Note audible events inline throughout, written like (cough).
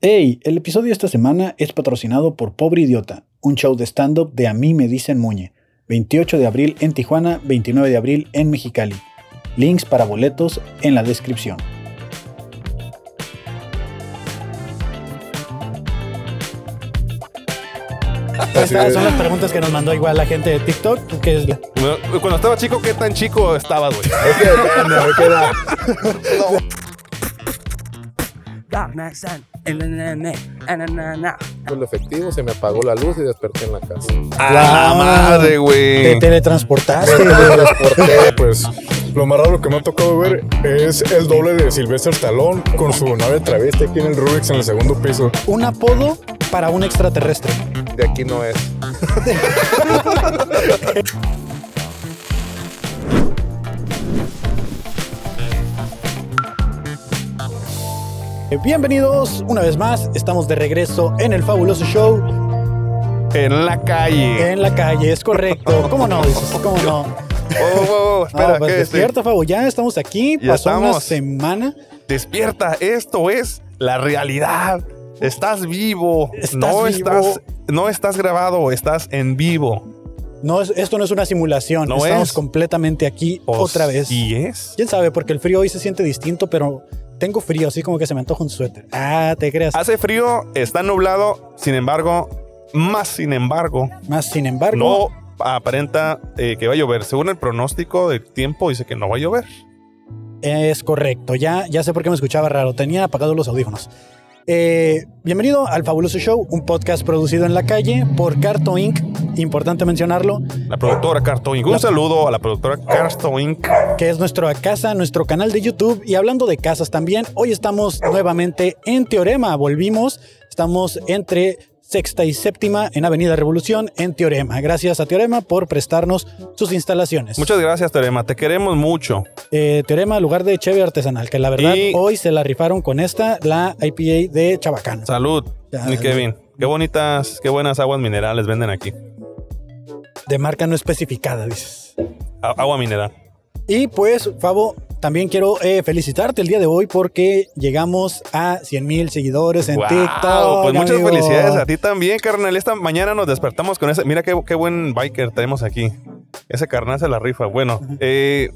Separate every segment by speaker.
Speaker 1: Hey, el episodio de esta semana es patrocinado por Pobre Idiota, un show de stand-up de A mí me dicen Muñe, 28 de abril en Tijuana, 29 de abril en Mexicali. Links para boletos en la descripción. Estas son las preguntas que nos mandó igual la gente de TikTok, que es la-
Speaker 2: Bueno, Cuando estaba chico, ¿qué tan chico estabas, güey?
Speaker 3: Es que depende, güey, ¿qué edad? Con el efectivo se me apagó la luz y desperté en la casa.
Speaker 1: la madre,
Speaker 2: güey!
Speaker 1: te teletransportaste.
Speaker 3: Me transporté, pues.
Speaker 4: Lo más raro que me ha tocado ver es el doble de Sylvester Stallone con su nave travesti aquí en el Rubix en el segundo piso.
Speaker 1: Un apodo para un extraterrestre.
Speaker 3: De aquí no es.
Speaker 1: Bienvenidos una vez más, estamos de regreso en el fabuloso show
Speaker 2: En la calle.
Speaker 1: en la calle, es correcto. ¿Cómo no? Dices, ¿Cómo no?
Speaker 2: Oh, oh, oh,
Speaker 1: No,
Speaker 2: espera,
Speaker 1: pues
Speaker 2: ¿qué es?
Speaker 1: despierta, Fabo. Ya estamos aquí.
Speaker 2: Ya
Speaker 1: pasó una
Speaker 2: estamos.
Speaker 1: semana.
Speaker 2: Despierta, esto es la realidad. Estás vivo.
Speaker 1: Estás
Speaker 2: no
Speaker 1: vivo.
Speaker 2: estás no estás grabado, estás en vivo.
Speaker 1: No, es- esto no es una simulación.
Speaker 2: No
Speaker 1: estamos
Speaker 2: es.
Speaker 1: completamente aquí otra vez.
Speaker 2: ¿Y es?
Speaker 1: ¿Quién sabe? Porque el frío hoy se siente distinto, pero tengo frío, así como que se me antoja un suéter. Ah, te creas.
Speaker 2: Hace frío, está nublado, sin embargo, más sin embargo,
Speaker 1: Más sin embargo,
Speaker 2: no aparenta eh, que va a llover. Según el pronóstico del tiempo, dice que no va a llover.
Speaker 1: es correcto. Ya, ya sé por qué me escuchaba raro. Tenía apagados los audífonos. Eh, bienvenido al Fabuloso Show, un podcast producido en la calle por Carto Inc. Importante mencionarlo.
Speaker 2: La productora Carto Inc. Un
Speaker 1: La-
Speaker 2: saludo a la productora Carto Inc.
Speaker 1: que es nuestra casa, nuestro canal de YouTube. Y hablando de casas también, hoy estamos nuevamente en Teorema. Volvimos, estamos entre sexta y séptima en Avenida Revolución en Teorema. Gracias a Teorema por prestarnos sus instalaciones.
Speaker 2: Muchas gracias, Teorema. Te queremos mucho.
Speaker 1: Eh, Teorema, lugar de cheve artesanal, que la verdad
Speaker 2: Y-
Speaker 1: hoy se la rifaron con esta, la IPA de Chabacán.
Speaker 2: Salud,
Speaker 1: Ya,
Speaker 2: mi
Speaker 1: ya.
Speaker 2: Kevin. Qué bonitas, qué buenas aguas minerales venden aquí.
Speaker 1: De marca no especificada, dices.
Speaker 2: A- agua mineral.
Speaker 1: Y pues, Fabo, también quiero eh, felicitarte el día de hoy porque llegamos a 100 mil seguidores en
Speaker 2: Wow,
Speaker 1: TikTok.
Speaker 2: Pues muchas
Speaker 1: amigo.
Speaker 2: felicidades a ti también, carnal. Esta mañana nos despertamos con ese. Mira qué, qué buen biker tenemos aquí. Ese carnal se la rifa. Bueno, eh,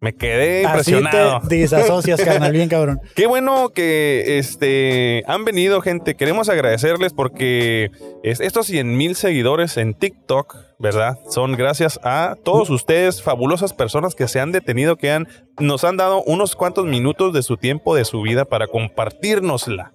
Speaker 2: me quedé
Speaker 1: Así
Speaker 2: impresionado.
Speaker 1: te desasocias, carnal, bien cabrón.
Speaker 2: Qué bueno que este han venido, gente. Queremos agradecerles porque es- estos 100 mil seguidores en TikTok, ¿verdad? Son gracias a todos ustedes, fabulosas personas que se han detenido, que han, nos han dado unos cuantos minutos de su tiempo, de su vida, para compartirnosla.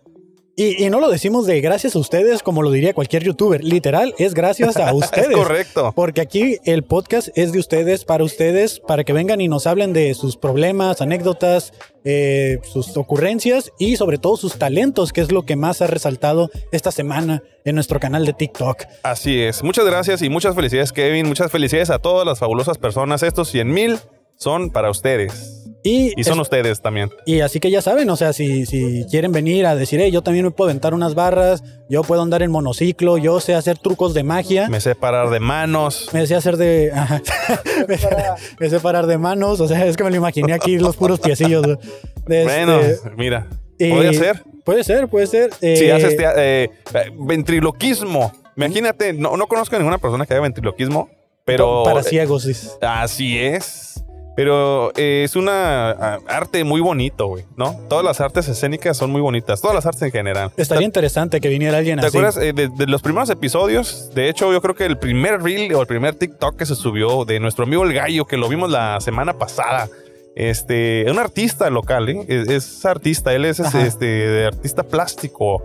Speaker 1: Y, y no lo decimos de gracias a ustedes, como lo diría cualquier youtuber. Literal, es gracias a ustedes.
Speaker 2: (laughs) Es correcto.
Speaker 1: Porque aquí el podcast es de ustedes, para ustedes, para que vengan y nos hablen de sus problemas, anécdotas, eh, sus ocurrencias y sobre todo sus talentos, que es lo que más ha resaltado esta semana en nuestro canal de TikTok.
Speaker 2: Así es. Muchas gracias y muchas felicidades, Kevin. Muchas felicidades a todas las fabulosas personas. Estos 100 mil son para ustedes.
Speaker 1: Y,
Speaker 2: Y son ustedes también.
Speaker 1: Y así que ya saben, o sea, si, si quieren venir a decir, "Hey, yo también me puedo aventar unas barras, yo puedo andar en monociclo, yo sé hacer trucos de magia, me,
Speaker 2: Me sé parar de manos.
Speaker 1: sé hacer de...
Speaker 2: (laughs)
Speaker 1: ajá, (laughs) me, sé- me sé parar de manos, o sea, es que me lo imaginé aquí los puros piecillos. güey. De
Speaker 2: Bueno,
Speaker 1: este,
Speaker 2: mira.
Speaker 1: eh,
Speaker 2: Podría ser.
Speaker 1: Puede ser, puede ser.
Speaker 2: Si
Speaker 1: eh,
Speaker 2: haces tea- eh, eh, ventriloquismo. Imagínate, no, no conozco a ninguna persona que haga ventriloquismo, pero. eh,
Speaker 1: Para ciegos, dices.
Speaker 2: Así es. Pero eh, es una ah, arte muy bonito, güey, ¿no? Todas las artes escénicas son muy bonitas. Todas las artes en general.
Speaker 1: Estaría interesante que viniera alguien
Speaker 2: ¿Te
Speaker 1: así.
Speaker 2: acuerdas eh, de, de los primeros episodios? De hecho, yo creo que el primer reel o el primer TikTok que se subió de nuestro amigo El Gallo, que lo vimos la semana pasada. Este, es un artista local, ¿eh? es, es artista, él es, es,
Speaker 1: Ajá.
Speaker 2: este de artista plástico.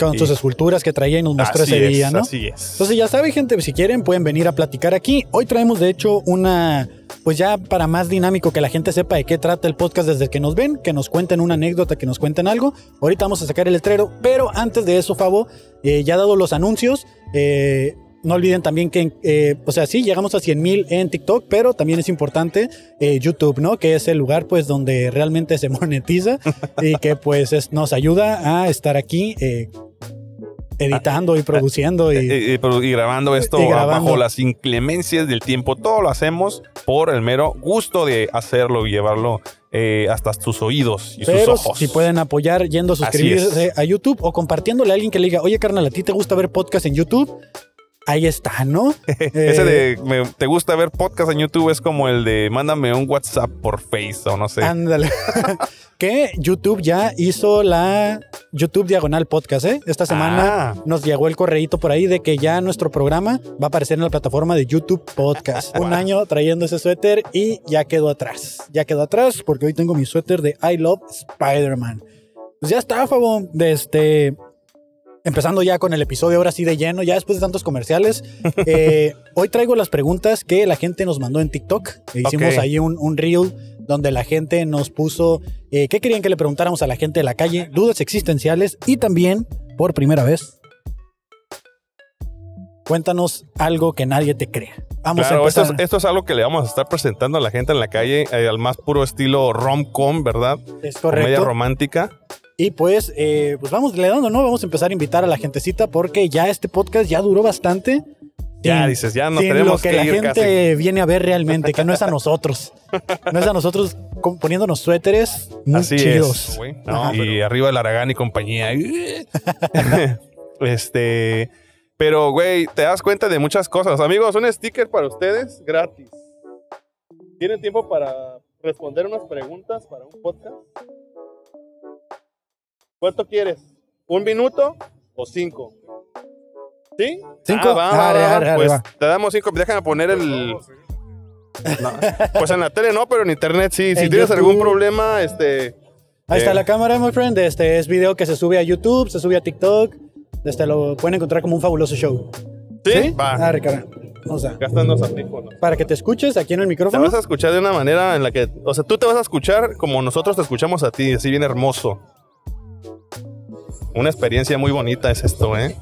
Speaker 1: Con sus
Speaker 2: Sí.
Speaker 1: esculturas que traía y nos mostró
Speaker 2: así
Speaker 1: ese
Speaker 2: es,
Speaker 1: día, ¿no?
Speaker 2: Así es.
Speaker 1: Entonces ya saben gente, si quieren pueden venir a platicar aquí. Hoy traemos de hecho una, pues ya para más dinámico que la gente sepa de qué trata el podcast desde que nos ven, que nos cuenten una anécdota, que nos cuenten algo. Ahorita vamos a sacar el letrero, pero antes de eso, Fabo, eh, ya dado los anuncios, eh, no olviden también que, eh, o sea, sí, llegamos a 100 mil en TikTok, pero también es importante eh, YouTube, ¿no? Que es el lugar, pues, donde realmente se (laughs) monetiza y que, pues, es- nos ayuda a estar aquí eh, editando y produciendo. Y,
Speaker 2: Eh, eh, pero- y grabando esto
Speaker 1: Y grabando.
Speaker 2: bajo las inclemencias del tiempo. Todo lo hacemos por el mero gusto de hacerlo y llevarlo eh, hasta sus oídos y sus
Speaker 1: Pero
Speaker 2: ojos.
Speaker 1: si pueden apoyar yendo a
Speaker 2: Así
Speaker 1: suscribirse
Speaker 2: es.
Speaker 1: a YouTube o compartiéndole a alguien que le diga, oye carnal, ¿a ti te gusta ver podcast en YouTube? Ahí está, ¿no?
Speaker 2: (laughs) Ese
Speaker 1: Eh,
Speaker 2: de me- te gusta ver podcast en YouTube es como el de mándame un WhatsApp por Face o no sé. Ah,
Speaker 1: Ándale. (laughs) que YouTube ya hizo la YouTube Diagonal Podcast, ¿eh? Esta semana
Speaker 2: Ah.
Speaker 1: nos llegó el correíto por ahí de que ya nuestro programa va a aparecer en la plataforma de YouTube Podcast. Un año trayendo ese suéter y ya quedó atrás. Ya quedó atrás porque hoy tengo mi suéter de I Love Spider-Man. Pues ya está, Fabo. De este. Empezando ya con el episodio ahora sí de lleno, ya después de tantos comerciales. eh, hoy traigo las preguntas que la gente nos mandó en TikTok. E Hicimos
Speaker 2: Ok.
Speaker 1: ahí un, un reel donde la gente nos puso eh, qué querían que le preguntáramos a la gente de la calle, dudas existenciales y también, por primera vez, cuéntanos algo que nadie te crea. Vamos a
Speaker 2: Claro, esto
Speaker 1: empezar.
Speaker 2: es, esto es algo que le vamos a estar presentando a la gente en la calle eh, al más puro estilo rom-com, ¿verdad?
Speaker 1: es,
Speaker 2: Comedia
Speaker 1: correcto.
Speaker 2: romántica.
Speaker 1: Y pues, eh, pues vamos le dando, ¿no? Vamos a empezar a invitar a la gentecita porque ya este podcast ya duró bastante.
Speaker 2: Ya
Speaker 1: Sin-
Speaker 2: dices, ya no
Speaker 1: sin
Speaker 2: tenemos
Speaker 1: lo que,
Speaker 2: que
Speaker 1: la
Speaker 2: ir
Speaker 1: gente viene a ver realmente, que no
Speaker 2: (laughs)
Speaker 1: es a nosotros. No es a nosotros com- poniéndonos suéteres muy
Speaker 2: Así
Speaker 1: chidos.
Speaker 2: es. güey. No,
Speaker 1: Ajá.
Speaker 2: y arriba el Aragán y compañía. (laughs) este. Pero, güey, te das cuenta de muchas cosas. Amigos, un sticker para ustedes gratis. ¿Tienen tiempo para responder unas preguntas para un podcast? ¿Cuánto quieres? ¿Un minuto o cinco? ¿Sí?
Speaker 1: Cinco.
Speaker 2: Ah, va, va,
Speaker 1: Arre,
Speaker 2: va,
Speaker 1: arre, arre,
Speaker 2: pues
Speaker 1: va.
Speaker 2: te damos cinco. Déjame poner el. No. Pues en la tele no, pero en internet
Speaker 1: (laughs)
Speaker 2: sí. Si
Speaker 1: En
Speaker 2: tienes
Speaker 1: YouTube.
Speaker 2: algún problema, este.
Speaker 1: Ahí está
Speaker 2: Eh.
Speaker 1: la cámara, my friend. Este es video que se sube a YouTube, se sube a TikTok. Este lo pueden encontrar como un fabuloso show.
Speaker 2: Sí, va.
Speaker 1: Arre, cara. Vamos a-
Speaker 2: Gastan los audífonos.
Speaker 1: Para que te escuches aquí en el
Speaker 2: Te
Speaker 1: micrófono.
Speaker 2: vas a escuchar de una manera en la que. O sea, tú te vas a escuchar como nosotros te escuchamos a ti, así bien hermoso. Una experiencia muy bonita es esto, ¿eh?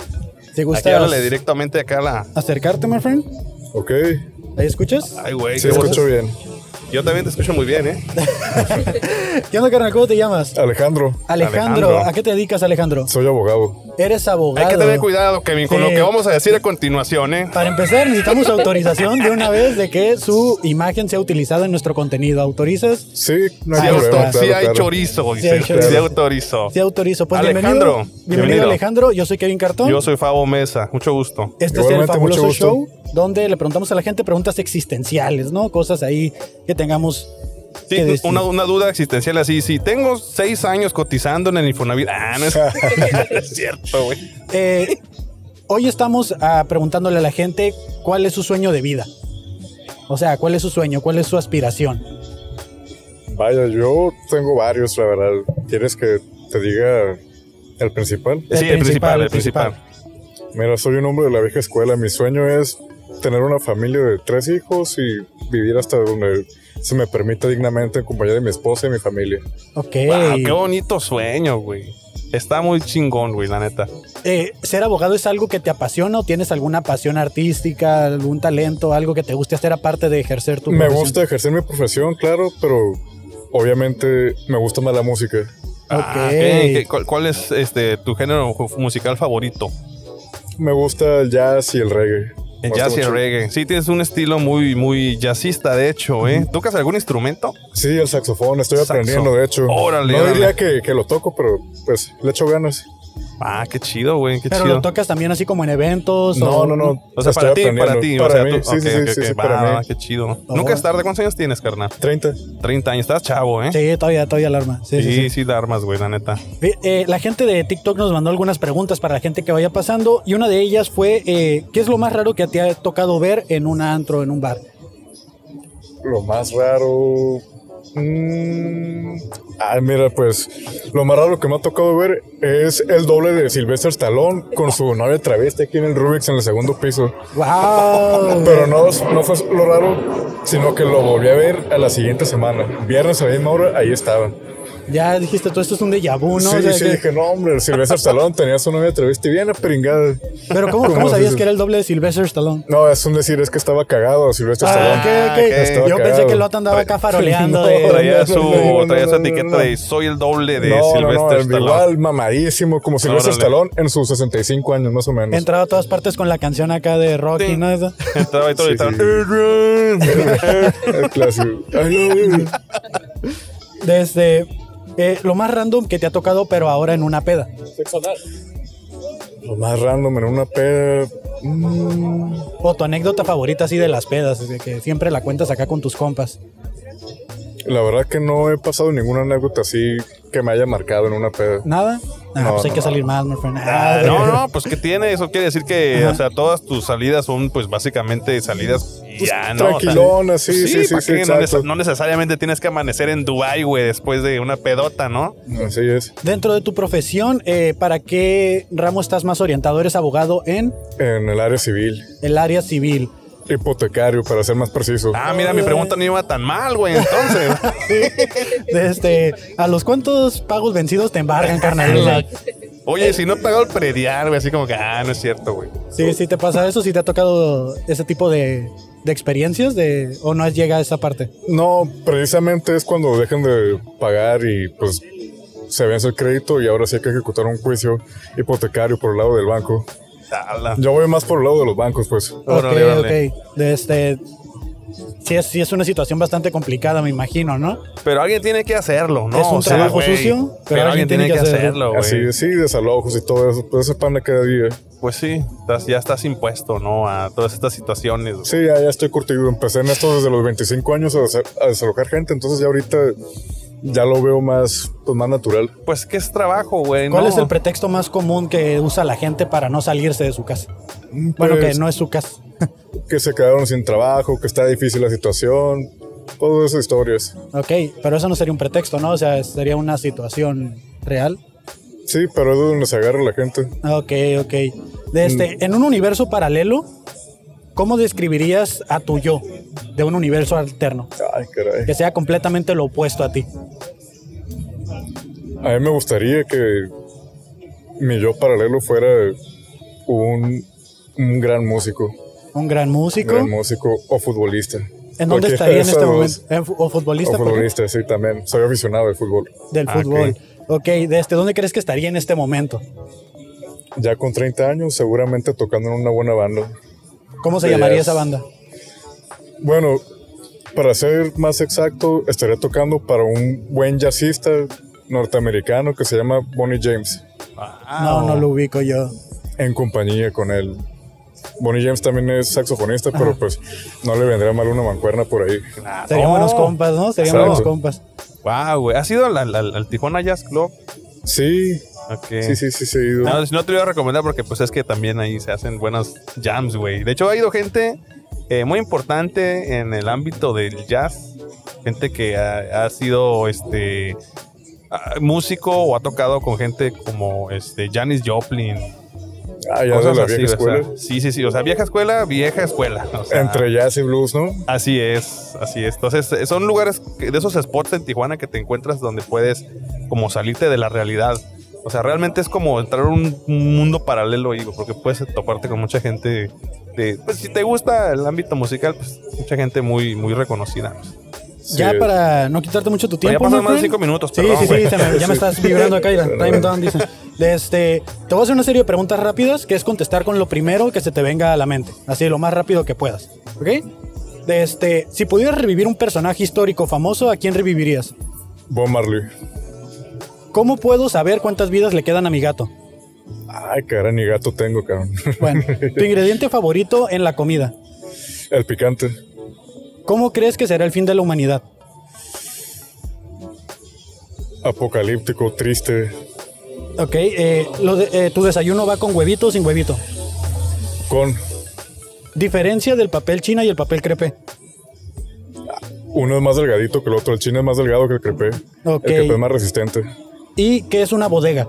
Speaker 1: ¿Te
Speaker 2: Aquí
Speaker 1: gusta
Speaker 2: háblale directamente acá a la.
Speaker 1: acercarte, my friend?
Speaker 5: Ok,
Speaker 1: ¿Ahí escuchas?
Speaker 2: Ay, güey.
Speaker 5: sí
Speaker 2: qué
Speaker 5: escucho
Speaker 2: voz.
Speaker 5: bien.
Speaker 2: Yo también te escucho muy bien, ¿eh?
Speaker 1: ¿Qué onda, carnal? ¿Cómo te llamas?
Speaker 5: Alejandro,
Speaker 1: Alejandro,
Speaker 2: Alejandro.
Speaker 1: ¿a qué te dedicas, Alejandro?
Speaker 5: soy abogado.
Speaker 1: Eres abogado.
Speaker 2: Hay que tener cuidado, Kevin, con
Speaker 1: Sí.
Speaker 2: lo que vamos a decir a continuación, ¿eh?
Speaker 1: Para empezar, necesitamos autorización de una vez de que su imagen sea utilizada en nuestro contenido. ¿Autorizas?
Speaker 5: Sí, no
Speaker 2: Sí,
Speaker 1: Ahí
Speaker 5: hay
Speaker 1: está.
Speaker 5: problema.
Speaker 2: autor-
Speaker 5: claro,
Speaker 2: sí hay
Speaker 5: claro.
Speaker 2: chorizo,
Speaker 1: Sí hay
Speaker 2: dice.
Speaker 1: chorizo.
Speaker 2: Sí autorizo.
Speaker 1: Sí, autorizo. Pues
Speaker 2: Alejandro,
Speaker 1: bienvenido. Bienvenido,
Speaker 2: bienvenido.
Speaker 1: Alejandro. Yo soy Kevin Cartón.
Speaker 2: Yo soy Fabo Mesa, mucho gusto.
Speaker 1: Este es el
Speaker 5: Igualmente,
Speaker 1: fabuloso
Speaker 5: mucho gusto.
Speaker 1: show donde le preguntamos a la gente preguntas existenciales, ¿no? Cosas ahí que tengamos
Speaker 2: Sí,
Speaker 1: que decir.
Speaker 2: una, una duda existencial así. Si tengo seis años cotizando en el Infonavit. Ah, no es, es cierto, güey.
Speaker 5: (laughs)
Speaker 1: Eh, hoy estamos ah, preguntándole a la gente cuál es su sueño de vida. O sea, cuál es su sueño, cuál es su aspiración.
Speaker 5: Vaya, yo tengo varios, la verdad. ¿Quieres que te diga el principal?
Speaker 1: El
Speaker 2: sí, el
Speaker 1: principal,
Speaker 2: principal,
Speaker 1: el
Speaker 2: el principal.
Speaker 5: Mira, soy un hombre de la vieja escuela. Mi sueño es tener una familia de tres hijos y vivir hasta donde se me permita dignamente en compañía de mi esposa y mi familia.
Speaker 1: Ok.
Speaker 2: Wow, qué bonito sueño, güey. Está muy chingón, güey, la neta.
Speaker 1: Eh, ¿Ser abogado es algo que te apasiona o tienes alguna pasión artística, algún talento, algo que te guste hacer aparte de ejercer tu
Speaker 5: Me
Speaker 1: profesión?
Speaker 5: gusta ejercer mi profesión, claro, pero obviamente me gusta más la música.
Speaker 2: Ah,
Speaker 1: Ok.
Speaker 2: ¿qué- qué- cuál, cuál es este tu género ju- musical favorito?
Speaker 5: Me gusta el jazz y el reggae. Me
Speaker 1: Pues
Speaker 2: El
Speaker 5: gusta
Speaker 2: jazz y el
Speaker 5: mucho.
Speaker 2: reggae. Sí, tienes un estilo muy, muy jazzista, de hecho, ¿eh? ¿Tocas algún instrumento?
Speaker 5: Sí, el saxofón, estoy
Speaker 2: Saxo.
Speaker 5: aprendiendo, de hecho.
Speaker 2: Órale,
Speaker 5: no
Speaker 2: órale.
Speaker 5: diría que, que lo toco, pero pues le echo ganas.
Speaker 2: Ah, qué chido, güey, qué
Speaker 1: Pero
Speaker 2: chido.
Speaker 1: lo tocas también así como en eventos.
Speaker 5: No,
Speaker 1: o-
Speaker 5: no, no.
Speaker 2: o sea,
Speaker 5: estoy
Speaker 2: para ti, para
Speaker 5: aprendiendo.
Speaker 2: ti.
Speaker 5: Para
Speaker 2: o sea,
Speaker 5: mí,
Speaker 2: tú-
Speaker 5: sí,
Speaker 2: ok,
Speaker 5: sí,
Speaker 2: ok,
Speaker 5: sí, sí,
Speaker 2: ok, va,
Speaker 5: para
Speaker 2: va,
Speaker 5: mí.
Speaker 2: qué chido.
Speaker 1: Oh.
Speaker 2: Nunca es tarde. ¿Cuántos años tienes, carnal?
Speaker 5: 30.
Speaker 2: 30 años. Estás chavo, ¿eh?
Speaker 1: Sí, todavía, todavía alarma. Sí,
Speaker 2: Sí,
Speaker 1: sí, sí.
Speaker 2: sí, da armas, güey, la neta.
Speaker 1: Eh, la gente de TikTok nos mandó algunas preguntas para la gente que vaya pasando y una de ellas fue, eh, ¿qué es lo más raro que te ha tocado ver en un antro, en un bar?
Speaker 5: Lo más raro. mm, Ah, mira, pues lo más raro que me ha tocado ver es el doble de Sylvester Stallone con su novia travesti aquí en el Rubik's en el segundo piso.
Speaker 1: (laughs) ¡Wow!
Speaker 5: Pero no, no fue lo raro, sino que lo volví a ver a la siguiente semana. Viernes a la misma hora, ahí estaban.
Speaker 1: ya dijiste, todo esto es un déjà vu, ¿no?
Speaker 5: sí,
Speaker 1: O sea,
Speaker 5: sí,
Speaker 1: que-
Speaker 5: dije, no, hombre, el Sylvester Stallone tenía su novia travesti bien apringada.
Speaker 1: Pero ¿cómo,
Speaker 5: (laughs) ¿Cómo
Speaker 1: ¿cómo sabías
Speaker 5: dices?
Speaker 1: que era el doble de Sylvester Stallone?
Speaker 5: No, es un decir, es que estaba cagado Sylvester
Speaker 1: Ah,
Speaker 5: Pues Stallone.
Speaker 1: ok, ok.
Speaker 5: Estaba
Speaker 1: Yo pensé
Speaker 5: cagado.
Speaker 1: que el otro andaba
Speaker 5: (laughs)
Speaker 1: acá faroleando
Speaker 5: No,
Speaker 1: de...
Speaker 2: Traía
Speaker 5: no,
Speaker 2: su,
Speaker 5: no, no,
Speaker 2: traía
Speaker 5: no,
Speaker 2: su
Speaker 5: no,
Speaker 2: etiqueta
Speaker 5: no.
Speaker 2: de soy el doble de
Speaker 5: no, no, no,
Speaker 2: Sylvester Stallone.
Speaker 5: igual mamadísimo como Sylvester
Speaker 2: Órale.
Speaker 5: Stallone en sus 65 años más o menos.
Speaker 1: Entraba a todas partes con la canción acá de Rocky,
Speaker 2: Sí.
Speaker 1: ¿no? Eso.
Speaker 2: (laughs) Entraba y todo
Speaker 5: Sí,
Speaker 2: y estaba,
Speaker 5: sí, sí.
Speaker 2: "Adrian".
Speaker 5: El clásico. I love you.
Speaker 1: Desde eh, lo más random que te ha tocado, pero ahora en una peda.
Speaker 5: Lo más random en una peda. mm,
Speaker 1: O tu anécdota favorita así de las pedas, de que siempre la cuentas acá con tus compas.
Speaker 5: la verdad que no he pasado ninguna anécdota así que me haya marcado en una peda.
Speaker 1: ¿Nada? Ah,
Speaker 5: No,
Speaker 1: pues hay
Speaker 5: no,
Speaker 1: que
Speaker 5: no.
Speaker 1: salir más, my friend.
Speaker 2: Ah,
Speaker 1: Ah,
Speaker 2: no, no, pues ¿qué tiene? Eso quiere decir que,
Speaker 1: Ajá.
Speaker 2: o sea, todas tus salidas son, pues, básicamente salidas y ya, ¿no? O sea,
Speaker 5: Tranquilona, Pues, sí, sí, sí,
Speaker 2: ¿para
Speaker 5: sí,
Speaker 2: qué? no,
Speaker 5: exacto.
Speaker 2: neces- no necesariamente tienes que amanecer en Dubai, güey, después de una pedota, ¿no?
Speaker 5: Así es.
Speaker 1: Dentro de tu profesión, eh, ¿para qué ramo estás más orientado? Eres abogado en
Speaker 5: En el área civil.
Speaker 1: el área civil.
Speaker 5: Hipotecario, para ser más preciso.
Speaker 2: Ah, mira, mi pregunta no iba tan mal, güey, entonces. (laughs)
Speaker 1: Este, ¿A los cuántos pagos vencidos te embargan, carnal?
Speaker 2: Oye, si no he pagado el predial, güey, así como que, ah, no es cierto, güey.
Speaker 1: Sí, sí te pasa eso, si te ha tocado ese tipo de, de experiencias de, o no has llegado a esa parte.
Speaker 5: No, precisamente es cuando dejan de pagar y pues se vence el crédito y ahora sí hay que ejecutar un juicio hipotecario por el lado del banco.
Speaker 2: Ala.
Speaker 5: Yo voy más por el lado de los bancos, pues.
Speaker 2: Órale,
Speaker 1: ok,
Speaker 2: órale.
Speaker 1: ok. De Este, sí, es, sí es una situación bastante complicada, me imagino, ¿no?
Speaker 2: Pero alguien tiene que hacerlo, ¿no?
Speaker 1: Es un
Speaker 2: O sea,
Speaker 1: trabajo
Speaker 2: güey,
Speaker 1: sucio,
Speaker 2: Pero, alguien tiene que,
Speaker 1: Ah,
Speaker 2: hacerlo, güey.
Speaker 5: Así, sí, desalojos y todo eso, pues ese pan de cada día.
Speaker 2: Pues sí, estás- ya estás impuesto, ¿no? A todas estas situaciones. güey.
Speaker 5: Sí, ya, ya estoy curtido. Empecé en esto desde los 25 años a, desa- a desalojar gente, entonces ya ahorita ya lo veo más, pues, más natural.
Speaker 2: Pues que es trabajo, güey.
Speaker 1: ¿Cuál
Speaker 2: ¿no?
Speaker 1: es el pretexto más común que usa la gente para no salirse de su casa? Bueno, que
Speaker 5: Pues,
Speaker 1: no es su casa.
Speaker 5: que se quedaron sin trabajo, que está difícil la situación, todas esas historias.
Speaker 1: Ok, pero eso no sería un pretexto, ¿no? O sea, sería una situación real. Ah,
Speaker 5: Sí, pero es donde se agarra la gente.
Speaker 1: Ok, ok. De este, En un universo paralelo, ¿cómo describirías a tu yo de un universo alterno?
Speaker 5: Ay, caray.
Speaker 1: Que sea completamente lo opuesto a ti.
Speaker 5: A mí me gustaría que mi yo paralelo fuera un, un gran músico,
Speaker 1: Un gran músico.
Speaker 5: gran músico o futbolista.
Speaker 1: ¿En dónde
Speaker 5: Cualquiera
Speaker 1: estaría
Speaker 5: de
Speaker 1: en
Speaker 5: esas
Speaker 1: este
Speaker 5: dos.
Speaker 1: momento? ¿En fu- ¿O futbolista?
Speaker 5: O
Speaker 1: por ejemplo?
Speaker 5: futbolista, sí, también. Soy aficionado al fútbol.
Speaker 1: Del
Speaker 2: Ah,
Speaker 1: fútbol. ok, de este, ¿dónde crees que estaría en este momento?
Speaker 5: Ya con 30 años, seguramente tocando en una buena banda.
Speaker 1: ¿Cómo se
Speaker 5: Sí,
Speaker 1: llamaría
Speaker 5: es-
Speaker 1: esa banda?
Speaker 5: Bueno, para ser más exacto, estaría tocando para un buen jazzista norteamericano que se llama Bonnie James,
Speaker 2: Ah,
Speaker 1: no, no lo ubico yo.
Speaker 5: en compañía con él. Bonnie James también es saxofonista, pero pues no le vendría mal una mancuerna por ahí.
Speaker 2: claro.
Speaker 1: Serían buenos compas, ¿no? Serían
Speaker 5: Exacto.
Speaker 1: buenos compas.
Speaker 2: Wow, güey. ¿Has ido al, al- al- al Tijuana Jazz Club?
Speaker 5: Sí,
Speaker 2: Ok.
Speaker 5: sí, sí, sí, sí. he ido.
Speaker 2: No, no te lo iba a recomendar porque pues es que también ahí se hacen buenas jams, güey. De hecho, ha ido gente eh, muy importante en el ámbito del jazz. Gente que ha, ha sido este ah, músico o ha tocado con gente como este Janis Joplin.
Speaker 5: Ah, ya de
Speaker 2: cosas
Speaker 5: la
Speaker 2: así,
Speaker 5: vieja
Speaker 2: o sea,
Speaker 5: escuela.
Speaker 2: sí, sí, sí. O sea, vieja escuela, vieja escuela. o sea,
Speaker 5: Entre jazz y blues, ¿no?
Speaker 2: Así es, así es. Entonces, eh, son lugares que- de esos spots en Tijuana que te encuentras donde puedes como salirte de la realidad. O sea, realmente es como entrar a un un mundo paralelo, digo, porque puedes toparte con mucha gente. de- pues, si te gusta el ámbito musical, pues mucha gente muy, muy reconocida.
Speaker 1: ya
Speaker 5: Sí.
Speaker 1: para no quitarte mucho tu
Speaker 2: Pero Pues ya
Speaker 1: tiempo.
Speaker 2: pasan
Speaker 1: my
Speaker 2: más de
Speaker 1: friend.
Speaker 2: cinco minutos,
Speaker 1: Sí,
Speaker 2: perdón,
Speaker 1: sí,
Speaker 2: güey.
Speaker 1: sí, se me- ya me
Speaker 5: Sí.
Speaker 1: estás vibrando acá. mira, Time down, dice. De Este, te voy a hacer una serie de preguntas rápidas que es contestar con lo primero que se te venga a la mente. Así, lo más rápido que puedas. ¿Ok? De este, si pudieras revivir un personaje histórico famoso, ¿a quién revivirías?
Speaker 5: Bob Marley.
Speaker 1: ¿Cómo puedo saber cuántas vidas le quedan a mi gato?
Speaker 5: Ay, cara, ni gato tengo, cabrón. (laughs)
Speaker 2: (laughs)
Speaker 1: Bueno, tu ingrediente favorito en la comida.
Speaker 5: El picante.
Speaker 1: ¿Cómo crees que será el fin de la humanidad?
Speaker 5: Apocalíptico, triste,
Speaker 1: Ok, eh, lo de- eh, tu desayuno va con huevito o sin huevito.
Speaker 5: con
Speaker 1: Diferencia del papel china y el papel crepe.
Speaker 5: Uno es más delgadito que el otro. El chino es más delgado que el crepe.
Speaker 1: Ok.
Speaker 5: El crepe es más resistente.
Speaker 1: ¿Y qué es una bodega?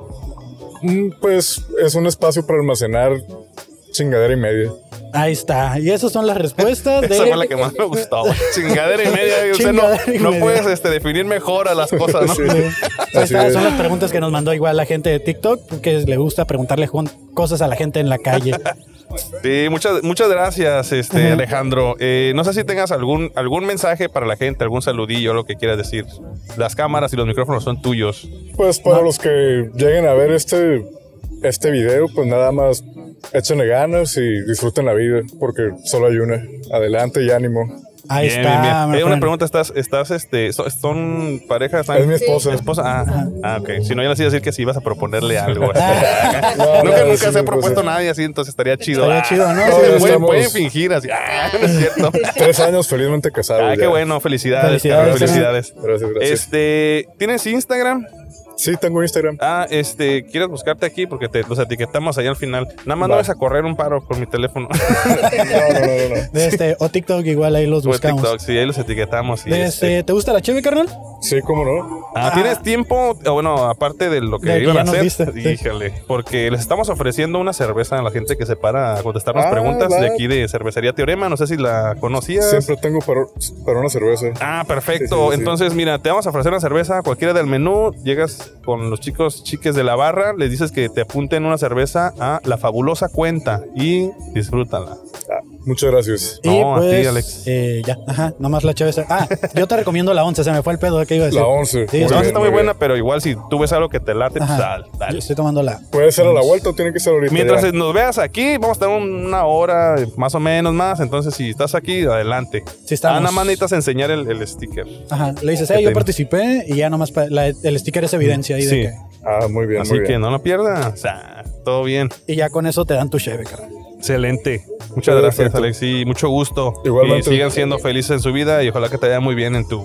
Speaker 5: Mm, Pues es un espacio para almacenar chingadera y media.
Speaker 1: Ahí está. Y esas son las respuestas de.
Speaker 2: (laughs) (laughs) Esa fue
Speaker 1: (laughs)
Speaker 2: la que más me gustó. güey. Chingadera y media. güey. O sea,
Speaker 1: Chingadera y
Speaker 2: no, no
Speaker 1: media.
Speaker 2: puedes este, definir mejor a las cosas,
Speaker 5: (laughs)
Speaker 2: ¿no?
Speaker 1: Sí. Ahí
Speaker 5: Así
Speaker 1: está,
Speaker 5: es.
Speaker 1: son las preguntas que nos mandó igual la gente de TikTok, porque le gusta preguntarle jun- cosas a la gente en la
Speaker 2: (laughs)
Speaker 1: calle.
Speaker 2: Sí, muchas, muchas gracias, este, Alejandro. Eh, no sé si tengas algún, algún mensaje para la gente, algún saludillo, lo que quieras decir. Las cámaras y los micrófonos son tuyos.
Speaker 5: Pues para
Speaker 1: No.
Speaker 5: los que lleguen a ver este, este video, pues nada más
Speaker 2: (laughs)
Speaker 5: échenle ganas y disfruten la vida, porque solo hay una. Adelante y ánimo.
Speaker 1: Ahí
Speaker 2: Bien,
Speaker 1: está.
Speaker 2: bien, bien.
Speaker 1: my
Speaker 2: Eh, una
Speaker 1: friend.
Speaker 2: pregunta, ¿estás, estás, este, so- son parejas? ¿Están-
Speaker 4: Es mi esposa.
Speaker 2: esposa? Ah, ah, ok. Si no, ya les iba a decir que si ibas
Speaker 1: (laughs)
Speaker 2: a proponerle algo. (laughs)
Speaker 1: Ah.
Speaker 4: No, no,
Speaker 2: nunca
Speaker 4: no,
Speaker 2: nunca
Speaker 4: sí,
Speaker 2: se ha
Speaker 4: no,
Speaker 2: propuesto
Speaker 4: pues,
Speaker 2: nadie así, entonces estaría chido.
Speaker 1: Estaría
Speaker 2: Ah,
Speaker 1: chido, ¿no?
Speaker 2: sí,
Speaker 1: Sí,
Speaker 2: pueden-
Speaker 4: estamos-
Speaker 2: pueden fingir así. Ah, no es cierto.
Speaker 4: Tres años felizmente casados.
Speaker 2: Ah, qué
Speaker 4: ya.
Speaker 2: bueno. Felicidades.
Speaker 1: Felicidades,
Speaker 2: carnal, Felicidades.
Speaker 4: Gracias, gracias.
Speaker 2: Este, ¿tienes Instagram?
Speaker 4: Sí, tengo
Speaker 2: (laughs)
Speaker 4: Instagram.
Speaker 2: Ah, este, quieres buscarte aquí porque te los etiquetamos allá al final. Nada más no
Speaker 4: Va.
Speaker 2: vas a correr un paro con mi teléfono.
Speaker 4: No, no, no, no, no.
Speaker 1: Este, o TikTok, igual ahí los
Speaker 2: O
Speaker 1: buscamos.
Speaker 2: TikTok, sí, ahí los etiquetamos. y,
Speaker 1: Este,
Speaker 2: este,
Speaker 1: ¿Te gusta la chévere, carnal?
Speaker 4: Sí, cómo no.
Speaker 2: Ah, ¿Tienes tiempo? Ah, Bueno, aparte de lo que
Speaker 1: De que
Speaker 2: iban
Speaker 1: ya
Speaker 2: a
Speaker 1: nos diste,
Speaker 2: hacer.
Speaker 1: sí.
Speaker 2: Híjole. Porque les estamos ofreciendo una cerveza a la gente que se para a contestar las
Speaker 4: Ah,
Speaker 2: preguntas
Speaker 4: va.
Speaker 2: de aquí de Cervecería Teorema. No sé si la conocías.
Speaker 4: Siempre tengo para, para una cerveza.
Speaker 2: Ah, perfecto.
Speaker 4: Sí, sí, sí.
Speaker 2: Entonces, mira, te vamos a ofrecer una cerveza, cualquiera del menú. Llegas con los chicos, chiques de la barra, les dices que te apunten una cerveza a la fabulosa cuenta y disfrútala.
Speaker 4: Muchas gracias.
Speaker 1: Y
Speaker 2: No, a ti,
Speaker 1: pues,
Speaker 2: Alex.
Speaker 1: eh, ya, ajá, nomás la chévere. Ah, yo te recomiendo la 11, se me fue el pedo, ¿qué iba a decir?
Speaker 4: La 11.
Speaker 1: Sí,
Speaker 2: La
Speaker 1: Muy
Speaker 2: once
Speaker 1: bien,
Speaker 2: está muy buena, pero igual si tú ves algo que te late, pues
Speaker 1: Ajá.
Speaker 2: dale, dale.
Speaker 1: Yo estoy tomando la.
Speaker 5: Pues,
Speaker 4: ¿Puede ser a la vuelta o tiene que ser ahorita?
Speaker 2: Mientras
Speaker 4: ya?
Speaker 2: nos veas aquí, vamos a estar una hora más o menos más. Entonces, si estás aquí, adelante.
Speaker 1: Sí, estamos.
Speaker 2: Ah, nada más necesitas enseñar el, el sticker.
Speaker 1: Ajá, le dices,
Speaker 2: Que
Speaker 1: eh, yo
Speaker 2: te-
Speaker 1: participé y ya nomás pa- la- el sticker es evidencia ahí
Speaker 2: Sí.
Speaker 1: de
Speaker 4: Ah, muy bien,
Speaker 2: Así
Speaker 4: muy
Speaker 2: que
Speaker 4: bien.
Speaker 2: no lo pierdas. O sea, todo bien.
Speaker 1: que. Y ya con eso te dan tu cheve, carnal. (laughs)
Speaker 2: Excelente. Muchas gracias,
Speaker 4: Perfecto.
Speaker 2: Alex. Y mucho gusto.
Speaker 4: Igualmente.
Speaker 2: Y sigan siendo felices en su vida y ojalá que te vaya muy bien en tu,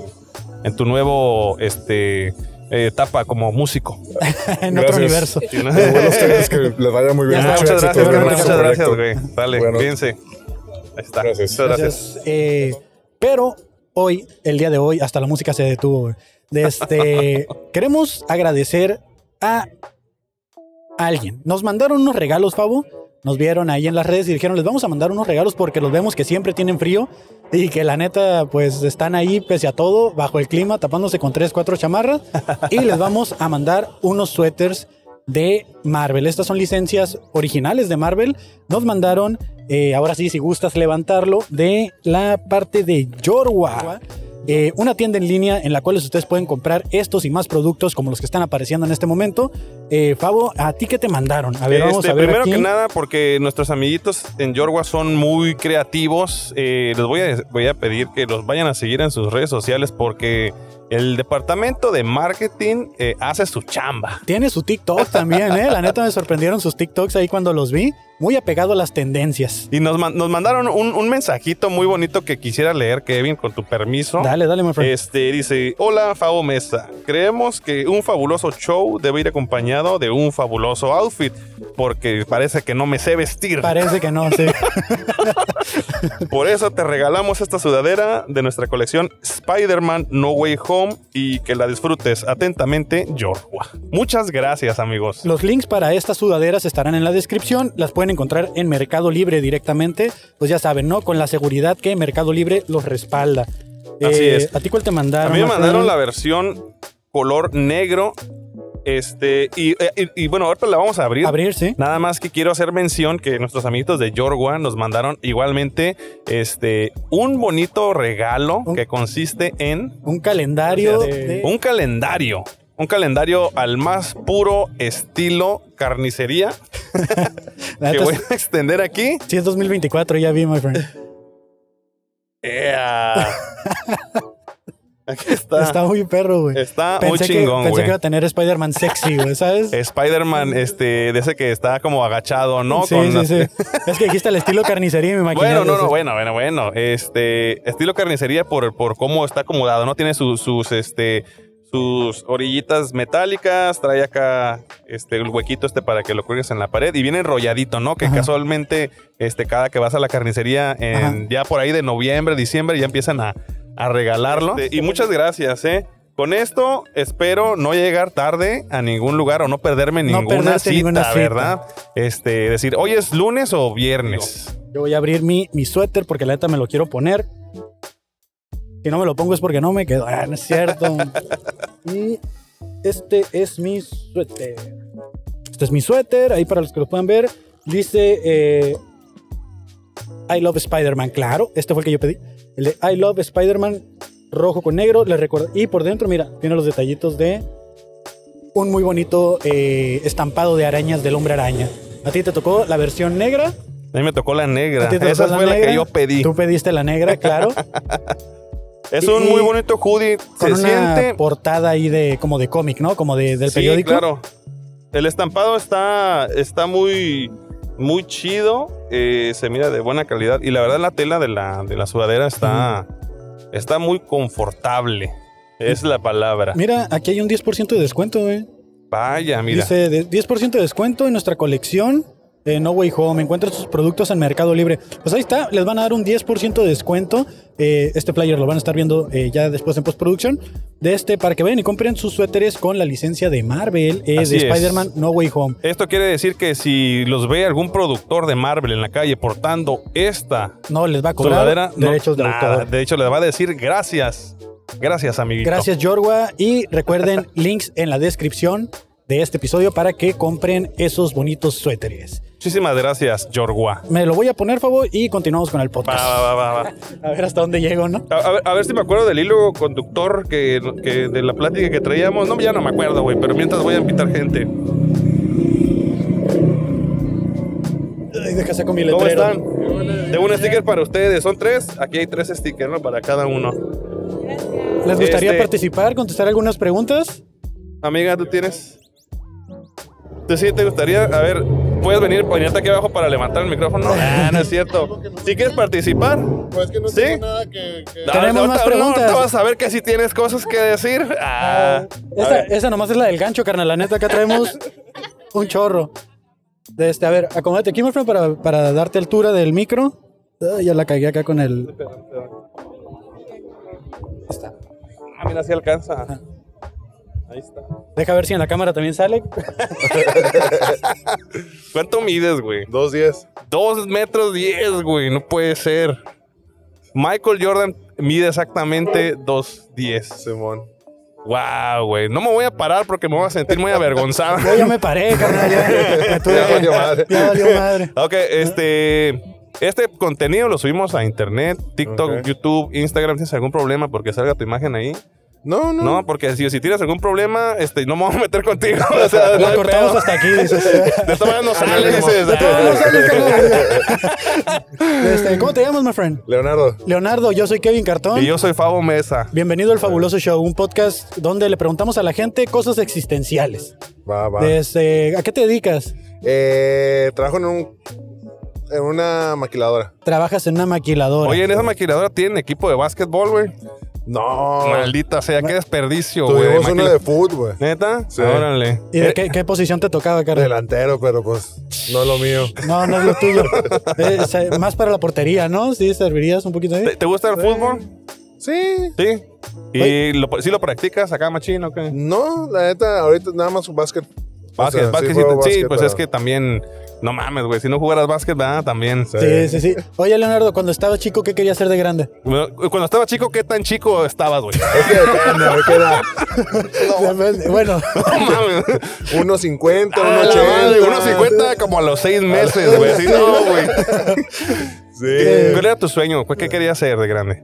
Speaker 2: en tu nuevo este, eh, etapa como músico.
Speaker 1: en
Speaker 4: Gracias.
Speaker 1: otro universo.
Speaker 2: (laughs) Sí, ¿no?
Speaker 4: Qué bueno ustedes que les vaya muy bien.
Speaker 2: Ah,
Speaker 4: Mucho éxito,
Speaker 2: muchas gracias,
Speaker 4: gran
Speaker 2: güey.
Speaker 4: éxito
Speaker 2: Muchas gracias,
Speaker 4: proyecto.
Speaker 2: güey. Dale,
Speaker 4: Bueno.
Speaker 2: cuídense. Ahí está.
Speaker 4: Gracias.
Speaker 2: Muchas gracias.
Speaker 1: Entonces, eh, pero hoy, el día de hoy, hasta la música se detuvo. güey. De
Speaker 2: (laughs)
Speaker 1: Este, queremos agradecer a alguien. Nos mandaron unos regalos, Fabo. Nos vieron ahí en las redes y dijeron, les vamos a mandar unos regalos porque los vemos que siempre tienen frío y que la neta, pues están ahí pese a todo, bajo el clima, tapándose con tres, cuatro chamarras y les vamos a mandar unos suéteres de Marvel. Estas son licencias originales de Marvel. Nos mandaron, eh, ahora sí, si gustas levantarlo, de la parte de Yorwa. eh, una tienda en línea en la cual ustedes pueden comprar estos y más productos como los que están apareciendo en este momento. Eh, Fabo, ¿a ti qué te mandaron? A ver, vamos
Speaker 2: Este,
Speaker 1: a ver.
Speaker 2: primero
Speaker 1: aquí.
Speaker 2: que nada, porque nuestros amiguitos en Yorwa son muy creativos, eh, les voy a, voy a pedir que los vayan a seguir en sus redes sociales porque el departamento de marketing eh, hace su chamba.
Speaker 1: Tiene su TikTok también, ¿eh? La neta me sorprendieron sus TikToks ahí cuando los vi. Muy apegado a las tendencias.
Speaker 2: Y nos, man- nos mandaron un, un mensajito muy bonito que quisiera leer, Kevin, con tu permiso.
Speaker 1: Dale, dale, my friend.
Speaker 2: Este dice: Hola, Fabo Mesa. Creemos que un fabuloso show debe ir acompañado de un fabuloso outfit, porque parece que no me sé vestir.
Speaker 1: Parece que no, sí.
Speaker 2: Por eso te regalamos esta sudadera de nuestra colección Spider-Man No Way Home y que la disfrutes atentamente, Yorwa. Muchas gracias, amigos.
Speaker 1: Los links para estas sudaderas estarán en la descripción. Las pueden encontrar en Mercado Libre directamente. Pues ya saben, ¿no? Con la seguridad que Mercado Libre los respalda. Eh,
Speaker 2: Así es.
Speaker 1: ¿A ti cuál te mandaron?
Speaker 2: A mí me
Speaker 1: Marcelo?
Speaker 2: mandaron la versión color negro. Este, y, y- y bueno, ahorita la vamos a abrir.
Speaker 1: Abrir, sí.
Speaker 2: Nada más que quiero hacer mención que nuestros amiguitos de Yorwa nos mandaron igualmente este, un bonito regalo
Speaker 1: Un-
Speaker 2: que consiste en
Speaker 1: Un calendario
Speaker 4: Sí.
Speaker 1: de...
Speaker 2: un calendario. Un calendario al más puro estilo carnicería
Speaker 1: La
Speaker 2: que
Speaker 1: neta
Speaker 2: voy
Speaker 1: es- (laughs)
Speaker 2: a extender aquí.
Speaker 1: Sí, es 2024, ya vi, my friend. (laughs)
Speaker 2: Ea. aquí está. Está,
Speaker 1: Está muy perro, güey.
Speaker 2: muy
Speaker 1: Pensé, que,
Speaker 2: chingón,
Speaker 1: pensé que
Speaker 2: güey.
Speaker 1: iba a tener Spider-Man sexy, güey, ¿sabes?
Speaker 2: Spider-Man, este, de ese que está como agachado, ¿no?
Speaker 1: Sí,
Speaker 2: Con
Speaker 1: sí,
Speaker 2: las-
Speaker 1: sí. Es que dijiste el estilo carnicería y me imaginé.
Speaker 2: Bueno, no,
Speaker 1: eso.
Speaker 2: no, bueno, bueno, bueno. Este, estilo carnicería por, por cómo está acomodado, ¿no? Tiene sus, sus, este, sus orillitas metálicas, trae acá, este, el huequito este para que lo cuelgues en la pared y viene enrolladito, ¿no? Que
Speaker 1: Ajá.
Speaker 2: casualmente, este, cada que vas a la carnicería en-
Speaker 1: Ajá.
Speaker 2: ya por ahí de noviembre, diciembre, ya empiezan a, a regalarlo. Este, y muchas gracias, ¿eh? Con esto espero no llegar tarde a ningún lugar o no perderme
Speaker 1: No
Speaker 2: ninguna,
Speaker 1: perderte
Speaker 2: cita,
Speaker 1: ninguna cita.
Speaker 2: ¿verdad? Este, decir, hoy es lunes o viernes.
Speaker 1: Yo voy a abrir mi, mi suéter porque la neta me lo quiero poner. Si no me lo pongo es porque no me quedo. Ah, no es cierto. y este es mi suéter. Este es mi suéter. Ahí para los que lo puedan ver, dice eh, I Love Spider-Man. Claro, este fue el que yo pedí. El de I Love Spider-Man rojo con negro. Les recuerdo. Y por dentro, mira, tiene los detallitos de un muy bonito eh, estampado de arañas del hombre araña. A ti te tocó la versión negra.
Speaker 2: A mí me tocó la negra.
Speaker 1: ¿A ti te
Speaker 2: Esa
Speaker 1: tocó la
Speaker 2: fue la que
Speaker 1: negra?
Speaker 2: yo pedí.
Speaker 1: Tú pediste la negra, claro.
Speaker 2: (laughs) Es un
Speaker 1: Y-
Speaker 2: muy bonito hoodie.
Speaker 1: con
Speaker 2: Se
Speaker 1: una
Speaker 2: siente.
Speaker 1: portada ahí de como de cómic, ¿no? Como de, del
Speaker 2: Sí,
Speaker 1: periódico.
Speaker 2: claro. El estampado está, está muy, muy chido. eh, se mira de buena calidad. Y la verdad, la tela de la, de la sudadera está,
Speaker 1: Mm.
Speaker 2: está muy confortable. Es la palabra.
Speaker 1: Mira, aquí hay un 10% de descuento, güey.
Speaker 2: Vaya, mira.
Speaker 1: Dice de- 10% de descuento en nuestra colección. eh, no Way Home, encuentra sus productos en Mercado Libre. Pues ahí está, les van a dar un 10% de descuento. eh, este player lo van a estar viendo eh, ya después en postproducción. De este, para que vayan y compren sus suéteres con la licencia de Marvel, eh,
Speaker 2: Así
Speaker 1: de
Speaker 2: es.
Speaker 1: Spider-Man No Way Home.
Speaker 2: Esto quiere decir que si los ve algún productor de Marvel en la calle portando esta
Speaker 1: No les va a cobrar
Speaker 2: sudadera, no,
Speaker 1: derechos de
Speaker 2: nada.
Speaker 1: autor.
Speaker 2: De hecho, le va a decir gracias. Gracias, amiguito.
Speaker 1: Gracias, Yorwa. Y
Speaker 2: (laughs)
Speaker 1: recuerden, links en la descripción de este episodio para que compren esos bonitos suéteres.
Speaker 2: Muchísimas gracias, Yorgua.
Speaker 1: Me lo voy a poner, favor, y continuamos con el
Speaker 2: Va,
Speaker 1: podcast.
Speaker 2: va, va, va, va.
Speaker 1: A ver hasta dónde llego, ¿no?
Speaker 2: A, a ver, a ver si me acuerdo del hilo conductor que, que de la plática que traíamos. No, ya no me acuerdo, güey, pero mientras voy a invitar gente.
Speaker 1: Ay, deja saco mi
Speaker 2: ¿Cómo
Speaker 1: letrero.
Speaker 2: están? Tengo un sticker para ustedes. Son tres. Aquí hay tres stickers, ¿no? Para cada uno.
Speaker 1: ¿Les gustaría
Speaker 2: Este-
Speaker 1: participar, contestar algunas preguntas?
Speaker 2: Amiga, ¿tú tienes? ¿Tú sí te gustaría? A ver, ¿puedes venir ponerte aquí abajo para levantar
Speaker 1: (laughs)
Speaker 2: el micrófono? Ah, no es cierto. ¿Sí quieres participar?
Speaker 5: Pues que no
Speaker 2: ¿Sí?
Speaker 5: tengo nada que. que-
Speaker 2: No,
Speaker 1: Tenemos
Speaker 2: ahorita-
Speaker 1: más
Speaker 2: ahorita- ahorita
Speaker 1: preguntas.
Speaker 2: vas a ver que sí tienes cosas que decir. Ah, a
Speaker 1: Esa,
Speaker 2: ver.
Speaker 1: esa nomás es la del gancho, carnal. La neta, acá
Speaker 2: (laughs)
Speaker 1: traemos un chorro. De este, a ver, acomódate aquí, my friend, para, para darte altura del micro. Ay, ya la cagué acá con el.
Speaker 2: Ah, mira, sí alcanza. Ahí está.
Speaker 1: Deja ver si en la cámara también sale.
Speaker 2: ¿Cuánto mides, güey?
Speaker 5: Dos días.
Speaker 2: Dos metros diez, güey. No puede ser. Michael Jordan mide exactamente dos diez.
Speaker 5: Simón.
Speaker 2: Wow, güey. No me voy a parar porque me voy a sentir
Speaker 5: (laughs)
Speaker 2: muy avergonzado.
Speaker 1: Yo ya me paré, carnal. Ya,
Speaker 2: (laughs)
Speaker 1: me tuve
Speaker 5: Ya
Speaker 1: que-
Speaker 5: valió madre.
Speaker 1: ya valió madre.
Speaker 2: ok, este. Este contenido lo subimos a internet, TikTok,
Speaker 5: Ok.
Speaker 2: YouTube, Instagram. ¿Tienes algún problema porque salga tu imagen ahí?
Speaker 5: No, no.
Speaker 2: No, porque si, si tienes algún problema, este, no me voy a meter contigo. (laughs) O sea, no
Speaker 1: La
Speaker 2: hay
Speaker 1: cortamos
Speaker 2: pedo.
Speaker 1: hasta aquí, (laughs) dices.
Speaker 2: De todas maneras no sale.
Speaker 5: Ándale,
Speaker 2: dices,
Speaker 1: De todas
Speaker 2: ah.
Speaker 1: maneras sales, carnal. (laughs) Este, ¿Cómo te llamas, my friend?
Speaker 5: Leonardo.
Speaker 1: Leonardo, yo soy Kevin Cartón.
Speaker 2: Y yo soy Fabo Mesa.
Speaker 1: Bienvenido al Fabuloso Show, un podcast donde le preguntamos a la gente cosas existenciales.
Speaker 5: Va, va.
Speaker 1: Desde, ¿A qué te dedicas?
Speaker 5: Eh, trabajo en un. En una maquiladora.
Speaker 1: Trabajas en una maquiladora.
Speaker 2: Oye, en esa maquiladora tienen equipo de básquetbol, güey.
Speaker 5: No.
Speaker 2: Maldita sea, qué desperdicio, güey.
Speaker 5: Tuvimos uno
Speaker 2: maquila-
Speaker 5: de fútbol, güey.
Speaker 2: ¿Neta?
Speaker 5: Sí.
Speaker 2: Órale.
Speaker 1: ¿Y de qué, qué posición te tocaba, Carlos?
Speaker 5: Delantero, pero pues no es lo mío.
Speaker 1: No, no es lo
Speaker 2: (laughs)
Speaker 1: tuyo. Es, eh, más para la portería, ¿no? Sí, servirías un poquito ahí.
Speaker 2: ¿Te, te gusta el fútbol?
Speaker 5: Sí.
Speaker 2: Sí. ¿Y lo, sí lo practicas acá, machín, o qué?
Speaker 5: No, la neta, ahorita nada más un básquet. O
Speaker 2: Básquet,
Speaker 5: sea,
Speaker 2: básquet, sí,
Speaker 5: juego
Speaker 2: sí,
Speaker 5: básquet,
Speaker 2: pues
Speaker 5: pero-
Speaker 2: es que también, no mames, güey, si no jugaras básquet, ¿verdad? También.
Speaker 1: Sí, sí, sí. Oye, Leonardo, cuando estaba chico, ¿qué querías ser de grande?
Speaker 2: Bueno, Cuando estaba chico, ¿qué tan chico estabas, güey? (laughs)
Speaker 5: Es que depende, güey, que era
Speaker 2: Oh.
Speaker 1: Depende. (laughs) Bueno,
Speaker 5: (laughs)
Speaker 2: No mames.
Speaker 5: 1.50,
Speaker 2: Ah, la madre,
Speaker 5: 1.80.
Speaker 2: Unos 50 como a los seis meses, güey. Sí, no, güey.
Speaker 5: Sí.
Speaker 2: ¿Cuál era tu sueño? ¿Qué querías ser de grande?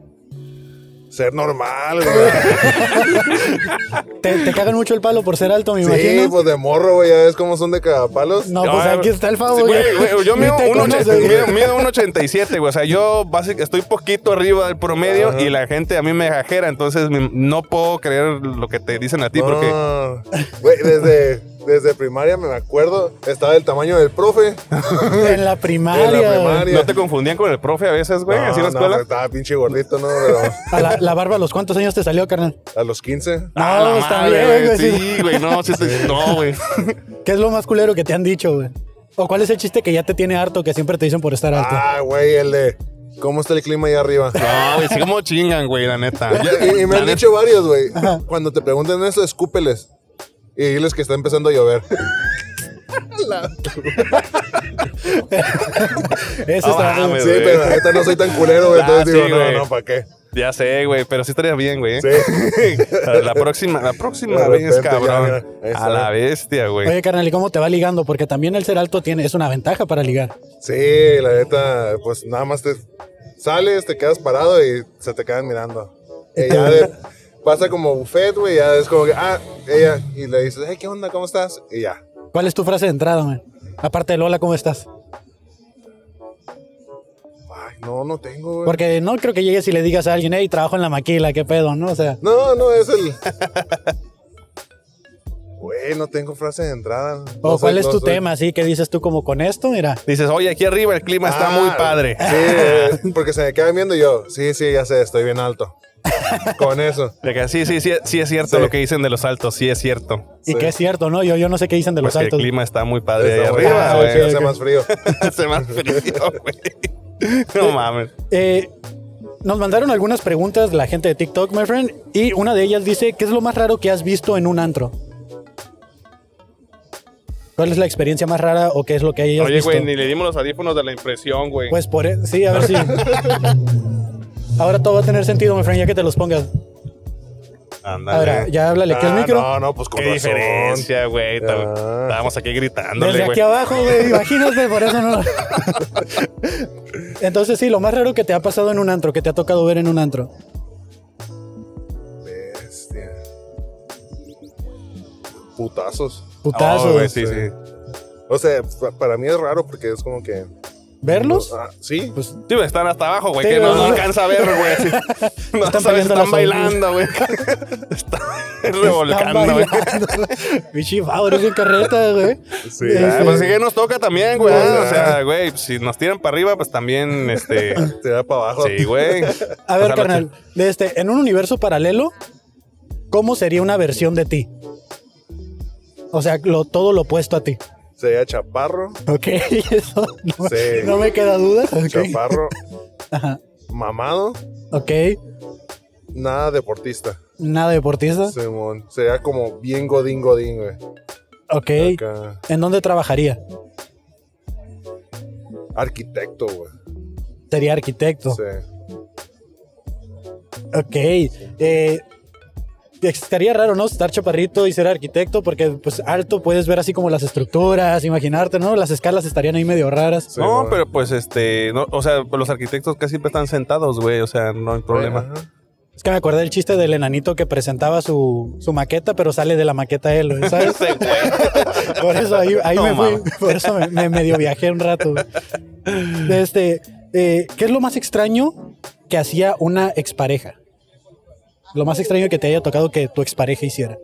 Speaker 5: Ser normal, güey.
Speaker 1: te, te cagan mucho el palo por ser alto, me
Speaker 5: Sí,
Speaker 1: imagino.
Speaker 5: pues de morro, güey, ya ves cómo son de cagapalos.
Speaker 1: no, pues
Speaker 2: Ah,
Speaker 1: aquí está el favor.
Speaker 2: Güey, güey, yo
Speaker 1: Ni
Speaker 2: mido
Speaker 1: te
Speaker 2: un och-
Speaker 1: conoces, güey.
Speaker 2: mido- mido un 87, güey. O sea, yo básicamente estoy poquito arriba del promedio y la gente a mí me jajera. Entonces me- no puedo creer lo que te dicen a ti porque.
Speaker 5: No. Güey, desde, desde primaria me acuerdo, estaba del tamaño del profe.
Speaker 1: En la primaria.
Speaker 5: En la primaria.
Speaker 2: ¿No te confundían con el profe a veces, güey? así en la
Speaker 5: No,
Speaker 2: escuela.
Speaker 5: no, estaba pinche gordito, ¿no? Pero
Speaker 1: A la, la barba, ¿a los cuántos años te salió, carnal?
Speaker 5: a los 15.
Speaker 2: Ah,
Speaker 1: No,
Speaker 2: la
Speaker 1: está
Speaker 2: madre,
Speaker 1: bien, güey, sí.
Speaker 2: Sí, güey, no, sí, sí, no, güey.
Speaker 1: ¿Qué es lo más culero que te han dicho, güey? ¿O cuál es el chiste que ya te tiene harto que siempre te dicen por estar alto?
Speaker 5: Ah, güey, el de cómo está el clima allá arriba.
Speaker 2: No, güey, sí, como chingan, güey, la neta.
Speaker 5: (laughs) Y, y me
Speaker 2: La
Speaker 5: han
Speaker 2: neta.
Speaker 5: dicho varios, güey. Cuando te pregunten eso, escúpeles. Y diles que está empezando a llover.
Speaker 1: Eso
Speaker 2: no
Speaker 1: está
Speaker 2: mames.
Speaker 5: Sí,
Speaker 2: güey.
Speaker 5: pero la neta no soy tan culero, güey.
Speaker 2: Ah,
Speaker 5: Entonces digo,
Speaker 2: sí,
Speaker 5: no,
Speaker 2: güey.
Speaker 5: no, ¿para qué?
Speaker 2: Ya sé, güey, pero sí estaría bien, güey.
Speaker 5: Sí.
Speaker 2: (laughs) La próxima, la próxima
Speaker 5: De
Speaker 2: vez,
Speaker 5: repente, ya,
Speaker 2: cabrón.
Speaker 5: mira, ahí
Speaker 2: A
Speaker 5: está.
Speaker 2: la bestia, güey.
Speaker 1: Oye, carnal, ¿y cómo te va ligando? Porque también el ser alto tiene, es una ventaja para ligar.
Speaker 5: Sí, la neta, pues nada más te sales, te quedas parado y se te quedan mirando. Y ya
Speaker 1: (laughs)
Speaker 5: de- pasa como buffet, güey, ya es como que, ah, ella, y le dices, hey, ¿qué onda? ¿Cómo estás? Y ya.
Speaker 1: ¿Cuál es tu frase de entrada, man? Aparte del hola, ¿cómo estás?
Speaker 5: No, no tengo, güey.
Speaker 1: Porque no creo que llegues y le digas a alguien, hey, trabajo en la maquila, qué pedo, ¿no? O sea,
Speaker 5: No, no,
Speaker 1: (laughs)
Speaker 5: es el. Güey, no tengo frase de
Speaker 1: o
Speaker 5: entrada. No
Speaker 1: Oh, cuál
Speaker 5: soy-
Speaker 1: es
Speaker 5: no
Speaker 1: tu
Speaker 5: soy-
Speaker 1: tema, así que dices tú como con esto, mira.
Speaker 2: Dices, oye, aquí arriba el clima está
Speaker 5: Ah,
Speaker 2: muy padre.
Speaker 5: (laughs) Sí, eh, porque se me quedan viendo y yo, sí, sí, ya sé, estoy bien
Speaker 2: (laughs)
Speaker 5: alto. Con eso.
Speaker 2: De que sí, sí, sí, sí es cierto
Speaker 5: Sí.
Speaker 2: lo que dicen de los altos, sí es cierto.
Speaker 1: Y
Speaker 5: Sí.
Speaker 1: que es cierto, ¿no? Yo, yo no sé qué dicen de
Speaker 2: Pues
Speaker 1: los
Speaker 2: que el
Speaker 1: altos.
Speaker 2: clima está muy padre ahí
Speaker 5: Está muy
Speaker 2: arriba,
Speaker 5: bien,
Speaker 1: Ah,
Speaker 2: güey.
Speaker 5: sí,
Speaker 1: ok,
Speaker 5: hace
Speaker 1: ok.
Speaker 5: más frío.
Speaker 2: (laughs) Hace
Speaker 1: (laughs)
Speaker 2: más frío, güey. No mames.
Speaker 1: Eh, nos mandaron algunas preguntas la gente de TikTok, my friend, y una de ellas dice, ¿qué es lo más raro que has visto en un antro? ¿Cuál es la experiencia más rara o qué es lo que hayas
Speaker 2: Oye,
Speaker 1: visto?
Speaker 2: güey, ni le dimos los audífonos de la impresión, güey.
Speaker 1: Pues por e- sí, a
Speaker 2: (laughs)
Speaker 1: ver si. Ahora todo va a tener sentido, my friend, ya que te los pongas. Ahora,
Speaker 2: Ándale.
Speaker 1: ya háblale aquí al
Speaker 5: Ah,
Speaker 1: micro.
Speaker 5: No, no, pues con
Speaker 2: Qué
Speaker 5: razón.
Speaker 2: diferencia, güey. Tam-
Speaker 5: Ah.
Speaker 2: Estábamos aquí
Speaker 1: Desde
Speaker 2: gritándole,
Speaker 1: aquí
Speaker 2: güey.
Speaker 1: abajo,
Speaker 2: (laughs)
Speaker 1: güey, imagínate, por eso no. Entonces, sí, lo más raro que te ha pasado en un antro, que te ha tocado ver en un antro.
Speaker 5: Bestia. Putazos.
Speaker 2: Oh,
Speaker 1: Putazo.
Speaker 2: güey, sí, sí.
Speaker 5: O sea, pa- para mí es raro porque es como que.
Speaker 1: ¿Verlos?
Speaker 5: Ah, sí.
Speaker 1: Pues
Speaker 2: Sí, güey, están hasta abajo, güey,
Speaker 1: Sí,
Speaker 2: que no,
Speaker 1: güey.
Speaker 2: no alcanza a ver, güey.
Speaker 1: (laughs)
Speaker 2: Sí.
Speaker 1: Están
Speaker 2: No están, sabes,
Speaker 1: peleando
Speaker 2: están
Speaker 1: las (laughs)
Speaker 2: bailando, güey. están revolcando, güey.
Speaker 1: (laughs) Bichi, eres bien carreta, güey. Este,
Speaker 5: Sí.
Speaker 2: Ah,
Speaker 1: Sí.
Speaker 2: Pues sí que nos toca también, güey. ¿eh?
Speaker 5: Ah.
Speaker 2: O sea, güey, pues, si nos tiran para arriba, pues también, este...
Speaker 5: Te da para abajo. (laughs)
Speaker 2: Sí, güey.
Speaker 1: A
Speaker 2: O
Speaker 1: ver,
Speaker 2: sea,
Speaker 1: carnal, de este, en un universo paralelo, ¿cómo sería una versión de ti? O sea, lo, todo lo opuesto a ti.
Speaker 5: Sería chaparro.
Speaker 1: Ok, (laughs) eso no,
Speaker 5: Sí.
Speaker 1: no me queda duda. Ok.
Speaker 5: Chaparro.
Speaker 1: Ajá.
Speaker 5: mamado.
Speaker 1: Ok,
Speaker 5: Nada deportista.
Speaker 1: nada deportista.
Speaker 5: Simón. Sería como bien godín, godín, güey.
Speaker 1: Ok.
Speaker 5: Acá.
Speaker 1: ¿En dónde trabajaría?
Speaker 5: Arquitecto, güey.
Speaker 1: Sería arquitecto.
Speaker 5: Sí.
Speaker 1: Ok. Eh, estaría raro, ¿no? Estar chaparrito y ser arquitecto, porque pues alto puedes ver así como las estructuras, imaginarte, ¿no? Las escalas estarían ahí medio raras.
Speaker 5: Sí,
Speaker 2: No,
Speaker 5: güey.
Speaker 2: pero pues este, no, o sea, los arquitectos casi siempre están sentados, güey, o sea, no hay problema.
Speaker 5: Ajá.
Speaker 1: Es que me acordé del chiste del enanito que presentaba su, su maqueta, pero sale de la maqueta él, güey, ¿sabes?
Speaker 2: (laughs) Sí, güey.
Speaker 1: Por eso ahí, ahí
Speaker 2: No,
Speaker 1: me fui,
Speaker 2: mames.
Speaker 1: por eso me, me medio viajé un rato. güey. Este, eh, ¿qué es lo más extraño que hacía una expareja? Lo más extraño que te haya tocado que tu expareja hiciera.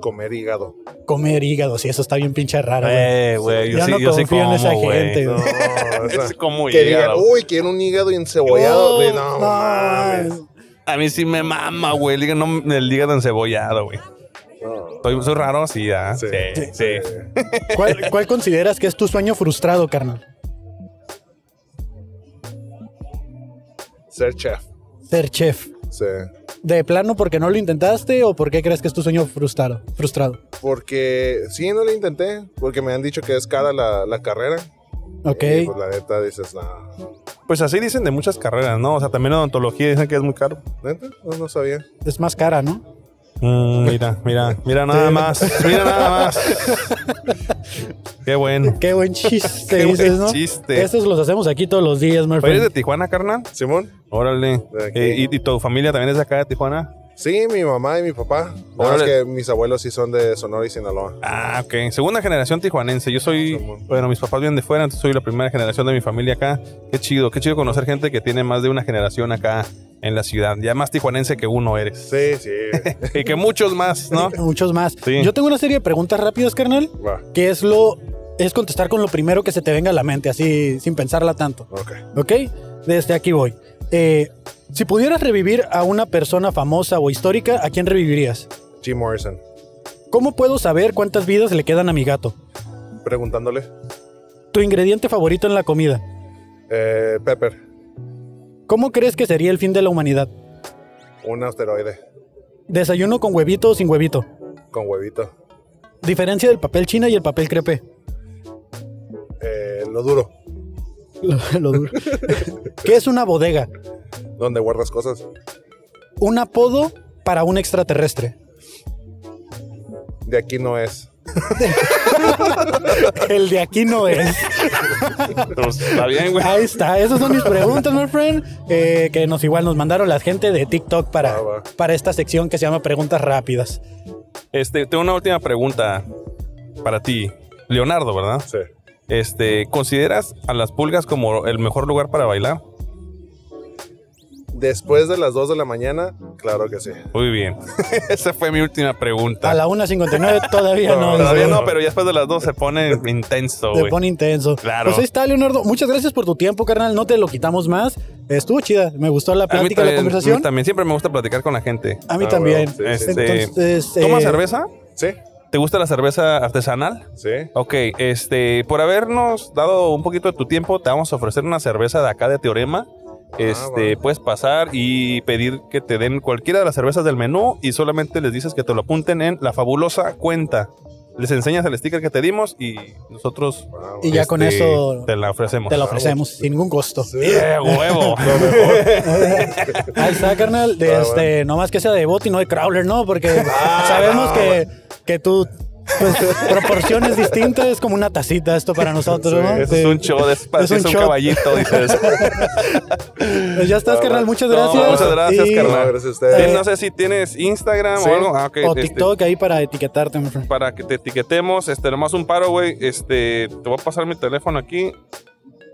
Speaker 5: Comer hígado.
Speaker 1: Comer hígado, sí, eso está bien pinche raro. güey.
Speaker 2: Eh, güey, yo,
Speaker 1: Yo
Speaker 2: sí,
Speaker 1: no
Speaker 2: yo sí
Speaker 1: confío en
Speaker 2: como,
Speaker 1: esa
Speaker 2: güey.
Speaker 1: gente,
Speaker 5: No,
Speaker 1: güey.
Speaker 5: (laughs) o sea,
Speaker 2: (laughs) Es como
Speaker 5: que "Uh". digan,
Speaker 2: hígado.
Speaker 5: uy, quiero un hígado encebollado. güey, no,
Speaker 1: No,
Speaker 5: mames.
Speaker 2: A mí sí me mama, güey, el hígado, no- el hígado encebollado, güey.
Speaker 5: No.
Speaker 2: Soy, soy raro, sí, ah,
Speaker 5: Sí,
Speaker 2: sí,
Speaker 5: sí.
Speaker 2: sí.
Speaker 1: ¿Cuál, cuál consideras que es tu sueño frustrado, carnal?
Speaker 5: Ser chef.
Speaker 1: Ser chef.
Speaker 5: Sí.
Speaker 1: ¿De plano porque no lo intentaste o por qué crees que es tu sueño frustrado? frustrado?
Speaker 5: Porque sí, no lo intenté. Porque me han dicho que es cara la, la carrera.
Speaker 1: Ok.
Speaker 5: Y, pues la neta dices, no.
Speaker 2: Pues así dicen de muchas carreras, ¿no? O sea, también odontología dicen que es muy caro.
Speaker 5: Neta, no, no sabía.
Speaker 1: Es más cara, ¿no? (laughs)
Speaker 2: Mm, mira, mira, mira nada más, mira nada más. Qué bueno.
Speaker 1: Qué
Speaker 2: (laughs)
Speaker 1: buen chiste
Speaker 2: Qué buen
Speaker 1: dices, ¿no?
Speaker 2: chiste.
Speaker 1: Estos los hacemos aquí todos los días, my
Speaker 2: Oye, ¿Eres de
Speaker 1: friend.
Speaker 2: Tijuana, carnal?
Speaker 5: Simón,
Speaker 2: Órale.
Speaker 5: De aquí.
Speaker 2: Eh, ¿Y, y tu familia también es de acá de Tijuana?
Speaker 5: sí, mi mamá y mi papá. Nada más
Speaker 2: Órale.
Speaker 5: que mis abuelos sí son de Sonora y Sinaloa.
Speaker 2: Ah, ok. Segunda generación tijuanense. Yo soy,
Speaker 5: Somos.
Speaker 2: bueno, mis papás vienen de fuera, entonces soy la primera generación de mi familia acá. Qué chido, qué chido conocer gente que tiene más de una generación acá en la ciudad. Ya más tijuanense que uno eres.
Speaker 5: Sí, sí.
Speaker 1: (laughs)
Speaker 2: Y que muchos más, ¿no?
Speaker 1: Muchos más.
Speaker 2: Sí.
Speaker 1: Yo tengo una serie de preguntas rápidas, carnal,
Speaker 5: Va,
Speaker 1: que es lo es contestar con lo primero que se te venga a la mente, así sin pensarla tanto,
Speaker 5: ok.
Speaker 1: ¿ok? Desde aquí voy. Eh, si pudieras revivir a una persona famosa o histórica, ¿a quién revivirías?
Speaker 5: Jim Morrison,
Speaker 1: ¿Cómo puedo saber cuántas vidas le quedan a mi gato?
Speaker 5: preguntándole.
Speaker 1: Tu ingrediente favorito en la comida.
Speaker 5: Eh, Pepper,
Speaker 1: ¿Cómo crees que sería el fin de la humanidad?
Speaker 5: un asteroide
Speaker 1: Desayuno con huevito o sin huevito.
Speaker 5: con huevito.
Speaker 1: Diferencia del papel china y el papel crepe.
Speaker 5: Eh, lo duro,
Speaker 1: (laughs) Lo, lo duro. ¿Qué es una bodega?
Speaker 5: donde guardas cosas.
Speaker 1: Un apodo para un extraterrestre.
Speaker 5: De aquí no es.
Speaker 1: El de aquí no es.
Speaker 2: Pues, está bien, güey.
Speaker 1: Ahí está. Esas son mis
Speaker 2: (laughs)
Speaker 1: preguntas, my friend. eh, que nos igual nos mandaron la gente de TikTok para,
Speaker 5: Ah, va.
Speaker 1: para esta sección que se llama Preguntas Rápidas.
Speaker 2: Este, tengo una última pregunta para ti. Leonardo, ¿verdad?
Speaker 5: Sí.
Speaker 2: Este, ¿consideras a las pulgas como el mejor lugar para bailar?
Speaker 3: Después de las 2 de la mañana, claro que sí.
Speaker 2: Muy bien. (laughs) Esa fue mi última pregunta.
Speaker 1: A la 1.59 todavía no.
Speaker 2: (laughs) Todavía
Speaker 1: dice.
Speaker 2: no, pero ya después de las dos se pone (laughs) intenso,
Speaker 1: Te
Speaker 2: güey.
Speaker 1: pone intenso.
Speaker 2: Claro.
Speaker 1: Pues ahí está, Leonardo. Muchas gracias por tu tiempo, carnal. No te lo quitamos más. Estuvo chida. Me gustó la
Speaker 2: A mí
Speaker 1: plática, la
Speaker 2: también- a
Speaker 1: conversación.
Speaker 2: mí también siempre me gusta platicar con la gente.
Speaker 1: A mí
Speaker 3: Ah,
Speaker 1: también.
Speaker 3: bueno, sí, sí.
Speaker 1: Entonces, eh,
Speaker 2: ¿Toma cerveza?
Speaker 3: Sí,
Speaker 2: ¿Te gusta la cerveza artesanal?
Speaker 3: sí.
Speaker 2: Ok, este, por habernos dado un poquito de tu tiempo, te vamos a ofrecer una cerveza de acá de Teorema. Este,
Speaker 3: bueno.
Speaker 2: puedes pasar y pedir que te den cualquiera de las cervezas del menú y solamente les dices que te lo apunten en la fabulosa cuenta. Les enseñas el sticker que te dimos y
Speaker 5: Ah,
Speaker 2: nosotros este,
Speaker 3: Wow.
Speaker 1: Y ya con eso
Speaker 2: te la ofrecemos.
Speaker 1: Te la ofrecemos sin ningún costo.
Speaker 2: ¡Eh, (laughs) huevo!
Speaker 1: Ahí está, carnal. De
Speaker 3: Ah,
Speaker 1: este, Nomás que sea de bot y no de crawler, ¿no? Porque
Speaker 2: Ah,
Speaker 1: sabemos
Speaker 3: no,
Speaker 1: que, que tú. pues, proporciones distintas es como una tacita esto para nosotros, ¿no?
Speaker 2: Eso es
Speaker 1: Sí.
Speaker 2: un show, es,
Speaker 1: Es un
Speaker 2: es un
Speaker 1: shot.
Speaker 2: caballito,
Speaker 1: (laughs)
Speaker 2: dices.
Speaker 1: Pues ya estás, carnal. Muchas
Speaker 2: Ah, No,
Speaker 1: gracias.
Speaker 2: muchas gracias,
Speaker 1: Y-
Speaker 2: carnal.
Speaker 3: No, gracias a ustedes.
Speaker 2: Sí, no sé si tienes Instagram
Speaker 3: Sí.
Speaker 2: o algo. Ah, ok,
Speaker 1: O
Speaker 2: este,
Speaker 1: TikTok ahí para etiquetarte, my friend.
Speaker 2: para que te etiquetemos, este, nomás un paro, güey. Este, te voy a pasar mi teléfono aquí.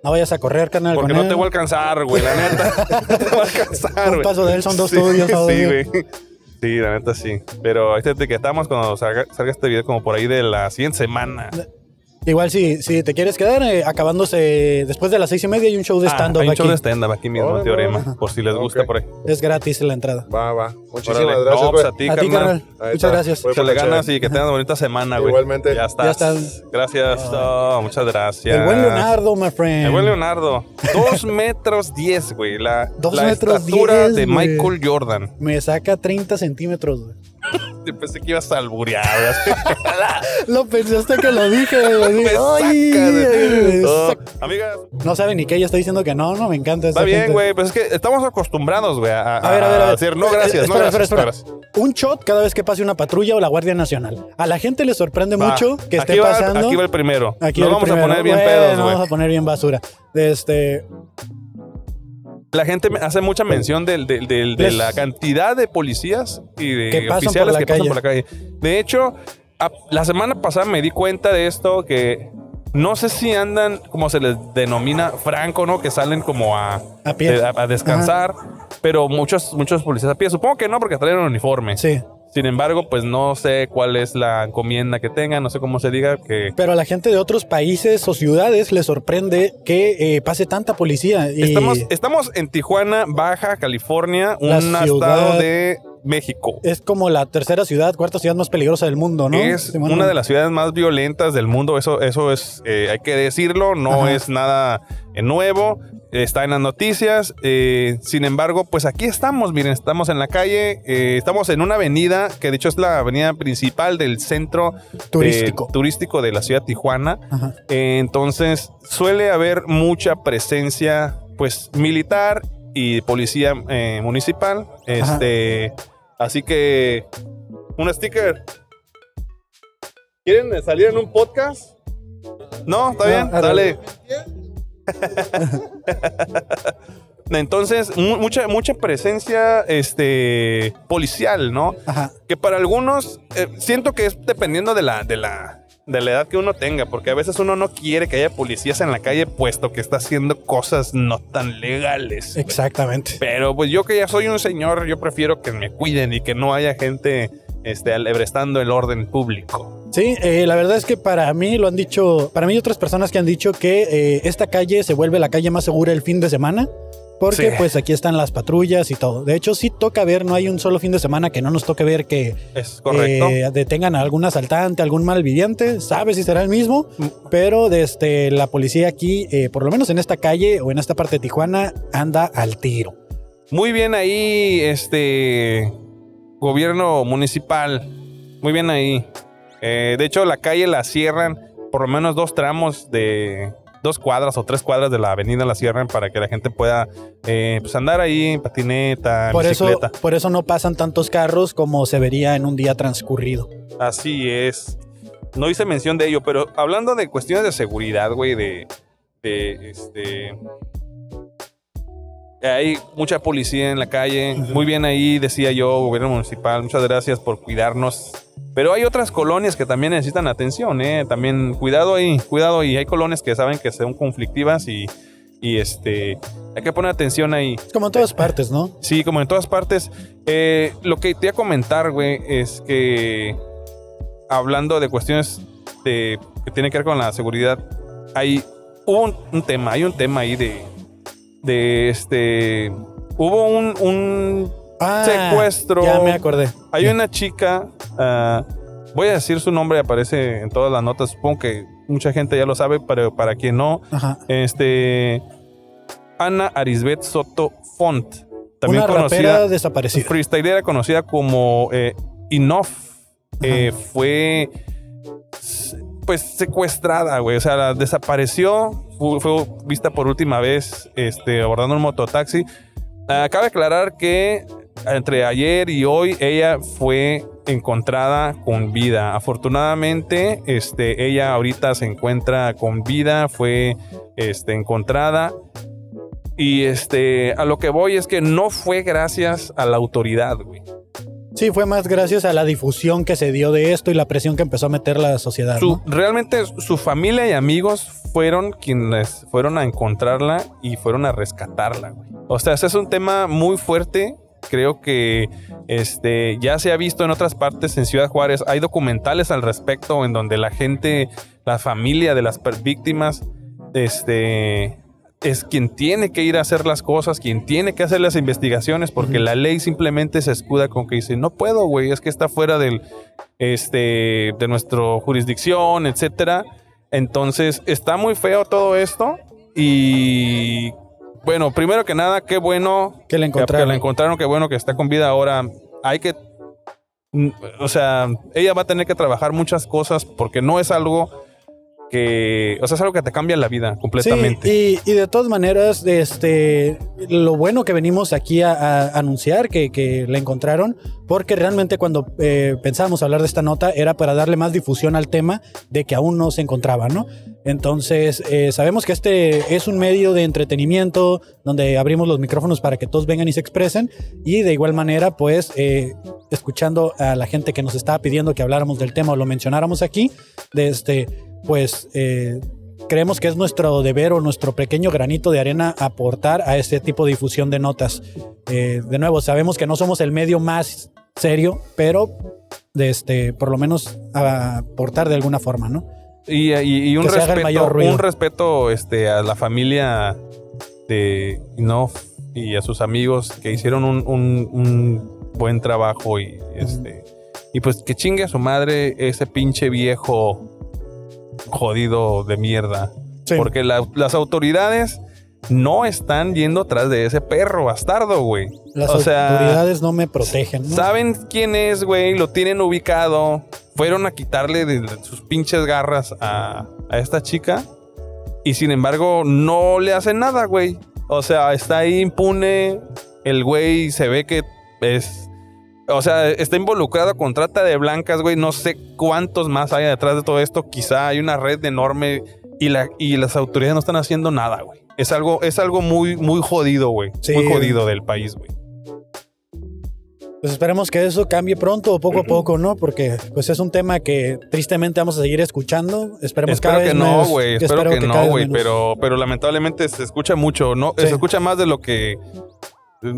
Speaker 1: No vayas a correr, carnal.
Speaker 2: Porque
Speaker 1: con
Speaker 2: no
Speaker 1: él.
Speaker 2: te voy a alcanzar, güey.
Speaker 1: (laughs)
Speaker 2: La neta. (laughs) No te voy a alcanzar,
Speaker 1: Un
Speaker 2: güey.
Speaker 1: paso de él son dos
Speaker 2: Sí,
Speaker 1: tuyos,
Speaker 2: (laughs) Sí,
Speaker 1: ¿sabes?
Speaker 2: güey. Sí, la neta sí. Pero ahí te etiquetamos cuando salga, salga este video, como por ahí de la siguiente semana.
Speaker 1: Igual si, si te quieres quedar, eh, acabándose después de las seis y media hay un show de
Speaker 2: Ah,
Speaker 1: stand-up
Speaker 2: hay un
Speaker 1: aquí.
Speaker 2: show de stand-up aquí mismo, en
Speaker 3: Órale,
Speaker 2: Teorema.
Speaker 3: órale.
Speaker 2: Por si les gusta
Speaker 3: Ok.
Speaker 2: por ahí.
Speaker 1: Es gratis la entrada.
Speaker 3: Va, va. Muchísimas
Speaker 2: Órale.
Speaker 3: gracias.
Speaker 2: No,
Speaker 3: güey.
Speaker 2: pues a ti,
Speaker 1: A ti,
Speaker 2: carnal. Pues,
Speaker 1: carnal.
Speaker 3: Ahí
Speaker 1: Muchas
Speaker 3: está.
Speaker 1: gracias.
Speaker 3: Fue
Speaker 2: Se le
Speaker 3: por
Speaker 2: ganas
Speaker 3: chévere.
Speaker 2: y que tengas bonita semana, güey.
Speaker 3: Igualmente.
Speaker 2: Ya estás.
Speaker 1: Ya estás. Ah.
Speaker 2: Gracias. Oh, muchas gracias.
Speaker 1: El buen Leonardo, my friend.
Speaker 2: El buen Leonardo. Dos (laughs) metros diez, güey. La,
Speaker 1: Dos
Speaker 2: la
Speaker 1: metros
Speaker 2: estatura
Speaker 1: diez,
Speaker 2: de
Speaker 1: güey.
Speaker 2: Michael Jordan.
Speaker 1: Me saca 30 centímetros. güey.
Speaker 2: Yo pensé que ibas a alburear.
Speaker 1: (laughs)
Speaker 2: güey.
Speaker 1: Lo pensé hasta que lo dije. güey.
Speaker 2: (laughs) Me
Speaker 1: Dije, "Ay,
Speaker 2: saca de-
Speaker 1: me
Speaker 2: Oh,
Speaker 1: saca".
Speaker 2: Amigas,
Speaker 1: No sabe ni qué. Ella está diciendo que no, no me encanta. esa
Speaker 2: está bien,
Speaker 1: gente.
Speaker 2: güey. Pues es que estamos acostumbrados, güey, a,
Speaker 1: A ver, a ver, a ver.
Speaker 2: decir no gracias,
Speaker 1: Eh,
Speaker 2: no
Speaker 1: espera,
Speaker 2: gracias.
Speaker 1: espera,
Speaker 2: no
Speaker 1: espera. Un shot cada vez que pase una patrulla o la Guardia Nacional. A la gente le sorprende
Speaker 2: gracias. Va,
Speaker 1: mucho que esté
Speaker 2: aquí va-
Speaker 1: pasando.
Speaker 2: Aquí va el primero.
Speaker 1: Aquí
Speaker 2: Nos
Speaker 1: el
Speaker 2: vamos
Speaker 1: primero.
Speaker 2: a poner bien
Speaker 1: Bueno,
Speaker 2: pedos,
Speaker 1: nos
Speaker 2: güey.
Speaker 1: vamos a poner bien basura. Este,
Speaker 2: La gente me- hace mucha mención del- del- del- de
Speaker 1: Les-
Speaker 2: la cantidad de policías y de
Speaker 1: Que pasan por
Speaker 2: oficiales
Speaker 1: la
Speaker 2: que pasan
Speaker 1: calle.
Speaker 2: por la calle. De hecho, a- la semana pasada me di cuenta de esto que no sé si andan, como se les denomina, franco, ¿no? Que salen como a,
Speaker 1: A pie.
Speaker 2: de- a- a descansar. Pero muchos, muchos policías a pie. Supongo que no, porque traen un uniforme.
Speaker 1: sí.
Speaker 2: Sin embargo, pues no sé cuál es la encomienda que tengan, no sé cómo se diga que...
Speaker 1: Pero a la gente de otros países o ciudades le sorprende que eh, pase tanta policía. Y
Speaker 2: Estamos, eh, estamos en Tijuana, Baja California, un
Speaker 1: La
Speaker 2: estado
Speaker 1: ciudad-
Speaker 2: de México.
Speaker 1: es como la tercera ciudad, cuarta ciudad más peligrosa del mundo, ¿no?
Speaker 2: es
Speaker 1: Sí, bueno.
Speaker 2: una de las ciudades más violentas del mundo, eso, eso es, eh, hay que decirlo, no
Speaker 1: Ajá.
Speaker 2: es nada eh, nuevo, está en las noticias, eh, sin embargo, pues aquí estamos, miren, estamos en la calle, eh, estamos en una avenida que de hecho es la avenida principal del centro de-
Speaker 1: Turístico.
Speaker 2: Eh, turístico de la ciudad de Tijuana,
Speaker 1: Ajá.
Speaker 2: Eh, entonces suele haber mucha presencia pues militar y policía eh, municipal, este, así que un sticker. ¿Quieren salir en un podcast? No, está
Speaker 1: No,
Speaker 2: bien,
Speaker 1: a
Speaker 2: dale. (laughs) Entonces, mu- mucha, mucha presencia este, policial, ¿no?
Speaker 1: Ajá.
Speaker 2: Que para algunos eh, siento que es dependiendo de la, de, la, de la edad que uno tenga, porque a veces uno no quiere que haya policías en la calle, puesto que está haciendo cosas no tan legales.
Speaker 1: Exactamente.
Speaker 2: Pero pues yo que ya soy un señor, yo prefiero que me cuiden y que no haya gente este, alebrestando el orden público.
Speaker 1: Sí, eh, la verdad es que para mí lo han dicho, para mí y otras personas que han dicho que eh, esta calle se vuelve la calle más segura el fin de semana, porque
Speaker 2: Sí.
Speaker 1: pues aquí están las patrullas y todo. De hecho, sí toca ver, no hay un solo fin de semana que no nos toque ver que
Speaker 2: Es correcto.
Speaker 1: eh, detengan a algún asaltante, algún malviviente, sabe si será el mismo,
Speaker 2: Mm.
Speaker 1: pero desde la policía aquí, eh, por lo menos en esta calle o en esta parte de Tijuana, anda al tiro.
Speaker 2: Muy bien ahí, este gobierno municipal. Muy bien ahí. Eh, de hecho, la calle la cierran por lo menos dos tramos de dos cuadras o tres cuadras de la avenida la cierran para que la gente pueda eh, pues andar ahí en patineta, en
Speaker 1: Por eso,
Speaker 2: bicicleta.
Speaker 1: por eso no pasan tantos carros como se vería en un día transcurrido.
Speaker 2: Así es. No hice mención de ello, pero hablando de cuestiones de seguridad, güey, de, de, este. Hay mucha policía en la calle. Muy bien ahí, decía yo, gobierno municipal. Muchas gracias por cuidarnos Pero hay otras colonias que también necesitan atención, ¿eh? También cuidado ahí, cuidado ahí. Hay colonias que saben que son conflictivas y, y este, hay que poner atención ahí.
Speaker 1: Como en todas partes, ¿no?
Speaker 2: Sí, como en todas partes. Eh, lo que te iba a comentar, güey, es que hablando de cuestiones de- que tienen que ver con la seguridad, hay hubo un, un tema, hay un tema ahí de, de este, hubo un, un
Speaker 1: Ah,
Speaker 2: secuestro.
Speaker 1: Ya me acordé.
Speaker 2: Hay una chica, ah, voy a decir su nombre, aparece en todas las notas, supongo que mucha gente ya lo sabe, pero para quien no,
Speaker 1: Ajá.
Speaker 2: este, Ana Arisbet Soto Font, también
Speaker 1: Una
Speaker 2: conocida
Speaker 1: rapera desaparecida.
Speaker 2: freestylera conocida como eh, Enough eh, fue s- pues secuestrada, güey. O sea, la- desapareció, fu- fue, vista por última vez este, abordando un mototaxi. Ah, cabe aclarar que entre ayer y hoy ella fue encontrada con vida. Afortunadamente, este, ella ahorita se encuentra con vida, fue este, encontrada. Y este, a lo que voy es que no fue gracias a la autoridad, güey.
Speaker 1: Sí, fue más gracias a la difusión que se dio de esto y la presión que empezó a meter la sociedad.
Speaker 2: Su-
Speaker 1: ¿no?
Speaker 2: realmente su familia y amigos fueron quienes fueron a encontrarla y fueron a rescatarla, güey. O sea, ese es un tema muy fuerte. Creo que este ya se ha visto en otras partes en Ciudad Juárez. Hay documentales al respecto en donde la gente, la familia de las per- víctimas, este es quien tiene que ir a hacer las cosas, quien tiene que hacer las investigaciones, porque
Speaker 1: Ujú.
Speaker 2: la ley simplemente se escuda con que dice, no puedo, güey, es que está fuera del, este, de nuestra jurisdicción, etcétera. Entonces, está muy feo todo esto. Y bueno, primero que nada, qué bueno
Speaker 1: Que la
Speaker 2: que- que
Speaker 1: encontraron.
Speaker 2: la encontraron, qué bueno que está con vida ahora. Hay que. mm, O sea, ella va a tener que trabajar muchas cosas porque no es algo que. O sea, es algo que te cambia la vida completamente.
Speaker 1: Sí, y, y de todas maneras, este, lo bueno que venimos aquí a, a anunciar que, que la encontraron, porque realmente cuando eh, pensábamos hablar de esta nota era para darle más difusión al tema de que aún no se encontraba, ¿no? Entonces, eh, sabemos que este es un medio de entretenimiento donde abrimos los micrófonos para que todos vengan y se expresen, y de igual manera, pues, eh, escuchando a la gente que nos estaba pidiendo que habláramos del tema o lo mencionáramos aquí, de este, pues... eh, creemos que es nuestro deber o nuestro pequeño granito de arena aportar a este tipo de difusión de notas. Eh, de nuevo, sabemos que no somos el medio más serio, pero de este, por lo menos a- aportar de alguna forma, ¿no?
Speaker 2: Y, y- y un
Speaker 1: Que se haga el
Speaker 2: respeto,
Speaker 1: mayor ruido.
Speaker 2: un respeto este, a la familia de Inoff y a sus amigos que hicieron un, un- un buen trabajo y este. Y pues que chingue a su madre ese pinche viejo jodido de mierda.
Speaker 1: Sí.
Speaker 2: Porque la- las autoridades no están yendo atrás de ese perro bastardo, güey.
Speaker 1: Las
Speaker 2: o sea,
Speaker 1: autoridades no me protegen. ¿no?
Speaker 2: Saben quién es, güey, lo tienen ubicado. Fueron a quitarle de de sus pinches garras a, a esta chica. Y sin embargo, no le hacen nada, güey. O sea, está ahí impune. El güey se ve que es. O sea, está involucrado con trata de blancas, güey. No sé cuántos más hay detrás de todo esto. Quizá hay una red enorme y, la, y las autoridades no están haciendo nada, güey. Es algo, es algo muy, muy jodido, güey.
Speaker 1: Sí.
Speaker 2: Muy jodido del país, güey.
Speaker 1: Pues esperemos que eso cambie pronto o poco a poco, ¿no? Porque pues es un tema que tristemente vamos a seguir escuchando. Esperemos
Speaker 2: Espero
Speaker 1: cada vez
Speaker 2: que no,
Speaker 1: menos-
Speaker 2: güey. Espero,
Speaker 1: espero
Speaker 2: que,
Speaker 1: cada
Speaker 2: no,
Speaker 1: vez
Speaker 2: güey.
Speaker 1: menos.
Speaker 2: Pero, pero lamentablemente se escucha mucho, ¿no?
Speaker 1: Sí.
Speaker 2: Se escucha más de lo que.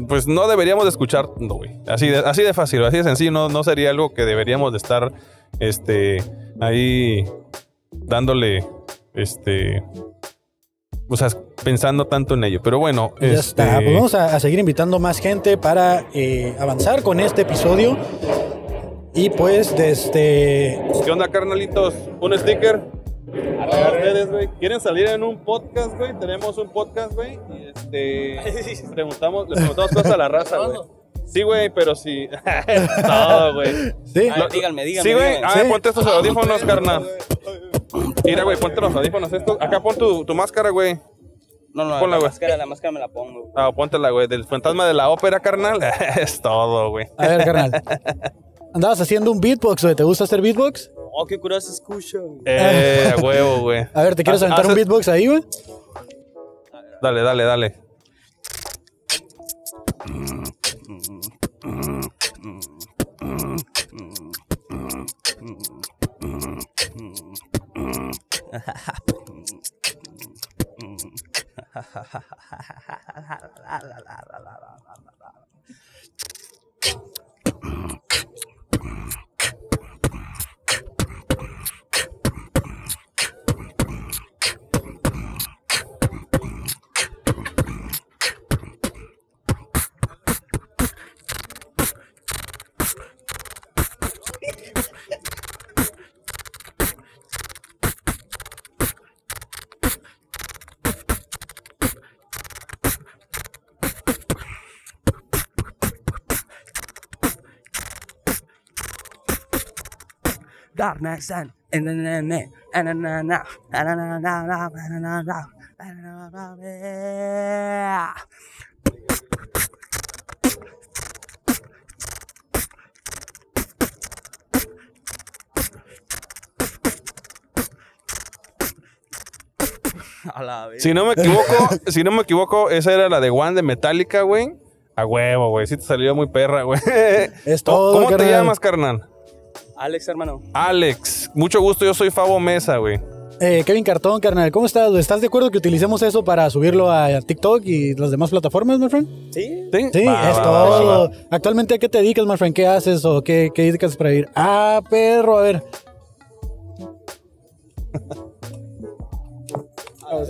Speaker 2: Pues no deberíamos de escuchar, no, güey. Así de, así de fácil, así de sencillo. No, no sería algo que deberíamos de estar este, ahí dándole. Este. O sea, pensando tanto en ello. Pero bueno.
Speaker 1: Ya está.
Speaker 2: este,
Speaker 1: Pues vamos a, a seguir invitando más gente para eh, avanzar con este episodio. Y pues, este, desde.
Speaker 2: ¿Qué onda, carnalitos? ¿Un sticker? Para ustedes, güey. ¿Quieren salir en un podcast, güey? Tenemos un podcast, güey. Y
Speaker 6: (laughs)
Speaker 2: este. Preguntamos, le preguntamos cosas a la raza, güey. Sí, güey, pero sí. (laughs) Todo, güey.
Speaker 1: Sí,
Speaker 6: Ay, díganme, díganme.
Speaker 2: Sí, güey.
Speaker 6: díganme.
Speaker 2: Ah,
Speaker 1: Sí.
Speaker 2: ponte estos audífonos, carnal. Mira, güey, ponte los audífonos estos. Acá pon tu, tu máscara, güey.
Speaker 6: No, no,
Speaker 2: Pues Ponla,
Speaker 6: la
Speaker 2: güey.
Speaker 6: máscara, la máscara me la pongo.
Speaker 2: Ah, póntela, güey. Del fantasma de la ópera, carnal. (laughs) Es todo, güey.
Speaker 1: a ver, carnal. Andabas haciendo un beatbox, güey. ¿Te gusta hacer beatbox?
Speaker 6: Oh, qué curioso se escucha. güey.
Speaker 2: Eh, a huevo, güey.
Speaker 1: A ver, ¿te quieres
Speaker 2: Haz-
Speaker 1: aventar un
Speaker 2: haces-
Speaker 1: beatbox ahí, güey?
Speaker 2: Dale, dale, dale.
Speaker 6: Dark Knight Sun. And then, and then, and then, and then, and then, and then, and then, and then, and then, and then. A la vez.
Speaker 2: Si no
Speaker 1: (laughs)
Speaker 2: me equivoco, si no me equivoco, esa era la de One de Metallica, güey. A huevo, güey. Sí te salió muy perra, güey.
Speaker 1: (laughs) Es todo,
Speaker 2: ¿Cómo te
Speaker 1: carnal.
Speaker 2: llamas, carnal?
Speaker 6: Alex, hermano.
Speaker 2: Alex. Mucho gusto, yo soy Fabo Mesa, güey.
Speaker 1: Eh, Kevin Cartón, carnal, ¿cómo estás? güey? ¿Estás de acuerdo que utilicemos eso para subirlo a TikTok y las demás plataformas, my friend?
Speaker 6: Sí.
Speaker 2: Sí,
Speaker 1: Sí,
Speaker 2: Va,
Speaker 1: es
Speaker 2: va,
Speaker 1: todo.
Speaker 2: va, va, va.
Speaker 1: Actualmente, ¿a qué te dedicas, my friend? ¿Qué haces o qué, qué dedicas para ir? Ah, perro, a (laughs) ver.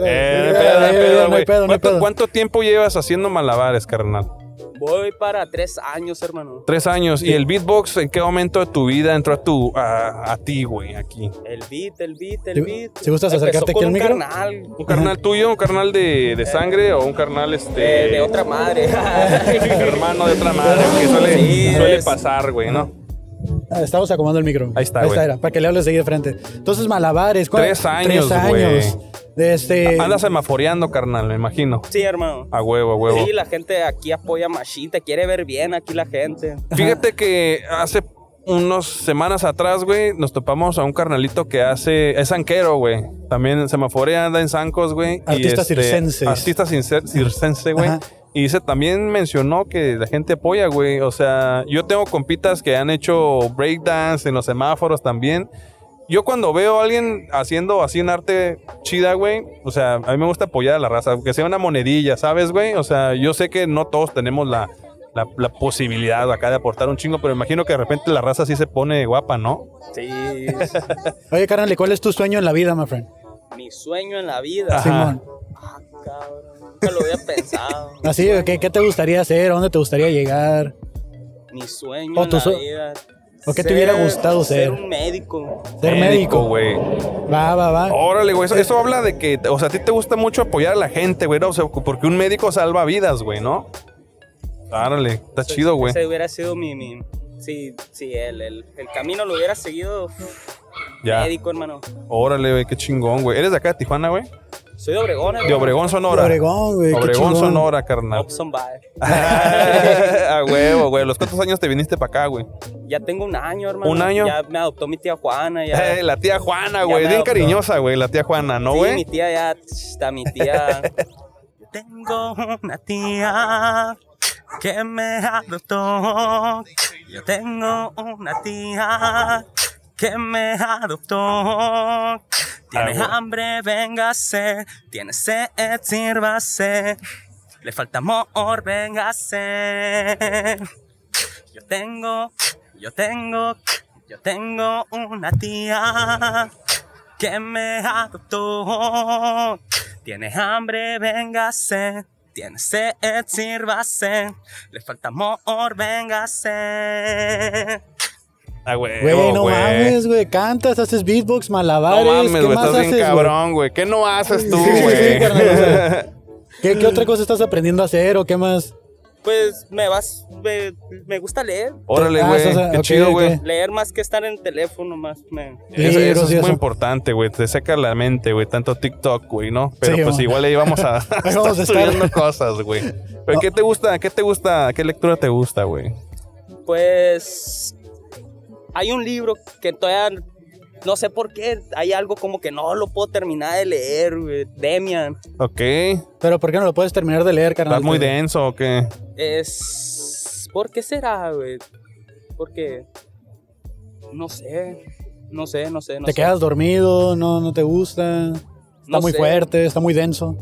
Speaker 2: Eh, no hay
Speaker 1: Ya,
Speaker 2: pedo, no hay
Speaker 1: ya,
Speaker 2: pedo,
Speaker 1: ya, no hay
Speaker 2: güey.
Speaker 1: pedo, no hay
Speaker 2: ¿Cuánto-
Speaker 1: pedo.
Speaker 2: ¿Cuánto tiempo llevas haciendo malabares, carnal?
Speaker 6: Voy para tres años, hermano.
Speaker 2: Tres años. ¿Y el beatbox en qué momento de tu vida entró a tu a, a ti, güey, aquí?
Speaker 6: El beat, el beat,
Speaker 1: Si-
Speaker 6: el beat.
Speaker 1: si gustas
Speaker 6: Empezó
Speaker 1: acercarte aquí
Speaker 6: con
Speaker 1: al
Speaker 6: un
Speaker 1: micro.
Speaker 6: carnal,
Speaker 2: ¿Un carnal tuyo, un carnal de, de sangre o un carnal este
Speaker 6: Eh, de, de otra
Speaker 2: (laughs)
Speaker 6: madre. (laughs)
Speaker 2: hermano de otra madre que suele,
Speaker 6: Sí,
Speaker 2: suele
Speaker 6: es-
Speaker 2: pasar, güey, ¿no?
Speaker 1: Ah, Estamos acomodando el micro.
Speaker 2: Ahí está,
Speaker 1: Ahí
Speaker 2: güey.
Speaker 1: está, era, para que le hables ahí de frente. Entonces, malabares. ¿cuál-
Speaker 2: Tres años, Ah,
Speaker 1: Tres años.
Speaker 6: Eh,
Speaker 1: Este,
Speaker 2: Anda semaforeando, carnal, me imagino.
Speaker 6: Sí, hermano.
Speaker 2: A huevo, a huevo.
Speaker 6: Sí, la gente aquí apoya Machine, te quiere ver bien aquí la gente.
Speaker 2: Fíjate que hace unas semanas atrás, güey, nos topamos a un carnalito que hace. Es anquero, güey. También semaforea, anda en zancos, güey. y este,
Speaker 1: Artistas circenses.
Speaker 2: Artista cince- circense, güey.
Speaker 1: Ajá.
Speaker 2: Y se también mencionó que la gente apoya, güey. O sea, yo tengo compitas que han hecho breakdance en los semáforos también. Yo cuando veo a alguien haciendo así un arte chida, güey, o sea, a mí me gusta apoyar a la raza, aunque sea una monedilla, ¿sabes, güey? O sea, yo sé que no todos tenemos la, la, la posibilidad acá de aportar un chingo, pero imagino que de repente la raza sí se pone guapa, ¿no?
Speaker 6: Sí.
Speaker 1: Oye, carnal, ¿y ¿cuál es tu sueño en la vida, my friend?
Speaker 6: Mi sueño en la vida.
Speaker 2: Ajá.
Speaker 1: Simón.
Speaker 6: Ah, cabrón. Nunca lo había pensado.
Speaker 1: Así, ¿qué, ¿qué te gustaría hacer? ¿A dónde te gustaría llegar?
Speaker 6: Mi sueño
Speaker 1: O
Speaker 6: en
Speaker 1: Oh, tu
Speaker 6: la
Speaker 1: sue-
Speaker 6: vida.
Speaker 1: ¿O qué te hubiera gustado ser?
Speaker 6: un médico.
Speaker 1: Ser médico.
Speaker 2: güey.
Speaker 1: Va, va, va.
Speaker 2: Órale, güey, eso, eso habla de que, o sea, a ti te gusta mucho apoyar a la gente, güey, ¿no? O sea, porque un médico salva vidas, güey, ¿no? Órale, está
Speaker 6: Ese-
Speaker 2: chido, güey.
Speaker 6: Ese hubiera sido mi... mi sí, sí, el, el, el camino lo hubiera seguido
Speaker 2: Ya.
Speaker 6: médico, hermano.
Speaker 2: Órale, güey, qué chingón, güey. ¿Eres de acá de Tijuana, güey?
Speaker 6: Soy de Obregón, hermano.
Speaker 2: De Obregón, Sonora.
Speaker 1: Obregón, güey, qué
Speaker 2: Obregón,
Speaker 1: chingón.
Speaker 2: Sonora, carnal.
Speaker 6: (laughs) Upson Bay.
Speaker 2: (laughs) a huevo, güey. ¿Los cuántos años te viniste para acá, güey?
Speaker 6: Ya tengo un año, hermano.
Speaker 2: ¿Un año?
Speaker 6: Ya me adoptó mi tía Juana. Ya.
Speaker 2: Eh, la tía Juana, güey.
Speaker 6: me
Speaker 2: Bien
Speaker 6: adoptó.
Speaker 2: cariñosa, güey, la tía Juana, ¿no,
Speaker 6: sí,
Speaker 2: güey?
Speaker 6: mi tía ya está
Speaker 2: (laughs)
Speaker 6: mi tía. Yo Tengo una tía que me adoptó. Yo tengo una tía que me adoptó. Tienes
Speaker 2: Ah, bueno.
Speaker 6: hambre, véngase. Tienes sed, sírvase. Le falta amor, véngase. Yo tengo, yo tengo, yo tengo una tía que me adoptó. Tienes hambre, véngase. Tienes sed, sírvase. Le falta amor, véngase.
Speaker 2: A huevo,
Speaker 1: Güey, no
Speaker 2: güey.
Speaker 1: mames, güey. Cantas, haces beatbox, malabares.
Speaker 2: No mames,
Speaker 1: ¿Qué
Speaker 2: güey.
Speaker 1: más
Speaker 2: Estás bien
Speaker 1: haces, güey?
Speaker 2: cabrón, güey. ¿Qué no haces tú,
Speaker 1: Sí, sí, sí,
Speaker 2: güey?
Speaker 1: carnal, o
Speaker 2: (laughs)
Speaker 1: sea. ¿Qué, qué otra cosa estás aprendiendo a hacer o qué más?
Speaker 6: Pues me vas, me, me gusta leer.
Speaker 2: Órale,
Speaker 1: Ah,
Speaker 2: güey.
Speaker 1: o sea,
Speaker 2: qué
Speaker 1: ok,
Speaker 2: chido, güey.
Speaker 1: ok.
Speaker 6: Leer más que estar en el teléfono, más me...
Speaker 2: Eso, eso
Speaker 1: Libros
Speaker 2: es
Speaker 1: y
Speaker 2: muy
Speaker 1: eso.
Speaker 2: importante, güey. Te seca la mente, güey. Tanto TikTok, güey, ¿no? Pero
Speaker 1: Sí,
Speaker 2: pues
Speaker 1: mo.
Speaker 2: igual ahí vamos
Speaker 1: (laughs)
Speaker 2: a, estar
Speaker 1: Ahí vamos a estar.
Speaker 2: subiendo cosas, güey. Pero ¿qué te gusta? ¿Qué te gusta? ¿Qué lectura te gusta, güey?
Speaker 6: Pues hay un libro que todavía no sé por qué hay algo como que no lo puedo terminar de leer, güey. Demian
Speaker 2: Ok. ¿Estás
Speaker 1: Pero ¿por qué no lo puedes terminar de leer, carnal?
Speaker 2: muy
Speaker 1: Te-
Speaker 2: denso o qué?
Speaker 6: es ¿por qué será, güey? Porque no sé, No sé, no sé. No
Speaker 1: ¿Te
Speaker 6: sé.
Speaker 1: quedas dormido? ¿No, no te gusta? Está
Speaker 6: No
Speaker 1: muy
Speaker 6: sé.
Speaker 1: fuerte, está muy denso.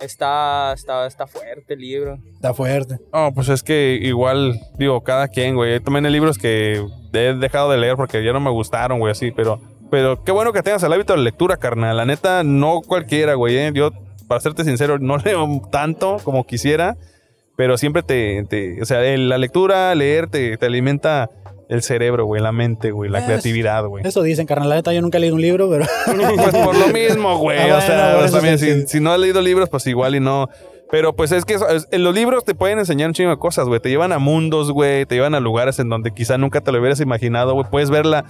Speaker 6: Está, está, está fuerte el libro.
Speaker 1: Está fuerte.
Speaker 2: No, pues es que igual, digo, cada quien, güey. Yo También hay libros que he dejado de leer porque ya no me gustaron, güey, así, pero... Pero qué bueno que tengas el hábito de lectura, carnal. La neta, no cualquiera, güey. eh. Yo, para serte sincero, no (laughs) leo tanto como quisiera, pero siempre te... te- o sea, el- la lectura, leer, te, te alimenta el cerebro, güey, la mente, güey, la
Speaker 1: Es-
Speaker 2: creatividad, güey.
Speaker 1: Eso dicen, carnal. La neta, yo nunca he leído un libro, pero (laughs)
Speaker 2: Pues por lo mismo, güey.
Speaker 1: Ah,
Speaker 2: o
Speaker 1: bueno,
Speaker 2: sea,
Speaker 1: por
Speaker 2: pues
Speaker 1: eso
Speaker 2: también,
Speaker 1: sí,
Speaker 2: si,
Speaker 1: sí.
Speaker 2: si no has leído libros, pues igual y no. Pero pues es que eso- es- en los libros te pueden enseñar un chingo de cosas, güey. Te llevan a mundos, güey. Te llevan a lugares en donde quizá nunca te lo hubieras imaginado, güey. Puedes verla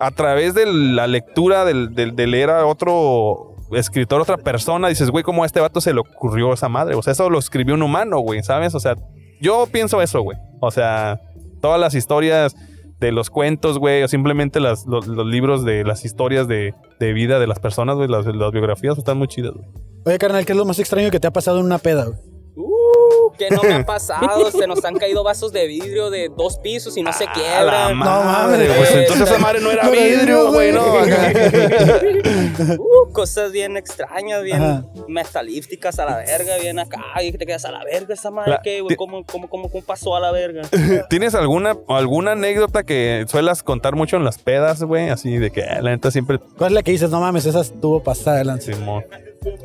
Speaker 2: a través de la lectura, del, del- de leer a otro escritor, otra persona. Dices, güey, ¿cómo a este vato se le ocurrió esa madre? O sea, eso lo escribió un humano, güey, ¿sabes? O sea, yo pienso eso, güey. O sea, todas las historias de los cuentos, güey, o simplemente las- los, los libros de las historias de, de vida de las personas, güey, las, las biografías están muy chidas, güey.
Speaker 1: Oye, carnal, ¿qué es lo más extraño que te ha pasado en una peda? güey?
Speaker 6: Uh, que no me ha pasado. Se nos han caído vasos de vidrio de dos pisos y no se
Speaker 2: la
Speaker 6: quiebran.
Speaker 2: madre,
Speaker 1: mames.
Speaker 2: pues entonces esa madre no
Speaker 1: (laughs)
Speaker 2: era
Speaker 1: No era
Speaker 2: vidrio,
Speaker 1: vidrio,
Speaker 2: güey, no.
Speaker 1: (laughs) güey.
Speaker 6: (laughs) Uh, cosas bien extrañas, bien
Speaker 1: Ajá.
Speaker 6: metalípticas a la verga, bien acá. Y te quedas a la verga esa madre,
Speaker 2: La-
Speaker 6: ¿qué, güey?
Speaker 2: ti-
Speaker 6: ¿Cómo, cómo, cómo, cómo pasó a la verga?
Speaker 2: Eh, ¿Tienes alguna, alguna anécdota que suelas contar mucho en las pedas, güey? Así de que ah, la neta siempre...
Speaker 1: ¿Cuál es la que dices? No mames, esa estuvo pasada de lanza.
Speaker 2: Simón.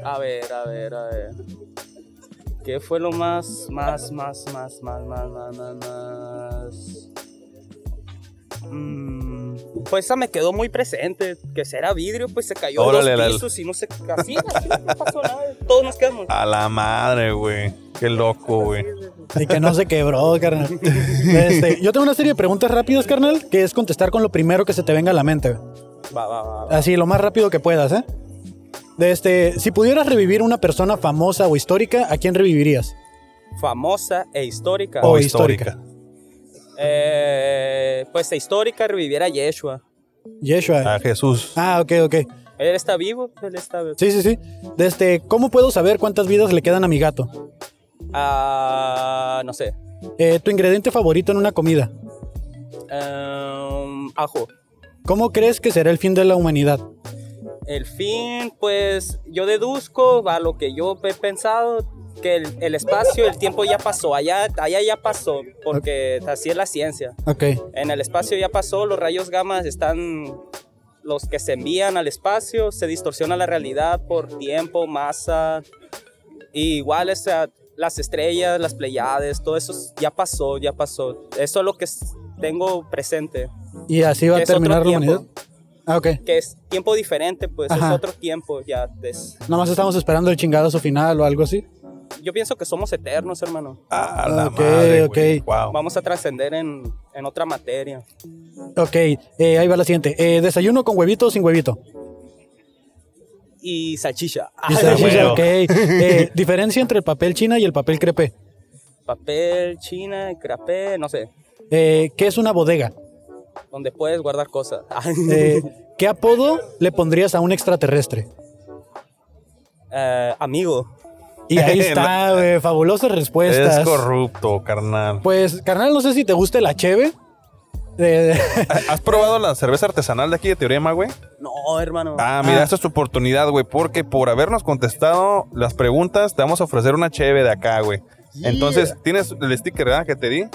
Speaker 6: A ver, a ver, a ver. ¿Qué fue lo más, más, más, más, más, más, más, más, más? Mm, pues esa me quedó muy presente. Que será vidrio, pues se cayó
Speaker 2: Órale,
Speaker 6: dos
Speaker 2: la-
Speaker 6: pisos y no se... Así, así, no pasó nada. Todos nos quedamos.
Speaker 2: A la madre, güey. Qué loco, güey.
Speaker 1: Y que no se quebró, carnal. (laughs) Este, yo tengo una serie de preguntas rápidas, carnal, que es contestar con lo primero que se te venga a la mente. güey.
Speaker 6: Va, va, va. va.
Speaker 1: Así, lo más rápido que puedas, ¿eh? De este, si pudieras revivir una persona famosa o histórica, ¿a quién revivirías?
Speaker 6: Famosa e histórica.
Speaker 1: O
Speaker 2: O
Speaker 1: histórica.
Speaker 2: Oh, histórica.
Speaker 6: Eh, pues e histórica reviviera a Yeshua.
Speaker 1: Yeshua.
Speaker 2: A Jesús.
Speaker 1: Ah, ok, ok.
Speaker 6: Él está vivo, él está vivo.
Speaker 1: Sí, sí, sí. De este, ¿cómo puedo saber cuántas vidas le quedan a mi gato?
Speaker 6: Ah, no sé.
Speaker 1: Eh, tu ingrediente favorito en una comida.
Speaker 6: Em, ajo.
Speaker 1: ¿Cómo crees que será el fin de la humanidad?
Speaker 6: El fin, pues yo deduzco a lo que yo he pensado que el, el espacio, el tiempo ya pasó, allá, allá ya pasó, porque así es la ciencia.
Speaker 1: Ok.
Speaker 6: En el espacio ya pasó, los rayos gamma están los que se envían al espacio, se distorsiona la realidad por tiempo, masa, y igual o sea, las estrellas, las pleiades, todo eso ya pasó, ya pasó. Eso es lo que s- tengo presente,
Speaker 1: Y así va a
Speaker 6: Es otro
Speaker 1: terminar la
Speaker 6: tiempo.
Speaker 1: humanidad. Ah, ok.
Speaker 6: que es tiempo diferente, pues
Speaker 1: Ajá.
Speaker 6: es otro tiempo ya. es-
Speaker 1: Nomás estamos esperando el chingadazo final o algo así.
Speaker 6: yo pienso que somos eternos, hermano.
Speaker 2: A la
Speaker 1: Ok,
Speaker 2: madre,
Speaker 1: ok.
Speaker 2: güey. Wow.
Speaker 6: Vamos a trascender en, en otra materia.
Speaker 1: Ok, eh, ahí va la siguiente. Eh, ¿Desayuno con huevito o sin huevito?
Speaker 6: Y salchicha.
Speaker 1: Y
Speaker 6: Ah,
Speaker 1: se-
Speaker 2: huevo.
Speaker 1: ok. Eh, diferencia entre el papel china y el papel crepe.
Speaker 6: Papel, china, crapé, no sé.
Speaker 1: Eh, ¿Qué es una bodega?
Speaker 6: Donde puedes guardar cosas.
Speaker 1: Eh, ¿Qué apodo le pondrías a un extraterrestre?
Speaker 6: (laughs) Eh, amigo.
Speaker 1: Y
Speaker 2: (laughs)
Speaker 1: ahí está, güey, fabulosas respuestas.
Speaker 2: Es corrupto, carnal.
Speaker 1: Pues, carnal, no sé si te guste la cheve. Eh,
Speaker 2: ¿Has probado la cerveza artesanal de aquí de Teorema, güey?
Speaker 6: No, hermano.
Speaker 2: Ah, mira, esta es tu oportunidad, güey, porque por habernos contestado las preguntas, te vamos a ofrecer una cheve de acá, güey. (laughs) Entonces, tienes el sticker, ¿verdad? Que te di.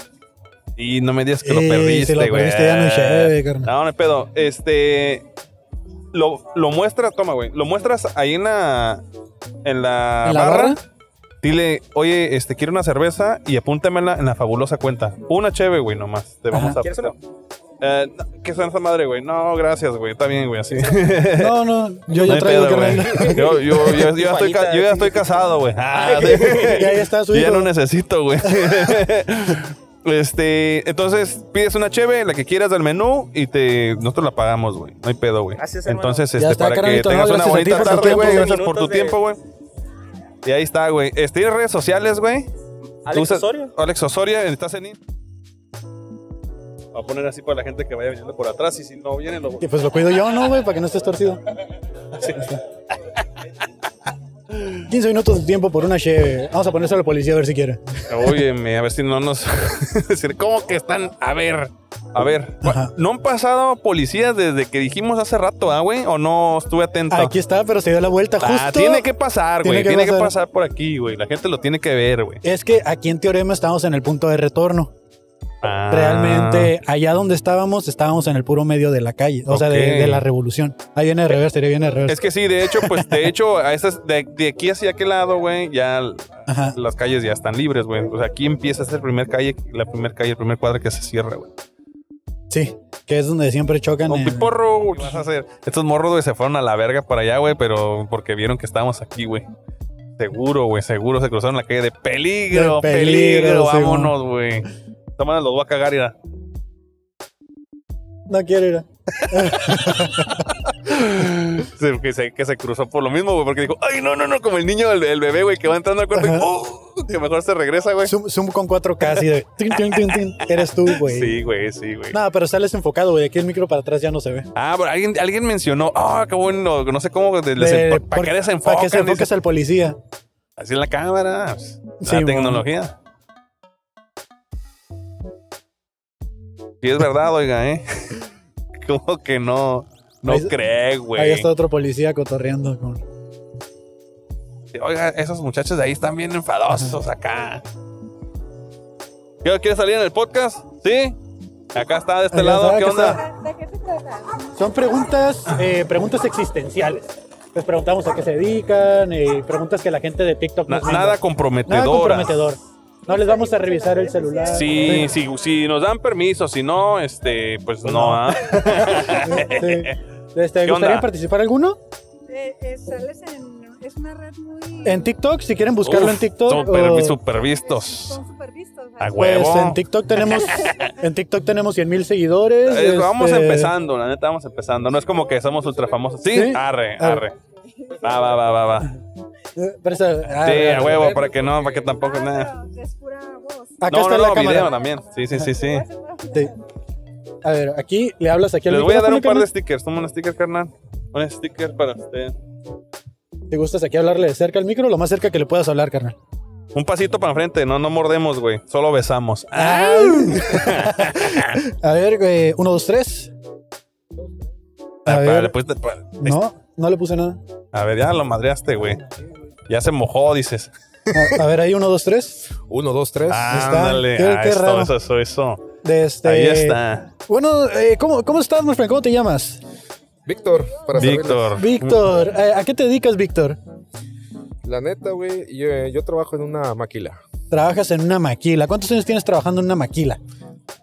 Speaker 2: Y no me digas que lo
Speaker 1: Ey,
Speaker 2: perdiste,
Speaker 1: si lo
Speaker 2: güey.
Speaker 1: perdiste, ya no es cheve, carnal.
Speaker 2: No, no es pedo. Este. Lo, lo muestras, toma, güey. Lo muestras ahí en la. En la,
Speaker 1: ¿En la barra?
Speaker 2: Dile, oye, este, quiero una cerveza y apúntamela en la fabulosa cuenta. Una cheve, güey, nomás. Te vamos
Speaker 1: Ajá.
Speaker 2: a.
Speaker 6: ¿Quieres una?
Speaker 2: Eh, no, ¿Qué son esa madre, güey? No, gracias, güey. Está
Speaker 1: (laughs)
Speaker 2: bien, güey, así.
Speaker 1: (laughs) no, no, yo
Speaker 2: (laughs) No
Speaker 1: ya
Speaker 2: hay
Speaker 1: traigo,
Speaker 2: pedo, güey. (laughs)
Speaker 1: carnal.
Speaker 2: Yo, yo- yo- yo ya estoy, ca- yo ya estoy casado, güey.
Speaker 1: (laughs)
Speaker 2: Ah, sí.
Speaker 1: Y ahí está su
Speaker 2: Yo (laughs) ya
Speaker 1: hijo.
Speaker 2: no necesito, güey. (laughs) Este, entonces pides una cheve, la que quieras del menú y te nosotros la pagamos, güey. No hay pedo, güey.
Speaker 6: Gracias, hermano.
Speaker 2: Entonces,
Speaker 1: Ya
Speaker 2: este,
Speaker 1: está,
Speaker 2: para que
Speaker 1: carnalito, no,
Speaker 2: tengas una
Speaker 1: gracias a ti
Speaker 2: bonita
Speaker 1: por tu
Speaker 2: tarde,
Speaker 1: tiempo,
Speaker 2: güey.
Speaker 1: güey.
Speaker 2: Gracias por tu
Speaker 6: Minutos de-
Speaker 2: tiempo, güey. Y ahí está, güey. Este, ¿Tienes redes sociales, güey? ¿Tú
Speaker 6: Alex
Speaker 2: usas-
Speaker 6: Osorio.
Speaker 2: Alex Osorio, ¿estás en in- Voy a poner así para la gente que vaya viniendo por atrás y si no viene lo...
Speaker 1: (laughs) Y pues lo cuido yo, ¿no, güey? Para que no estés torcido. 15 minutos de tiempo por una cheve. Vamos a ponerse a la policía a ver si quiere.
Speaker 2: (laughs) Óyeme, a ver si no nos... es decir, ¿cómo que están? A ver, A ver,
Speaker 1: Ajá.
Speaker 2: ¿no han pasado policías desde que dijimos hace rato, ah, güey? ¿O no estuve atento?
Speaker 1: Aquí está, pero se dio la vuelta justo.
Speaker 2: Ah, tiene que pasar,
Speaker 1: Tiene
Speaker 2: güey.
Speaker 1: que
Speaker 2: Tiene que
Speaker 1: pasar.
Speaker 2: pasar por aquí, güey. La gente lo tiene que ver, güey.
Speaker 1: Es que aquí en Teorema estamos en el punto de retorno.
Speaker 2: Ah.
Speaker 1: Realmente, allá donde estábamos, estábamos en el puro medio de la calle, o sea, de,
Speaker 2: Ok.
Speaker 1: de la revolución. Ahí viene de reversa, ahí viene de reversa.
Speaker 2: Es que sí, de hecho, pues, de hecho, a estas, de, de aquí hacia aquel lado, güey, ya l-
Speaker 1: Ajá.
Speaker 2: las calles ya están libres, güey. O sea, aquí empieza esta primer calle, la primera calle, el primer cuadro que se cierra, güey.
Speaker 1: Sí, que es donde siempre chocan.
Speaker 2: Con
Speaker 1: en-
Speaker 2: piporro, güey, ¿qué vas a hacer? Estos morros, güey, se fueron a la verga para allá, güey, pero porque vieron que estábamos aquí, güey. Seguro, güey, seguro se cruzaron la calle de peligro,
Speaker 1: De peligro,
Speaker 2: peligro,
Speaker 1: sí,
Speaker 2: vámonos, güey. Toma, los voy a cagar, mira.
Speaker 1: No quiero ir. a-
Speaker 2: Se- que, se, que se cruzó por lo mismo, güey, porque dijo, ay, no, no, no, como el niño, el, el bebé, güey, que va entrando al cuarto y,
Speaker 1: Ajá.
Speaker 2: "Oh", que mejor se regresa, güey.
Speaker 1: Zoom, zoom con 4K así
Speaker 2: (laughs)
Speaker 1: de. tin, tin, tin, tin. Eres tú, güey.
Speaker 2: Sí, güey, sí, güey.
Speaker 1: No, pero sales enfocado, güey. Aquí el micro para atrás ya no se ve.
Speaker 2: Ah, pero alguien, alguien mencionó, ah, qué bueno, no sé cómo, de- les-
Speaker 1: De-
Speaker 2: pa- para
Speaker 1: por-
Speaker 2: que
Speaker 1: Para que
Speaker 2: les
Speaker 1: se
Speaker 2: enfoquen, dice.
Speaker 1: enfoques al policía.
Speaker 2: así en la cámara, pues,
Speaker 1: Sí,
Speaker 2: la
Speaker 1: bueno.
Speaker 2: tecnología. Sí, es verdad, oiga, ¿eh? (laughs) ¿Cómo que no? No
Speaker 1: Ahí-
Speaker 2: cree,
Speaker 1: Ahí
Speaker 2: güey.
Speaker 1: está otro policía cotorreando. con-
Speaker 2: Oiga, esos muchachos de ahí están bien enfadosos acá. ¿Qué- ¿Quieres salir en el podcast? ¿Sí? Acá está, de este
Speaker 1: Ahí
Speaker 2: lado.
Speaker 1: está,
Speaker 2: ¿Qué
Speaker 1: acá
Speaker 2: onda?
Speaker 1: está. Son preguntas, eh, preguntas existenciales. Les preguntamos a qué se dedican, eh, preguntas que la gente de TikTok
Speaker 2: Na-
Speaker 1: nos manda.
Speaker 2: nada
Speaker 1: Nada
Speaker 2: comprometedora.
Speaker 1: comprometedor. No les vamos a revisar el celular.
Speaker 2: Sí, sí, si nos dan permiso, si no, este, pues no.
Speaker 1: no.
Speaker 2: ¿ah?
Speaker 1: Sí. Este,
Speaker 2: ¿Qué
Speaker 1: ¿Gustaría
Speaker 2: onda?
Speaker 1: participar alguno?
Speaker 7: Eh, eh, sales en, es una red muy... este,
Speaker 1: En TikTok, si quieren (laughs) buscarlo
Speaker 2: Uf,
Speaker 1: en TikTok.
Speaker 2: Super,
Speaker 1: o-
Speaker 2: super vistos.
Speaker 7: Son súper vistos.
Speaker 2: A
Speaker 7: así.
Speaker 1: pues,
Speaker 2: huevo.
Speaker 1: en TikTok tenemos en TikTok tenemos 100 mil seguidores.
Speaker 2: Eh, Vamos
Speaker 1: este,
Speaker 2: empezando, la neta, vamos empezando. No es como que somos ultra famosos. Sí,
Speaker 1: Sí.
Speaker 2: arre,
Speaker 1: Arre.
Speaker 2: arre. Va, va, va, va, va. Sí,
Speaker 1: eh, pero esa- ah,
Speaker 2: a huevo, para que no, para que tampoco. nada.
Speaker 7: Ah, pero es pura voz.
Speaker 1: Acá
Speaker 2: No,
Speaker 1: está
Speaker 2: no,
Speaker 1: la
Speaker 2: no,
Speaker 1: cámara.
Speaker 2: video también. Sí, sí,
Speaker 7: (laughs)
Speaker 2: sí, sí.
Speaker 1: Sí. A ver, aquí le hablas aquí al
Speaker 2: Les voy a dar un
Speaker 1: micrófono,
Speaker 2: par de
Speaker 1: carnal.
Speaker 2: stickers. Toma un sticker, carnal. Un sticker para usted.
Speaker 1: Si gustas aquí hablarle de cerca al micro, lo más cerca que le puedas hablar, carnal.
Speaker 2: Un pasito para enfrente. No, no mordemos, güey. Solo besamos.
Speaker 1: (laughs) A ver, eh, uno, dos, tres. A
Speaker 2: Ah,
Speaker 1: ver,
Speaker 2: le pusiste- pa-
Speaker 1: no, no le puse nada.
Speaker 2: A ver, ya lo madreaste, güey. Ya se mojó, dices.
Speaker 1: A, a ver, ahí, uno, dos, tres.
Speaker 4: Uno, dos, tres.
Speaker 1: está.
Speaker 2: Ándale,
Speaker 1: Qué-
Speaker 2: ah,
Speaker 1: qué
Speaker 2: esto,
Speaker 1: raro.
Speaker 2: eso, eso, eso.
Speaker 1: De este-
Speaker 2: Ahí está.
Speaker 1: Bueno, eh, ¿cómo, ¿cómo estás, my friend? ¿Cómo te llamas?
Speaker 5: Víctor,
Speaker 1: Pues,
Speaker 5: para servirles.
Speaker 2: Víctor.
Speaker 1: Víctor. Eh, ¿A qué te dedicas, Víctor?
Speaker 5: La neta, güey, yo, eh, yo trabajo en una maquila.
Speaker 1: Trabajas en una maquila. ¿Cuántos años tienes trabajando en una maquila?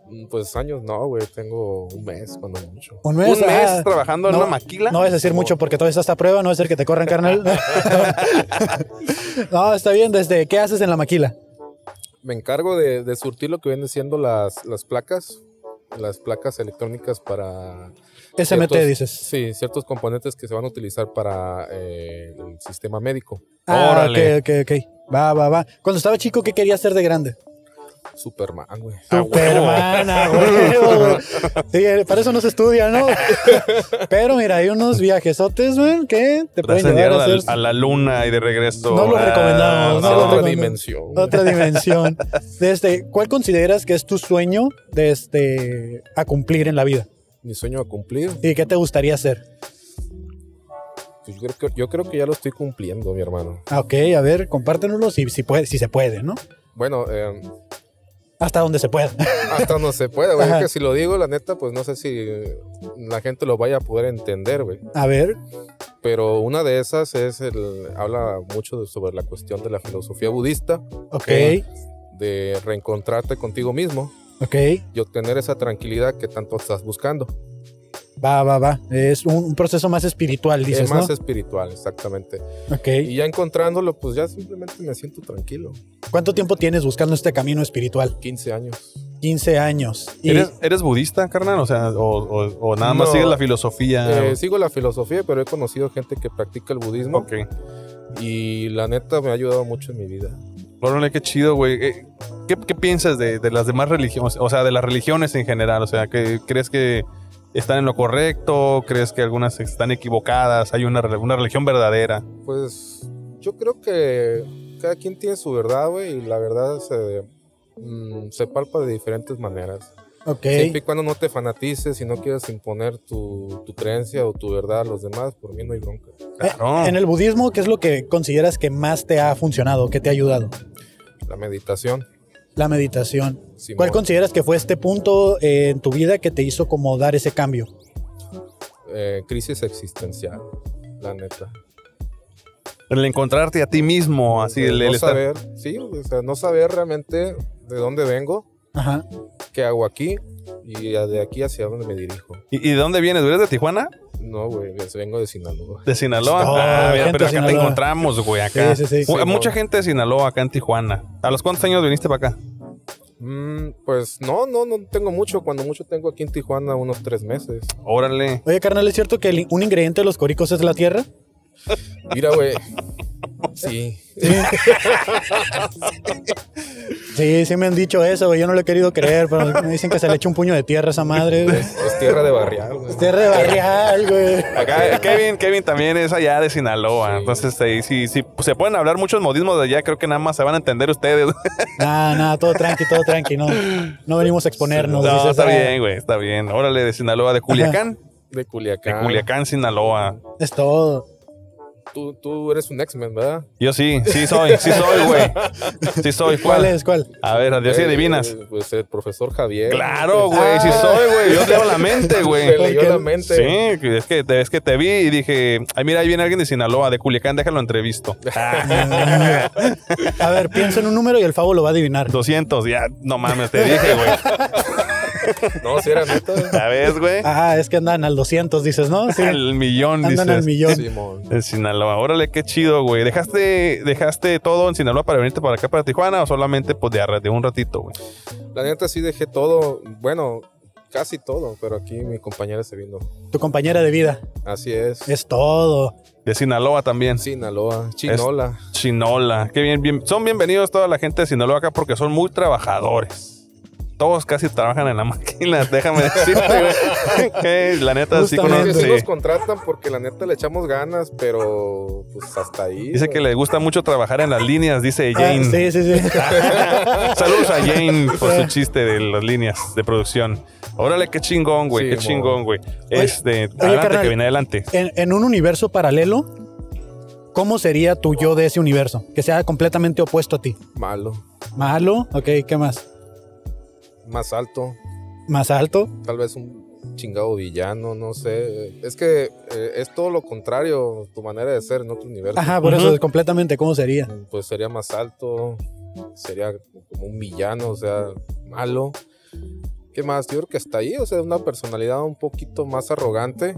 Speaker 5: Mm, Pues años no, güey, tengo un mes cuando mucho.
Speaker 1: ¿Un
Speaker 2: Un
Speaker 1: Ah,
Speaker 2: mes trabajando en
Speaker 1: no,
Speaker 2: una maquila.
Speaker 1: No vas a decir mucho porque todavía estás a prueba, no va a ser que te corran,
Speaker 2: (laughs)
Speaker 1: carnal. (laughs) no, está bien. ¿Desde qué haces en la maquila?
Speaker 5: Me encargo de, de surtir lo que vienen siendo las, las placas, las placas electrónicas para...
Speaker 1: SMT,
Speaker 5: ciertos-
Speaker 1: dices.
Speaker 5: Sí, ciertos componentes que se van a utilizar para eh, el sistema médico.
Speaker 1: Ah,
Speaker 2: Órale.
Speaker 1: ok, ok, ok. Va, va, va. Cuando estaba chico, ¿qué querías ser de grande?
Speaker 5: Superman, güey.
Speaker 2: A huevo.
Speaker 1: Superman,
Speaker 2: (laughs)
Speaker 1: a huevo. Sí, eh, para eso no se estudia, ¿no? (laughs) Pero mira, hay unos viajesotes, güey, que te pueden llevar
Speaker 2: Trascendieron
Speaker 1: a hacer
Speaker 2: al- a, la luna y de regreso.
Speaker 1: No lo
Speaker 2: Ah,
Speaker 1: recomendamos, no
Speaker 5: Hacia
Speaker 1: lo
Speaker 5: otra
Speaker 1: recomiendo.
Speaker 5: dimensión.
Speaker 1: (laughs)
Speaker 5: güey.
Speaker 1: otra dimensión. De este, ¿Cuál consideras que es tu sueño de este, a cumplir en la vida?
Speaker 5: Mi sueño a cumplir,
Speaker 1: ¿Y qué te gustaría hacer?
Speaker 5: pues yo, creo que, yo creo que ya lo estoy cumpliendo, mi hermano.
Speaker 1: Ah, Ok, a ver, compártenoslo si, si, puede, si se puede, ¿no?
Speaker 5: Bueno, eh,
Speaker 1: Hasta donde se pueda. (laughs)
Speaker 5: Hasta no se puede, güey. Es
Speaker 1: Ajá.
Speaker 5: que si lo digo, la neta, pues no sé si la gente lo vaya a poder entender, güey.
Speaker 1: A ver,
Speaker 5: Pero una de esas es el. Habla mucho de- sobre la cuestión de la filosofía budista,
Speaker 1: ok,
Speaker 5: de reencontrarte contigo mismo
Speaker 1: ok.
Speaker 5: y obtener esa tranquilidad que tanto estás buscando.
Speaker 1: Va, va, va. Es un, un proceso más espiritual, dices,
Speaker 5: es más
Speaker 1: ¿no?
Speaker 5: espiritual, exactamente.
Speaker 1: Ok.
Speaker 5: Y ya encontrándolo, pues ya simplemente me siento tranquilo.
Speaker 1: ¿Cuánto tiempo tienes buscando este camino espiritual?
Speaker 5: 15 años.
Speaker 1: 15 años. Y,
Speaker 2: ¿Eres, eres budista, carnal? O sea, o, o- o nada más
Speaker 5: No.
Speaker 2: sigues la
Speaker 1: Ah,
Speaker 2: filosofía.
Speaker 5: Eh, sigo la filosofía, pero he conocido gente que practica el budismo
Speaker 2: ok.
Speaker 5: y la neta me ha ayudado mucho en mi vida.
Speaker 2: Órale, qué chido, güey. Eh, ¿Qué, qué piensas de, de las demás religiones? O sea, de las religiones en general. O sea, que ¿crees que están en lo correcto? ¿Crees que algunas están equivocadas? ¿Hay una, re- una religión verdadera?
Speaker 5: Pues yo creo que cada quien tiene su verdad, güey, y la verdad se, mm, se palpa de diferentes maneras.
Speaker 1: Ok.
Speaker 5: Siempre y cuando no te fanatices y no quieras imponer tu, tu creencia o tu verdad a los demás, por mí no hay bronca.
Speaker 2: Claro.
Speaker 1: Eh, En el budismo, ¿qué es lo que consideras que más te ha funcionado, que te ha ayudado?
Speaker 5: La meditación.
Speaker 1: La meditación.
Speaker 5: Simón.
Speaker 1: ¿Cuál consideras que fue este punto eh, en tu vida que te hizo como dar ese cambio?
Speaker 5: Eh, crisis existencial, la neta.
Speaker 2: El encontrarte a ti mismo, así,
Speaker 1: Eh,
Speaker 2: el, el
Speaker 5: no
Speaker 2: estar-
Speaker 5: saber, sí, o sea, no saber realmente de dónde vengo,
Speaker 1: Ajá.
Speaker 5: qué hago aquí y de aquí hacia dónde me dirijo.
Speaker 2: ¿Y, y de dónde vienes? ¿Eres de Tijuana?
Speaker 5: No, güey, pues, vengo de Sinaloa.
Speaker 2: ¿De Sinaloa?
Speaker 1: No,
Speaker 2: ah, mira,
Speaker 1: gente de
Speaker 2: pero acá te
Speaker 1: Sinaloa.
Speaker 2: encontramos, güey, acá.
Speaker 1: Sí, sí, sí.
Speaker 2: Mu-
Speaker 5: Sí,
Speaker 2: Mucha
Speaker 5: no.
Speaker 2: gente de Sinaloa acá en Tijuana. ¿A los cuántos años viniste para acá?
Speaker 5: Mm, pues no, no, no tengo mucho. Cuando mucho tengo aquí en Tijuana unos tres meses.
Speaker 2: Órale.
Speaker 1: Oye, carnal, ¿es cierto que el- un ingrediente de los coricos es la tierra?
Speaker 5: Mira, güey. Sí.
Speaker 1: Sí, sí me han dicho eso, güey. Yo no lo he querido creer, pero me dicen que se le echa un puño de tierra a esa madre, güey.
Speaker 5: Es (laughs) tierra de barrial, güey.
Speaker 1: Tierra de barrial, güey.
Speaker 2: Acá, Kevin, Kevin también es allá de Sinaloa.
Speaker 5: Sí.
Speaker 2: Entonces, ahí sí, sí, pues, se pueden hablar muchos modismos de allá. Creo que nada más se van a entender ustedes.
Speaker 1: Nada, nada, todo tranqui, todo tranqui. No, no venimos a exponernos.
Speaker 2: no,
Speaker 1: dices,
Speaker 2: está
Speaker 1: ah,
Speaker 2: bien, güey, está bien. Órale, de Sinaloa, de Culiacán.
Speaker 5: De
Speaker 2: De
Speaker 5: Culiacán.
Speaker 2: Culiacán, Sinaloa.
Speaker 1: Es todo.
Speaker 5: Tú, tú eres un X-Men, ¿verdad?
Speaker 2: Yo sí, sí soy, sí soy, güey. Sí soy.
Speaker 1: ¿Cuál es? ¿Cuál?
Speaker 2: A ver, adiós si
Speaker 5: Eh,
Speaker 2: adivinas.
Speaker 5: eh, ah. Pues el profesor Javier.
Speaker 2: Claro, güey, sí soy, güey. Yo tengo
Speaker 5: (laughs)
Speaker 2: la mente,
Speaker 5: Me
Speaker 2: güey.
Speaker 5: leyó
Speaker 1: Porque-
Speaker 5: la mente.
Speaker 2: Sí, que es que, te, es que te vi y dije, ay, mira, ahí viene alguien de Sinaloa, de Culiacán, déjalo entrevisto. Ah,
Speaker 1: A ver, piensa en un número y el Fabo lo va a adivinar.
Speaker 2: 200, ya, no mames, te dije, güey.
Speaker 5: No, si era neta.
Speaker 2: ¿Sabes, güey?
Speaker 1: Ah, es que andan al 200, dices, ¿no? Sí.
Speaker 2: Al millón,
Speaker 1: Andan al
Speaker 2: dices.
Speaker 1: millón.
Speaker 5: Simón.
Speaker 2: En Sinaloa, órale, qué chido, güey. ¿Dejaste, ¿Dejaste todo en Sinaloa para venirte para acá, para Tijuana, o solamente pues de, arra- de un ratito, güey?
Speaker 5: La neta sí dejé todo. Bueno, casi todo. Pero aquí mi compañera se vino.
Speaker 1: Tu compañera de vida.
Speaker 5: Así es.
Speaker 1: Es todo.
Speaker 2: De Sinaloa también.
Speaker 5: Sinaloa. Chinola.
Speaker 2: Chinola. Qué bien, bien. Son bienvenidos toda la gente de Sinaloa acá porque son muy trabajadores. Todos casi trabajan en la (laughs) máquina, déjame decirte,
Speaker 1: (laughs)
Speaker 2: güey. Que la neta, sí,
Speaker 1: Justamente.
Speaker 5: Que sí
Speaker 2: conoce-
Speaker 5: nos
Speaker 2: sí.
Speaker 5: contratan porque la neta le echamos ganas, pero pues hasta ahí.
Speaker 2: Dice que
Speaker 5: güey.
Speaker 2: le gusta mucho trabajar en las líneas, dice
Speaker 1: Ah,
Speaker 2: Jane.
Speaker 1: sí, sí,
Speaker 2: (laughs)
Speaker 1: sí.
Speaker 2: Saludos a Jane por su chiste de las líneas de producción. Órale, qué chingón, güey,
Speaker 5: Sí,
Speaker 2: qué
Speaker 5: mo.
Speaker 2: chingón, güey.
Speaker 1: Oye,
Speaker 2: Este,
Speaker 1: carnal.
Speaker 2: adelante, que viene adelante.
Speaker 1: En, en un universo paralelo, ¿cómo sería tu yo de ese universo? Que sea completamente opuesto a ti.
Speaker 5: Malo.
Speaker 1: ¿Malo? Ok, ¿qué más?
Speaker 5: Más alto.
Speaker 1: ¿Más alto?
Speaker 5: Tal vez un chingado villano, no sé. Es que eh, es todo lo contrario tu manera de ser en otro universo.
Speaker 1: Ajá, por
Speaker 2: Ujú.
Speaker 1: eso, completamente, ¿cómo sería?
Speaker 5: Pues sería más alto. Sería como un villano, o sea, malo. ¿Qué más? Yo creo que hasta ahí, o sea, una personalidad un poquito más arrogante.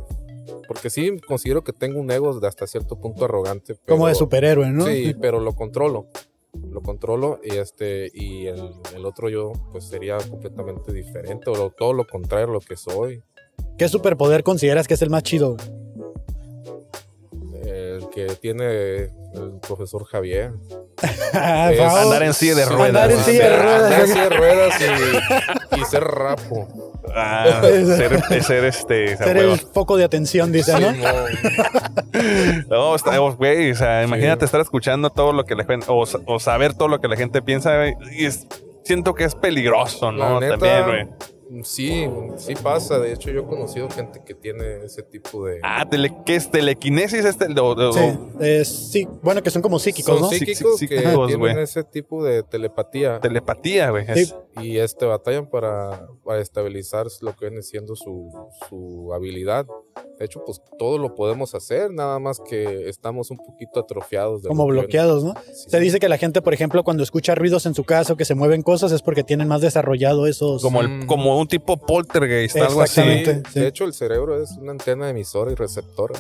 Speaker 5: Porque sí, considero que tengo un ego de hasta cierto punto arrogante.
Speaker 1: Como de
Speaker 5: pero-
Speaker 1: superhéroe, ¿no?
Speaker 5: Sí, pero lo controlo. Lo controlo y este y el, el otro yo pues sería completamente diferente o lo- todo lo contrario a lo que soy.
Speaker 1: ¿Qué superpoder consideras que es el más chido? (laughs) güey?
Speaker 5: El que tiene el profesor Javier.
Speaker 1: Ah,
Speaker 5: Es
Speaker 1: Fabo.
Speaker 2: Andar en silla de ruedas.
Speaker 1: Andar en silla de ruedas.
Speaker 5: Andar en silla de ruedas y, y ser rapo.
Speaker 1: (laughs)
Speaker 2: Ah, ser, ser este. esa
Speaker 1: Ser
Speaker 2: hueva.
Speaker 1: el foco de atención, dice, ¿no?
Speaker 2: No, está- oh, güey, o sea, imagínate estar escuchando todo lo que la gente, o, sa- o saber todo lo que la gente piensa, güey, y es- siento que es peligroso, ¿no?
Speaker 5: La neta,
Speaker 2: También, güey.
Speaker 5: Sí, sí pasa. De hecho, yo he conocido gente que tiene ese tipo de...
Speaker 2: Ah, tele, ¿qué es telequinesis? Este, Lo- lo-
Speaker 1: Sí, eh, sí. Bueno, que son como psíquicos,
Speaker 5: Son
Speaker 1: ¿no?
Speaker 2: sí.
Speaker 5: psíquicos
Speaker 2: Sí, sí,
Speaker 5: que
Speaker 2: psíquicos,
Speaker 5: tienen
Speaker 2: güey.
Speaker 5: ese tipo de telepatía.
Speaker 2: Telepatía, güey.
Speaker 1: Sí.
Speaker 2: es-
Speaker 5: y este batallan para, para estabilizar lo que viene siendo su, su habilidad. De hecho, pues todo lo podemos hacer, nada más que estamos un poquito atrofiados. de
Speaker 1: Como
Speaker 5: lo que
Speaker 1: bloqueados, ¿no?
Speaker 5: viene. Sí.
Speaker 1: Se dice que la gente, por ejemplo, cuando escucha ruidos en su casa o que se mueven cosas es porque tienen más desarrollado esos...
Speaker 2: Como, el-
Speaker 5: Mm.
Speaker 2: como un tipo poltergeist, algo así.
Speaker 1: pues, Exactamente.
Speaker 5: Sí,
Speaker 1: sí.
Speaker 5: De hecho, el cerebro es una antena emisora y receptora,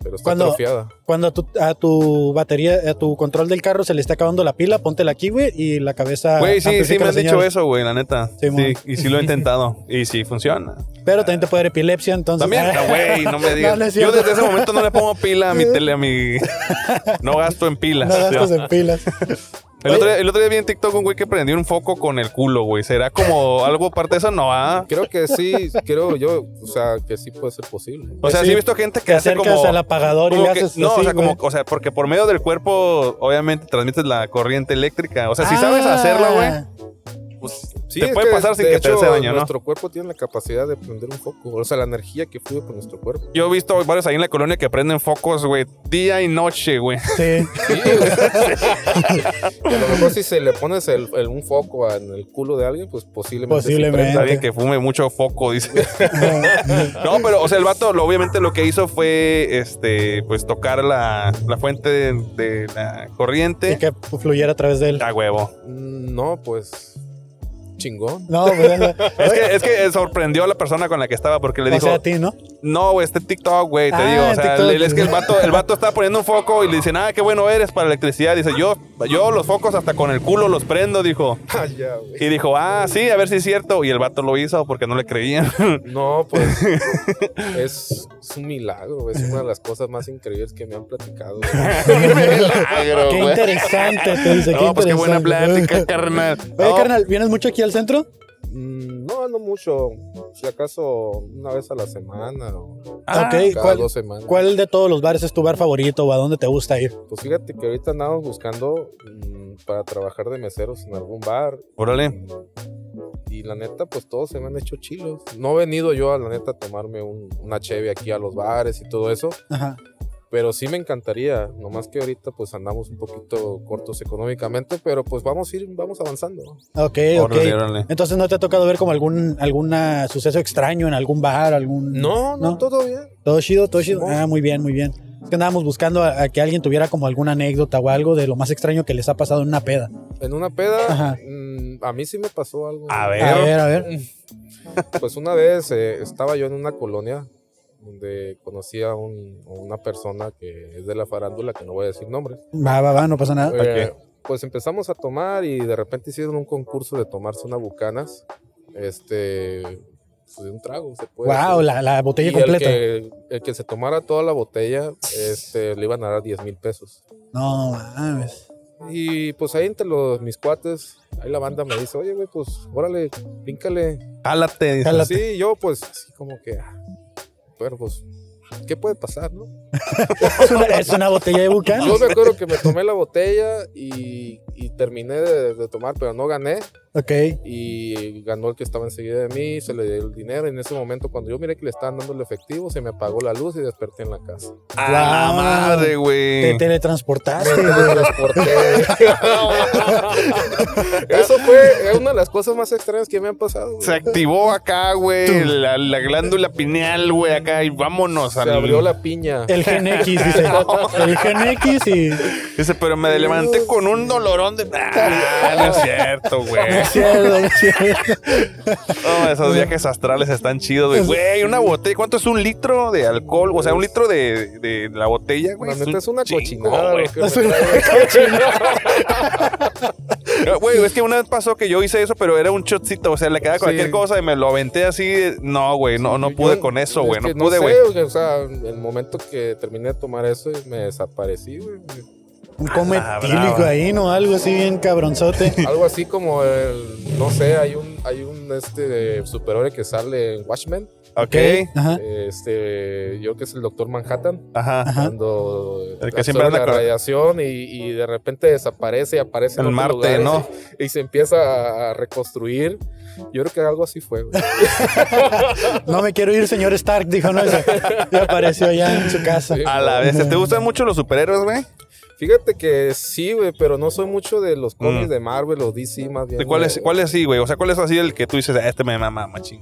Speaker 5: pero está
Speaker 1: Cuando-
Speaker 5: atrofiada.
Speaker 1: Cuando a tu, a tu batería, a tu control del carro se le está acabando la pila, póntela aquí, güey, y la cabeza...
Speaker 2: Güey, sí, sí
Speaker 1: amplifica Ah,
Speaker 2: me
Speaker 1: la
Speaker 2: han dicho
Speaker 1: señal.
Speaker 2: eso, güey, la neta.
Speaker 1: Sí, mon.
Speaker 2: Sí, y sí lo he intentado. Y sí funciona.
Speaker 1: Pero también te puede dar epilepsia, entonces... (laughs)
Speaker 2: También, ah, güey, no me digas.
Speaker 1: No, no es
Speaker 2: Yo
Speaker 1: cierto.
Speaker 2: desde ese momento no le pongo
Speaker 1: (laughs)
Speaker 2: pila a mi tele, a mi. No gasto en pilas.
Speaker 1: No gastas en
Speaker 2: (laughs)
Speaker 1: pilas.
Speaker 2: El otro, día, el otro día vi en TikTok un güey que prendió un foco con el culo, güey. ¿Será como algo parte de eso? No, ah.
Speaker 5: Creo que sí, creo yo, o sea, que sí puede ser posible.
Speaker 2: O sea,
Speaker 1: Sí.
Speaker 2: sí he visto gente que
Speaker 1: Te
Speaker 2: hace
Speaker 1: acercas
Speaker 2: como...
Speaker 1: al apagador y
Speaker 2: como
Speaker 1: le
Speaker 2: que-
Speaker 1: haces
Speaker 2: no,
Speaker 1: así,
Speaker 2: o sea, como,
Speaker 1: güey.
Speaker 2: o sea, porque por medio del cuerpo, obviamente, transmites la corriente eléctrica. O sea, si sabes
Speaker 1: Ah,
Speaker 2: hacerlo, güey,
Speaker 5: pues sí.
Speaker 2: Te
Speaker 5: es
Speaker 2: puede
Speaker 5: que,
Speaker 2: pasar sin
Speaker 5: de
Speaker 2: que te
Speaker 5: hecho,
Speaker 2: hace daño, ¿no?
Speaker 5: Nuestro cuerpo tiene la capacidad de prender un foco. O sea, la energía que fluye por nuestro cuerpo.
Speaker 2: Yo he visto varios ahí en la colonia que prenden focos, güey, día y noche, güey.
Speaker 1: Sí.
Speaker 5: Sí, güey. Y a lo mejor si se le pones el, el- un foco en el culo de alguien, pues posiblemente. se
Speaker 1: Posiblemente.
Speaker 2: Está bien que fume mucho
Speaker 1: (laughs)
Speaker 2: foco, dice. No, pero, o sea, el vato, lo- obviamente, lo que hizo fue, este, pues, tocar la, la fuente de, de la
Speaker 1: Y
Speaker 2: corriente.
Speaker 1: que fluyera a través de él.
Speaker 2: A huevo.
Speaker 5: prenda. Mm, No, pues. Chingón. (laughs)
Speaker 1: No, pues,
Speaker 2: (laughs) Es que, es que sorprendió a la persona con la que estaba porque le
Speaker 1: o
Speaker 2: dijo,
Speaker 1: sea, a ti, ¿no?
Speaker 2: no, güey, este TikTok, güey, te
Speaker 1: Ah,
Speaker 2: digo. O sea,
Speaker 1: TikTok.
Speaker 2: el- es que el vato, el vato estaba poniendo un foco y le dice, ah, qué bueno eres para electricidad. Dice, yo, yo los focos hasta con el culo los prendo, dijo.
Speaker 5: Ah, ya, güey.
Speaker 2: Y dijo, ah, sí, a ver si es cierto. Y el vato lo hizo porque no le creían.
Speaker 5: No, pues. es, es un milagro, güey. Es una de las cosas más increíbles que me han platicado. güey.
Speaker 8: Milagro,
Speaker 1: Qué
Speaker 8: güey.
Speaker 1: interesante, te dice.
Speaker 2: (laughs) No, pues qué buena
Speaker 1: interesante.
Speaker 2: plática, carnal.
Speaker 1: Oye,
Speaker 2: No,
Speaker 1: carnal, ¿vienes mucho aquí al centro?
Speaker 5: Mm, No, no mucho. Si acaso una vez a la semana o
Speaker 1: ok,
Speaker 5: cada
Speaker 1: ¿cuál,
Speaker 5: dos semanas.
Speaker 1: ¿cuál de todos los bares es tu bar favorito o a dónde te gusta ir?
Speaker 5: Pues fíjate que ahorita andamos buscando mm, para trabajar de meseros en algún bar.
Speaker 2: Órale.
Speaker 5: Y la neta, pues todos se me han hecho chilos. No he venido yo a la neta a tomarme un- una cheve aquí a los bares y todo eso.
Speaker 1: Ajá.
Speaker 5: Pero sí me encantaría. Nomás que ahorita pues andamos un poquito cortos económicamente. Pero pues vamos a ir, vamos avanzando.
Speaker 1: Ok,
Speaker 2: Órale,
Speaker 1: ok.
Speaker 2: órale.
Speaker 1: Entonces, ¿no te ha tocado ver como algún alguna suceso extraño en algún bar? algún
Speaker 5: No, no,
Speaker 1: No.
Speaker 5: todo bien.
Speaker 1: ¿Todo chido? ¿Todo chido?
Speaker 5: Simón.
Speaker 1: Ah, muy bien, muy bien. Es que andábamos buscando a, a que alguien tuviera como alguna anécdota o algo de lo más extraño que les ha pasado en una peda.
Speaker 5: En una peda,
Speaker 1: Ajá.
Speaker 5: mm, a mí sí me pasó algo.
Speaker 2: A ver.
Speaker 1: A ver, a ver.
Speaker 5: Pues una vez eh, estaba yo en una colonia donde conocí a, un- a una persona que es de la farándula, que no voy a decir nombres.
Speaker 1: Va, va, va, no pasa nada.
Speaker 5: Eh, pues empezamos a tomar y de repente hicieron un concurso de tomarse unas bucanas. Este, pues de un trago, se puede.
Speaker 1: Wow,
Speaker 5: decir.
Speaker 1: la, la botella
Speaker 5: Y
Speaker 1: completa.
Speaker 5: El que, el que se tomara toda la botella, este, le iban a dar 10 mil pesos.
Speaker 1: No mames.
Speaker 5: Y pues ahí entre los, mis cuates, ahí la banda me dice, oye, güey, pues órale, píncale.
Speaker 2: Jálate. dice.
Speaker 1: Jálate.
Speaker 5: Sí, yo pues así como que, ah, pero pues, ¿qué puede pasar, no?
Speaker 1: Es una, es una botella de bucanas.
Speaker 5: Yo me acuerdo que me tomé la botella y, y terminé de, de tomar, pero no gané.
Speaker 1: Ok.
Speaker 5: Y ganó el que estaba enseguida de mí, se le dio el dinero. Y en ese momento, cuando yo miré que le estaban dando el efectivo, se me apagó la luz y desperté en la
Speaker 2: (laughs)
Speaker 5: casa.
Speaker 2: A la
Speaker 1: Wow.
Speaker 2: madre,
Speaker 1: Te
Speaker 2: güey.
Speaker 1: teletransportaste.
Speaker 5: (laughs) Eso fue una de las cosas más extrañas que me han pasado.
Speaker 2: Se activó acá, güey, la, la glándula pineal, güey, acá y vámonos.
Speaker 5: Se
Speaker 2: al-
Speaker 5: abrió la piña.
Speaker 1: El Gen X, dice. El Gen X y.
Speaker 2: Dice, pero me levanté con un dolorón de... Ah, no es cierto, güey.
Speaker 1: Cielo, cielo.
Speaker 2: No, esos viajes astrales están chidos, güey. Güey, una botella. ¿Cuánto es un litro de alcohol? O sea, un litro de, de la botella, güey.
Speaker 5: La neta es una
Speaker 2: chingo,
Speaker 5: cochinada.
Speaker 2: güey.
Speaker 5: lo que me
Speaker 1: Es
Speaker 2: (laughs)
Speaker 1: una
Speaker 5: trae.
Speaker 2: No, Güey, es que una vez pasó que yo hice eso, pero era un shotcito. O sea, le quedaba
Speaker 5: Sí.
Speaker 2: cualquier cosa y me lo aventé así. No, güey, no, no
Speaker 5: Yo-
Speaker 2: pude con eso,
Speaker 5: es
Speaker 2: güey. No
Speaker 5: que
Speaker 2: pude,
Speaker 5: sé,
Speaker 2: güey.
Speaker 5: o sea, el momento que terminé de tomar eso, me desaparecí, güey.
Speaker 1: Un come
Speaker 2: Ah,
Speaker 1: tílico
Speaker 2: bravo.
Speaker 1: ahí, ¿no? Algo así bien cabronzote.
Speaker 5: Algo así como el, no sé, hay un, hay un este superhéroe que sale en Watchmen,
Speaker 2: Ok.
Speaker 1: Ajá.
Speaker 5: este, yo creo que es el Doctor Manhattan,
Speaker 2: Ajá.
Speaker 1: Ajá.
Speaker 5: cuando
Speaker 2: El que siempre
Speaker 5: absorbe
Speaker 2: anda
Speaker 5: la
Speaker 2: con-
Speaker 5: radiación y, y de repente desaparece y aparece en
Speaker 2: El
Speaker 5: otro
Speaker 2: Marte,
Speaker 5: lugar y
Speaker 2: ¿no?
Speaker 5: se- Y se empieza a- a reconstruir. Yo creo que algo así fue. güey.
Speaker 1: No me quiero ir, señor Stark, dijo, no. Y apareció allá en su casa.
Speaker 5: Sí.
Speaker 2: A la vez. ¿Te gustan mucho los superhéroes, güey?
Speaker 5: Fíjate que sí, güey, pero no soy mucho de los cómics
Speaker 2: Mm.
Speaker 5: de Marvel o DC más bien.
Speaker 2: ¿De ¿Cuál es,
Speaker 5: güey.
Speaker 2: cuál es así, güey? O sea, ¿cuál es así el que tú dices, "Ah, este me mama, machín?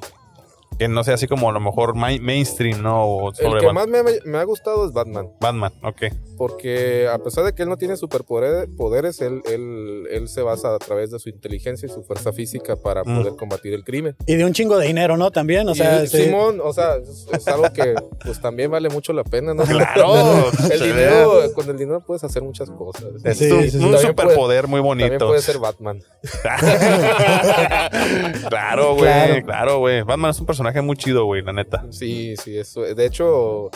Speaker 2: Que no sea así como a lo mejor mai- mainstream, ¿no? O
Speaker 5: El
Speaker 2: sobre
Speaker 5: que
Speaker 2: Bat-
Speaker 5: más me, me ha gustado es Batman,
Speaker 2: Batman, ok.
Speaker 5: porque a pesar de que él no tiene superpoderes, él, él, él se basa a través de su inteligencia y su fuerza física para
Speaker 2: Mm.
Speaker 5: poder combatir el crimen.
Speaker 1: Y de un chingo de dinero, ¿no? También, o sea, este-
Speaker 5: y
Speaker 1: sí.
Speaker 5: Simón, o sea, es, es algo que pues también vale mucho la pena, ¿no?
Speaker 2: Claro,
Speaker 5: el
Speaker 2: se
Speaker 5: dinero, con el dinero puedes hacer muchas cosas.
Speaker 2: Es
Speaker 1: Sí,
Speaker 2: un,
Speaker 1: sí, sí.
Speaker 2: un
Speaker 5: También puede-
Speaker 2: superpoder muy
Speaker 5: También
Speaker 2: bonito.
Speaker 5: puede ser Batman.
Speaker 2: (laughs) claro, güey.
Speaker 1: Claro.
Speaker 2: Claro, güey. Batman es un personaje muy chido, güey, la neta.
Speaker 5: Sí, sí, eso. De hecho,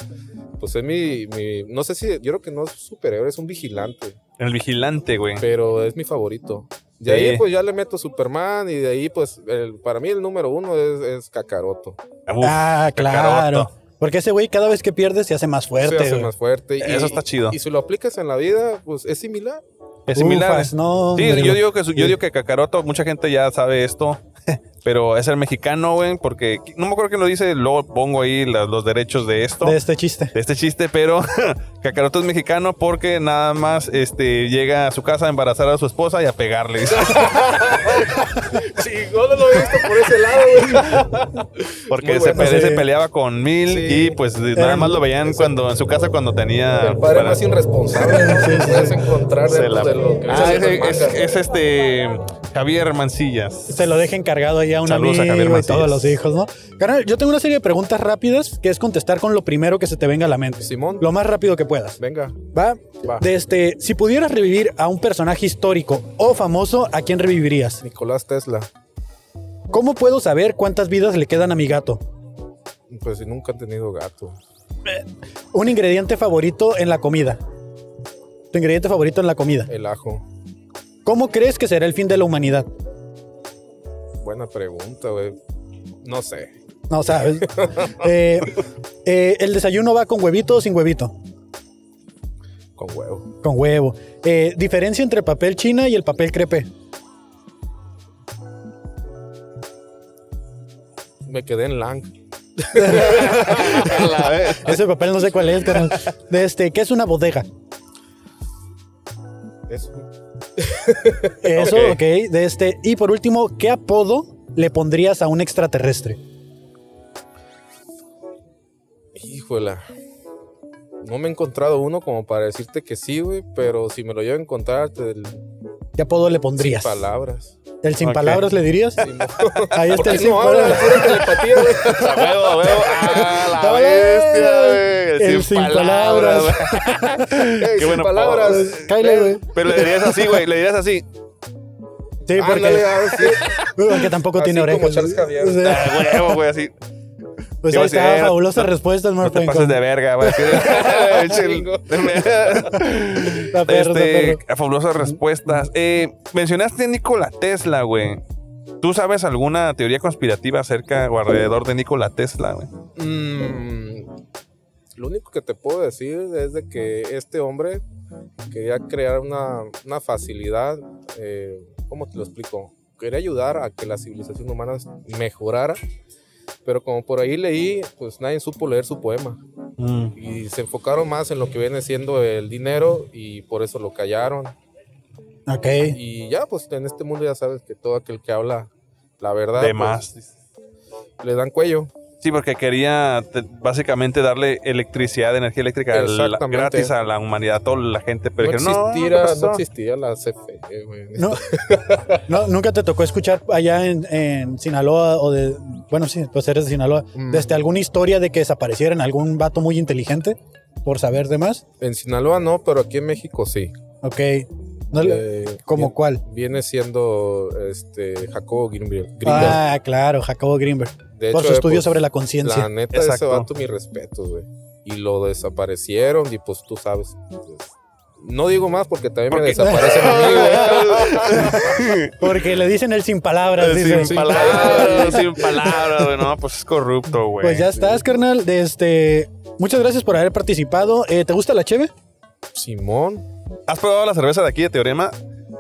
Speaker 5: pues es mi, mi- No sé si. Yo creo que no es superhéroe, es un vigilante.
Speaker 2: El vigilante, güey.
Speaker 5: Pero es mi favorito. De
Speaker 2: Sí.
Speaker 5: ahí, pues ya le meto Superman. Y de ahí, pues. el- para mí, el número uno es, es Kakaroto.
Speaker 2: Uf,
Speaker 1: ah, claro.
Speaker 2: cacaroto.
Speaker 1: Porque ese güey cada vez que pierde se hace más fuerte.
Speaker 5: Se hace
Speaker 1: güey.
Speaker 5: más fuerte. y-
Speaker 2: Eso está chido.
Speaker 5: Y si lo aplicas en la vida, pues es similar.
Speaker 2: Es similar.
Speaker 1: Ufas, no,
Speaker 2: Sí,
Speaker 1: hombre.
Speaker 2: yo digo, que, su- yo digo que Kakaroto, mucha gente ya sabe esto, (laughs) pero es el mexicano, güey, porque no me acuerdo quién lo dice, luego pongo ahí las- los derechos de esto,
Speaker 1: de
Speaker 2: de,
Speaker 1: este chiste.
Speaker 2: este chiste, pero (laughs) Kakaroto es mexicano porque nada más este, llega a su casa a embarazar a su esposa y a pegarle.
Speaker 1: (laughs)
Speaker 5: Chingón, no lo he visto por ese lado, güey.
Speaker 2: (laughs) Porque
Speaker 5: Muy
Speaker 2: se,
Speaker 5: bueno,
Speaker 2: pe-
Speaker 1: sí.
Speaker 2: se peleaba con Mil
Speaker 5: Sí.
Speaker 2: y pues nada más lo veían cuando en su casa cuando tenía...
Speaker 5: El padre
Speaker 2: Ah, pues para-
Speaker 5: más irresponsable ¿no? que puedes encontrar
Speaker 2: Se
Speaker 5: dentro
Speaker 2: la-
Speaker 5: de lo que
Speaker 2: Ah,
Speaker 5: sale
Speaker 2: es,
Speaker 5: en
Speaker 2: es-
Speaker 5: manga.
Speaker 2: es este Javier Mancillas.
Speaker 1: Se lo dejen cargado ahí a un
Speaker 2: Saludos a
Speaker 1: amigo
Speaker 2: Javier
Speaker 1: y todos
Speaker 2: Mancillas.
Speaker 1: los hijos, ¿no? Carnal, yo tengo una serie de preguntas rápidas que es contestar con lo primero que se te venga a la mente.
Speaker 5: Simón.
Speaker 1: Lo más rápido que puedas.
Speaker 5: Venga,
Speaker 1: ¿Va?
Speaker 5: Va.
Speaker 1: De este, si pudieras revivir a un personaje histórico o famoso, ¿a quién revivirías?
Speaker 5: Nicolás Tesla.
Speaker 1: ¿Cómo puedo saber cuántas vidas le quedan a mi gato?
Speaker 5: Pues si nunca han tenido gato.
Speaker 1: Un ingrediente favorito en la comida. Tu ingrediente favorito en la comida.
Speaker 5: El ajo.
Speaker 1: ¿Cómo crees que será el fin de la humanidad?
Speaker 5: Buena pregunta, güey. No sé.
Speaker 1: No, o sea,
Speaker 2: (laughs)
Speaker 1: el- eh, eh, el desayuno va con huevito o sin huevito.
Speaker 5: Con huevo.
Speaker 1: Con huevo. Eh, diferencia entre papel china y el papel crepe.
Speaker 5: Me quedé en
Speaker 2: (laughs)
Speaker 5: Lang.
Speaker 1: Ese papel no sé cuál es, carnal. De este, ¿qué es una bodega?
Speaker 5: Eso.
Speaker 1: Eso,
Speaker 2: Ok.
Speaker 1: ok. De este. Y por último, ¿qué apodo le pondrías a un extraterrestre?
Speaker 5: Híjola. No me he encontrado uno como para decirte que sí, güey, pero si me lo llevo a encontrar, te
Speaker 1: ¿Qué apodo le pondrías?
Speaker 5: palabras.
Speaker 1: ¿El sin
Speaker 2: Ok.
Speaker 1: palabras le dirías? Ahí está el
Speaker 5: Porque
Speaker 1: sin
Speaker 5: no habla,
Speaker 1: palabras.
Speaker 5: pura telepatía, güey.
Speaker 2: A huevo,
Speaker 1: (laughs)
Speaker 2: a huevo. Ah, la
Speaker 1: Dale,
Speaker 2: bestia, güey.
Speaker 1: el sin palabras.
Speaker 2: (laughs)
Speaker 5: Ey, sin
Speaker 2: bueno, pues, eh,
Speaker 5: palabras.
Speaker 1: Cáele, güey.
Speaker 2: Pero le dirías así, güey. Le
Speaker 1: (laughs)
Speaker 2: dirías así.
Speaker 1: Sí,
Speaker 5: Ándale,
Speaker 1: porque,
Speaker 5: ah, sí.
Speaker 1: porque tampoco
Speaker 5: Así
Speaker 1: tiene
Speaker 5: como
Speaker 1: orejas.
Speaker 5: Charles Javier.
Speaker 1: O sea,
Speaker 2: A Ah, huevo, güey, así.
Speaker 1: Pues
Speaker 2: Te iba
Speaker 1: ahí
Speaker 2: a decir,
Speaker 1: está,
Speaker 2: eh,
Speaker 1: fabulosas
Speaker 2: no-
Speaker 1: respuestas,
Speaker 2: No te
Speaker 1: Marfenko.
Speaker 2: pases de (laughs) verga, güey.
Speaker 1: (laughs)
Speaker 2: Chingo.
Speaker 1: Está perro, está
Speaker 2: Este,
Speaker 1: perro.
Speaker 2: fabulosas respuestas. Eh, mencionaste a Nikola Tesla, güey. ¿Tú sabes alguna teoría conspirativa acerca o alrededor de Nikola Tesla, güey?
Speaker 5: Mm, lo único que te puedo decir es de que este hombre quería crear una, una facilidad, eh, ¿cómo te lo explico? Quería ayudar a que la civilización humana mejorara, pero como por ahí leí, pues nadie supo leer su poema y se enfocaron más en lo que viene siendo el dinero y por eso lo callaron.
Speaker 1: Ok.
Speaker 5: Y ya, pues en este mundo ya sabes que todo aquel que habla la verdad,
Speaker 2: De
Speaker 5: pues,
Speaker 2: más.
Speaker 5: le dan cuello.
Speaker 2: Sí, porque quería te- básicamente darle electricidad, energía eléctrica la-
Speaker 5: Exactamente.
Speaker 2: gratis a la humanidad, a toda la gente. Pero
Speaker 5: no,
Speaker 2: dijeron, no,
Speaker 5: existiera-
Speaker 2: ¿qué
Speaker 5: no,
Speaker 2: pasó?
Speaker 5: existía la CFE, güey.
Speaker 1: No, no, nunca te tocó escuchar allá en, en Sinaloa o de. Bueno, sí, pues eres de Sinaloa.
Speaker 5: Mm.
Speaker 1: Desde alguna historia de que desaparecieran algún vato muy inteligente por saber de más.
Speaker 5: En Sinaloa no, pero aquí en México sí.
Speaker 1: Ok. No le-
Speaker 5: Eh,
Speaker 1: ¿Cómo
Speaker 5: vi-
Speaker 1: cuál?
Speaker 5: Viene siendo este Jacobo Greenberg.
Speaker 1: Ah, claro, Jacobo Greenberg.
Speaker 5: de
Speaker 1: por su
Speaker 5: eh,
Speaker 1: estudio
Speaker 5: pues,
Speaker 1: sobre la conciencia.
Speaker 5: La neta, ese
Speaker 2: Exacto.
Speaker 5: vato, mi respeto, güey. Y lo desaparecieron y pues tú sabes. pues, no digo más porque también me
Speaker 2: Porque-
Speaker 5: desaparecen a mí,
Speaker 2: (laughs)
Speaker 5: güey.
Speaker 1: Porque le dicen el sin palabras.
Speaker 2: Sin,
Speaker 1: dice.
Speaker 2: palabras, sin palabras, güey. No, pues es corrupto, güey.
Speaker 1: Pues ya estás, carnal. De este, muchas gracias por haber participado. Eh, ¿Te gusta la cheve?
Speaker 5: Simón,
Speaker 2: ¿Has probado la cerveza de aquí de Teorema?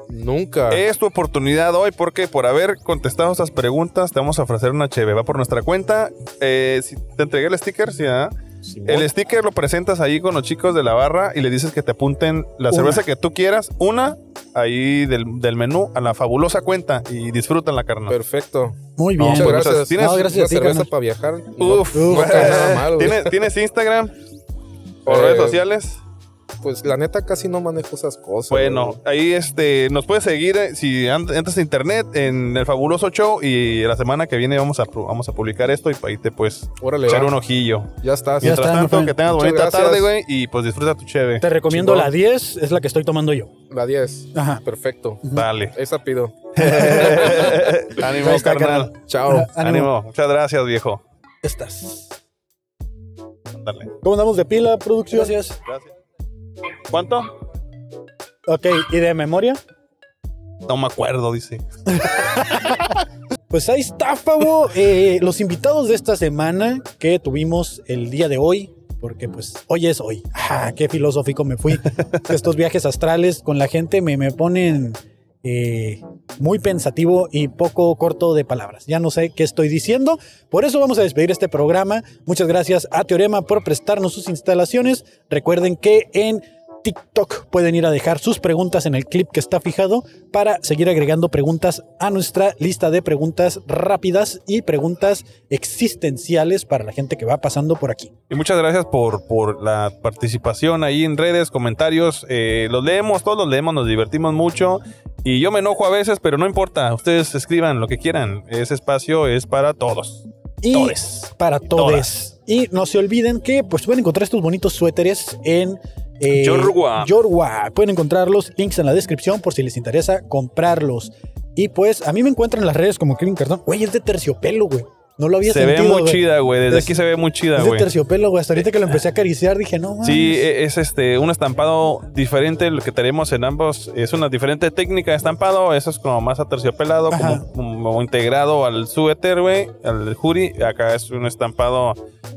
Speaker 5: nunca.
Speaker 2: Es tu oportunidad hoy porque por haber contestado estas preguntas te vamos a ofrecer una cheve. Va por nuestra cuenta. Eh, si te entregué el sticker, sí, ¿verdad?
Speaker 5: Simón.
Speaker 2: El sticker lo presentas ahí con los chicos de la barra y le dices que te apunten la cerveza que tú quieras, una ahí del, del menú a la fabulosa cuenta y disfrutan la carnal.
Speaker 5: Perfecto.
Speaker 1: Muy bien.
Speaker 5: Muchas
Speaker 2: pues,
Speaker 5: gracias.
Speaker 2: ¿tienes
Speaker 1: No, gracias
Speaker 5: una
Speaker 1: a ti,
Speaker 5: cerveza
Speaker 1: carnal.
Speaker 5: para viajar.
Speaker 2: Uf,
Speaker 5: no, no
Speaker 2: güey.
Speaker 5: está nada mal, güey.
Speaker 2: ¿Tienes, tienes Instagram o
Speaker 5: Eh,
Speaker 2: redes sociales?
Speaker 5: Pues la neta casi no manejo esas cosas.
Speaker 2: Bueno,
Speaker 5: güey.
Speaker 2: ahí este nos puedes seguir eh, si an- entras a internet en el fabuloso show y la semana que viene vamos a pu- vamos a publicar esto y pa- ahí te puedes
Speaker 5: Órale,
Speaker 2: echar
Speaker 5: va.
Speaker 2: un ojillo.
Speaker 5: ya estás.
Speaker 1: Ya
Speaker 2: Mientras
Speaker 1: está,
Speaker 2: tanto,
Speaker 1: Rafael.
Speaker 2: que tengas
Speaker 5: Muchas
Speaker 2: bonita
Speaker 5: gracias.
Speaker 2: tarde, güey, y pues disfruta tu cheve.
Speaker 1: Te recomiendo
Speaker 5: Chingón.
Speaker 1: la 10, es la que estoy tomando yo.
Speaker 5: La 10.
Speaker 1: Ajá.
Speaker 5: Perfecto.
Speaker 2: Dale.
Speaker 5: Esa
Speaker 1: (laughs)
Speaker 5: pido. (laughs)
Speaker 2: Ánimo,
Speaker 1: Ahí está,
Speaker 2: carnal.
Speaker 5: Chao.
Speaker 2: Ánimo. Muchas gracias, viejo.
Speaker 1: Estas.
Speaker 2: Dale.
Speaker 1: ¿Cómo andamos de pila, producción? Gracias.
Speaker 2: Gracias. ¿Cuánto?
Speaker 1: Ok, ¿y de memoria?
Speaker 2: No me acuerdo, dice.
Speaker 1: Pues ahí está, Fabo. Eh, los invitados de esta semana que tuvimos el día de hoy, porque pues hoy es hoy. Ah, qué filosófico me fui. Estos viajes astrales con la gente me, me ponen eh, muy pensativo y poco corto de palabras. Ya no sé qué estoy diciendo. Por eso vamos a despedir este programa. Muchas gracias a Teorema por prestarnos sus instalaciones. Recuerden que en TikTok pueden ir a dejar sus preguntas en el clip que está fijado para seguir agregando preguntas a nuestra lista de preguntas rápidas y preguntas existenciales para la gente que va pasando por aquí.
Speaker 2: Y muchas gracias por, por la participación ahí en redes, comentarios. Eh, los leemos, todos los leemos, nos divertimos mucho. Y yo me enojo a veces, pero no importa. Ustedes escriban lo que quieran. Ese espacio es para todos.
Speaker 1: y
Speaker 2: Todes.
Speaker 1: para todos.
Speaker 2: Todas.
Speaker 1: Y no se olviden que pues pueden encontrar estos bonitos suéteres en eh,
Speaker 2: Yorwa.
Speaker 1: Yorwa. Pueden encontrarlos, links en la descripción por si les interesa comprarlos. Y pues a mí me encuentran en las redes como Kevin Cardón. Güey, es de terciopelo, güey. No lo había
Speaker 2: Se
Speaker 1: sentido.
Speaker 2: ve muy
Speaker 1: güey.
Speaker 2: chida, güey. Desde
Speaker 1: Es-
Speaker 2: aquí se ve muy chida,
Speaker 1: Es de
Speaker 2: güey.
Speaker 1: terciopelo, güey. Hasta ahorita que lo empecé a acariciar dije, no, mames.
Speaker 2: Sí, e- es este un estampado diferente lo que tenemos en ambos. Es una diferente técnica de estampado. Eso es como más aterciopelado,
Speaker 1: Ajá.
Speaker 2: como, como integrado al suéter, güey, al hoodie. Acá es un estampado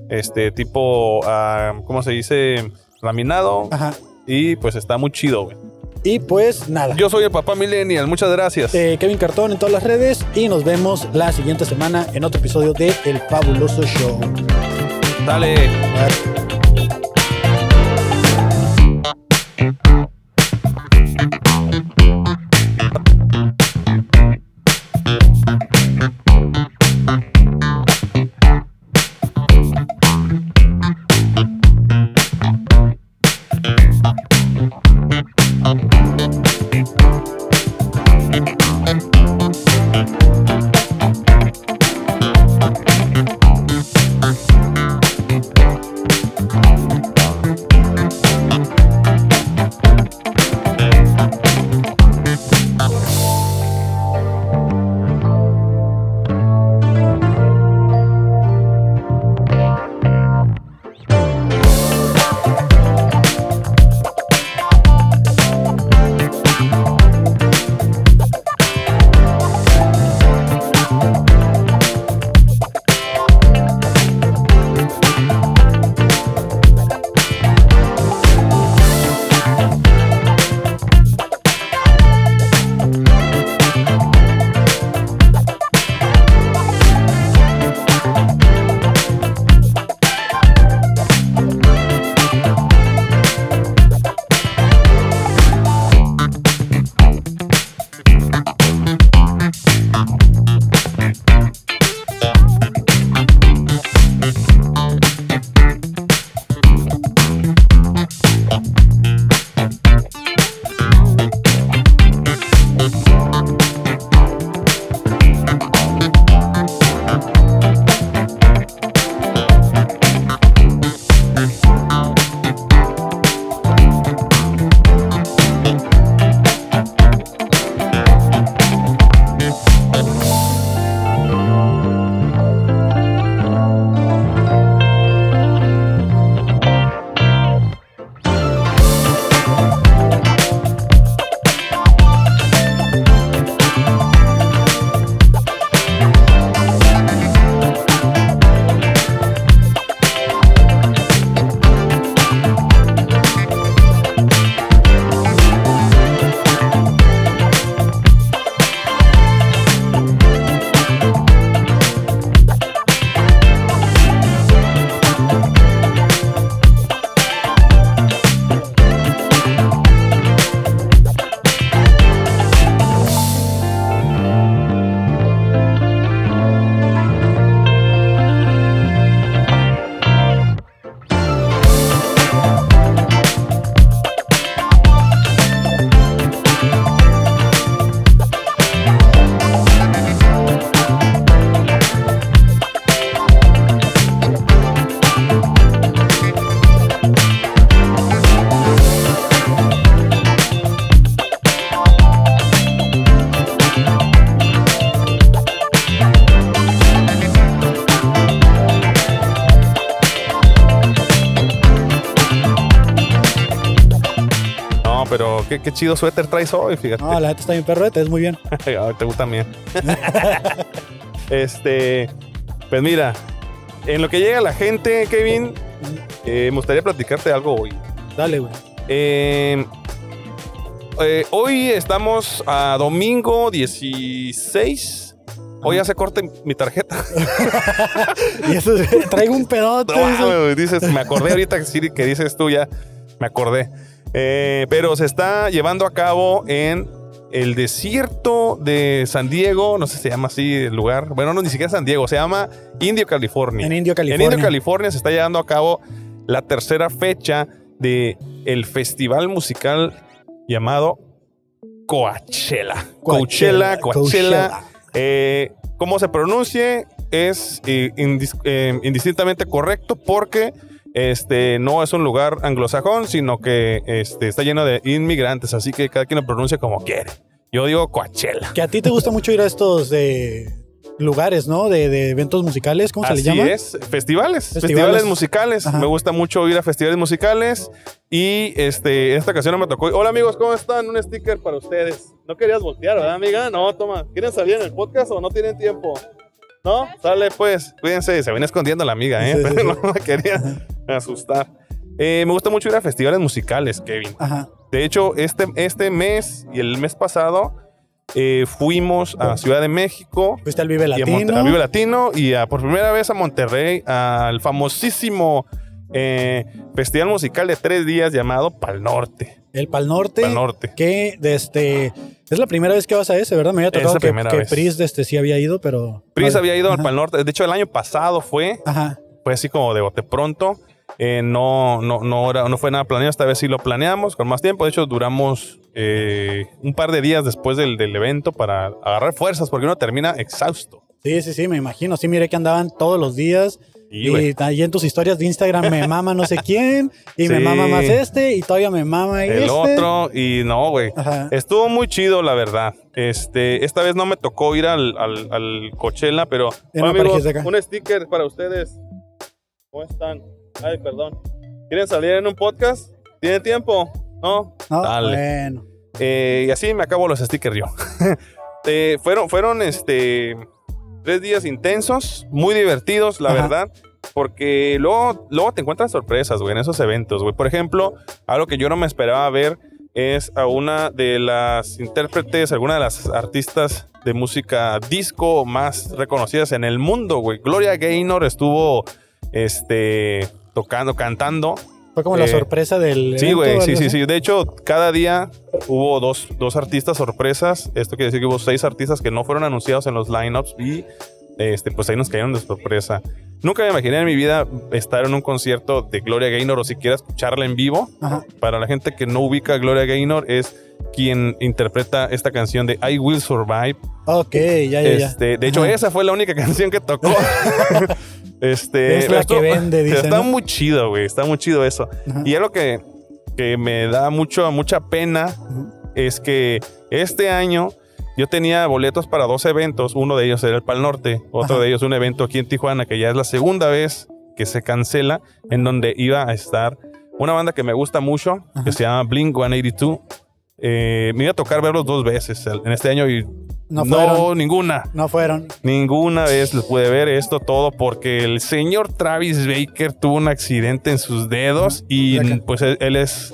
Speaker 2: este tipo, ah, ¿cómo se dice? Laminado.
Speaker 1: Ajá.
Speaker 2: Y pues está muy chido, güey.
Speaker 1: Y pues nada.
Speaker 2: Yo soy el papá Millennial. Muchas gracias.
Speaker 1: Eh, Kevin Cartón en todas las redes y nos vemos la siguiente semana en otro episodio de El Fabuloso Show.
Speaker 2: Dale. No, pero qué, qué chido suéter traes hoy, fíjate.
Speaker 1: No, la neta está bien perro, ¿eh? te ves muy bien.
Speaker 2: Ah, Te gusta (laughs) bien. este, pues mira, en lo que llega la gente, Kevin, Eh, me gustaría platicarte algo hoy.
Speaker 1: Dale, güey.
Speaker 2: Eh, eh, hoy estamos a domingo 16. Hoy ya se corta mi tarjeta.
Speaker 1: Y eso es- (laughs) traigo un pedote.
Speaker 2: No, mames,
Speaker 1: eso.
Speaker 2: güey, dices, me acordé ahorita que Siri, que dices tú ya. Me acordé. Eh, pero se está llevando a cabo en el desierto de San Diego. No sé si se llama así el lugar. Bueno, no, ni siquiera San Diego. Se llama Indio, California.
Speaker 1: en Indio,
Speaker 2: En
Speaker 1: California.
Speaker 2: Indio, California se está llevando a cabo la tercera fecha de el festival musical llamado Coachella. Coachella, Coachella. Eh, cómo se pronuncie es eh, indis- eh, indistintamente correcto porque este no es un lugar anglosajón, sino que este, está lleno de inmigrantes, así que cada quien lo pronuncia como quiere. Yo digo Coachella.
Speaker 1: Que a ti te gusta mucho ir a estos eh, lugares, ¿no? De, de eventos musicales, ¿cómo se
Speaker 2: Así
Speaker 1: le llama?
Speaker 2: es, festivales, festivales,
Speaker 1: Festivales.
Speaker 2: musicales.
Speaker 1: Ajá.
Speaker 2: Me gusta mucho ir a festivales musicales y este en esta ocasión me tocó. Hola amigos, ¿cómo están? Un sticker para ustedes. No querías voltear, ¿verdad, amiga? No, toma. ¿Quieren salir en el podcast o no tienen tiempo? No, sale pues. Cuídense, se viene escondiendo la amiga, ¿eh?
Speaker 1: Sí, sí,
Speaker 2: Pero no la quería asustar. Eh, me gusta mucho ir a festivales musicales, Kevin.
Speaker 1: Ajá.
Speaker 2: De hecho, este, este mes y el mes pasado eh, fuimos a Ciudad de México
Speaker 1: Fuiste al Vive
Speaker 2: y a
Speaker 1: Latino.
Speaker 2: Monterrey Vive Latino y a- por primera vez a Monterrey al famosísimo eh, festival musical de tres días llamado Pal Norte.
Speaker 1: el Pal Norte.
Speaker 2: Pal Norte.
Speaker 1: Que desde. Es la primera vez que vas a ese, ¿verdad? Me había
Speaker 2: Es
Speaker 1: tocado
Speaker 2: la
Speaker 1: que,
Speaker 2: primera
Speaker 1: que
Speaker 2: vez.
Speaker 1: Pris desde sí había ido, pero.
Speaker 2: Pris
Speaker 1: Vale.
Speaker 2: había ido al
Speaker 1: Ajá.
Speaker 2: Pal Norte. De hecho, el año pasado fue,
Speaker 1: Ajá.
Speaker 2: fue así como de bote pronto. Eh, no, no, no, era- no fue nada planeado. Esta vez sí lo planeamos con más tiempo. De hecho, duramos eh, un par de días después del, del evento para agarrar fuerzas porque uno termina exhausto.
Speaker 1: Sí, sí, sí, me imagino. Sí, miré que andaban todos los días.
Speaker 2: Y,
Speaker 1: Y,
Speaker 2: güey,
Speaker 1: ahí en tus historias de Instagram me mama no sé quién. Y me
Speaker 2: Sí.
Speaker 1: mama más este. Y todavía me mama
Speaker 2: el
Speaker 1: este.
Speaker 2: otro y no, güey.
Speaker 1: Ajá.
Speaker 2: Estuvo muy chido, la verdad. Este, esta vez no me tocó ir al, al, al Coachella, pero
Speaker 1: Eh, no,
Speaker 2: Hola, amigos,
Speaker 1: aparejes acá.
Speaker 2: un sticker para ustedes. ¿Cómo están? Ay, perdón. ¿Quieren salir en un podcast? ¿Tienen tiempo? No.
Speaker 1: No,
Speaker 2: Dale.
Speaker 1: Bueno.
Speaker 2: Eh, y así me acabo los stickers yo. (laughs) Eh, fueron, fueron este tres días intensos, muy divertidos, la
Speaker 1: Ajá.
Speaker 2: verdad. Porque luego, luego te encuentras sorpresas, güey, en esos eventos, güey. Por ejemplo, algo que yo no me esperaba ver es a una de las intérpretes, alguna de las artistas de música disco más reconocidas en el mundo, güey. Gloria Gaynor estuvo este, tocando, cantando.
Speaker 1: Fue como la
Speaker 2: Eh,
Speaker 1: sorpresa del.
Speaker 2: Sí,
Speaker 1: evento,
Speaker 2: güey,
Speaker 1: algo
Speaker 2: sí, sí,
Speaker 1: así.
Speaker 2: sí. De hecho, cada día hubo dos, dos artistas sorpresas. Esto quiere decir que hubo seis artistas que no fueron anunciados en los lineups y este, pues ahí nos cayeron de sorpresa. Nunca me imaginé en mi vida estar en un concierto de Gloria Gaynor o siquiera escucharla en vivo.
Speaker 1: Ajá.
Speaker 2: Para la gente que no ubica a Gloria Gaynor, es quien interpreta esta canción de I Will Survive
Speaker 1: Ok, ya, ya, ya.
Speaker 2: este, de hecho,
Speaker 1: Ajá.
Speaker 2: esa fue la única (laughs) canción
Speaker 1: (laughs)
Speaker 2: que tocó. este,
Speaker 1: Es la
Speaker 2: pero
Speaker 1: que vende,
Speaker 2: pero
Speaker 1: dice,
Speaker 2: Está
Speaker 1: ¿no?
Speaker 2: muy chido, güey. Está muy chido eso.
Speaker 1: Ajá.
Speaker 2: Y es lo que, que me da mucho, mucha pena es que este año yo tenía boletos para dos eventos. Uno de ellos era el Pal Norte, otro
Speaker 1: Ajá.
Speaker 2: de ellos un evento aquí en Tijuana, que ya es la segunda vez que se cancela, en donde iba a estar una banda que me gusta mucho, que se llama Blink 182. Eh, me iba a tocar verlos dos veces el- en este año y
Speaker 1: No
Speaker 2: no
Speaker 1: fueron.
Speaker 2: ninguna.
Speaker 1: No fueron.
Speaker 2: Ninguna vez les pude ver esto todo porque el señor Travis Baker tuvo un accidente en sus dedos y
Speaker 1: de acá.
Speaker 2: pues él, él es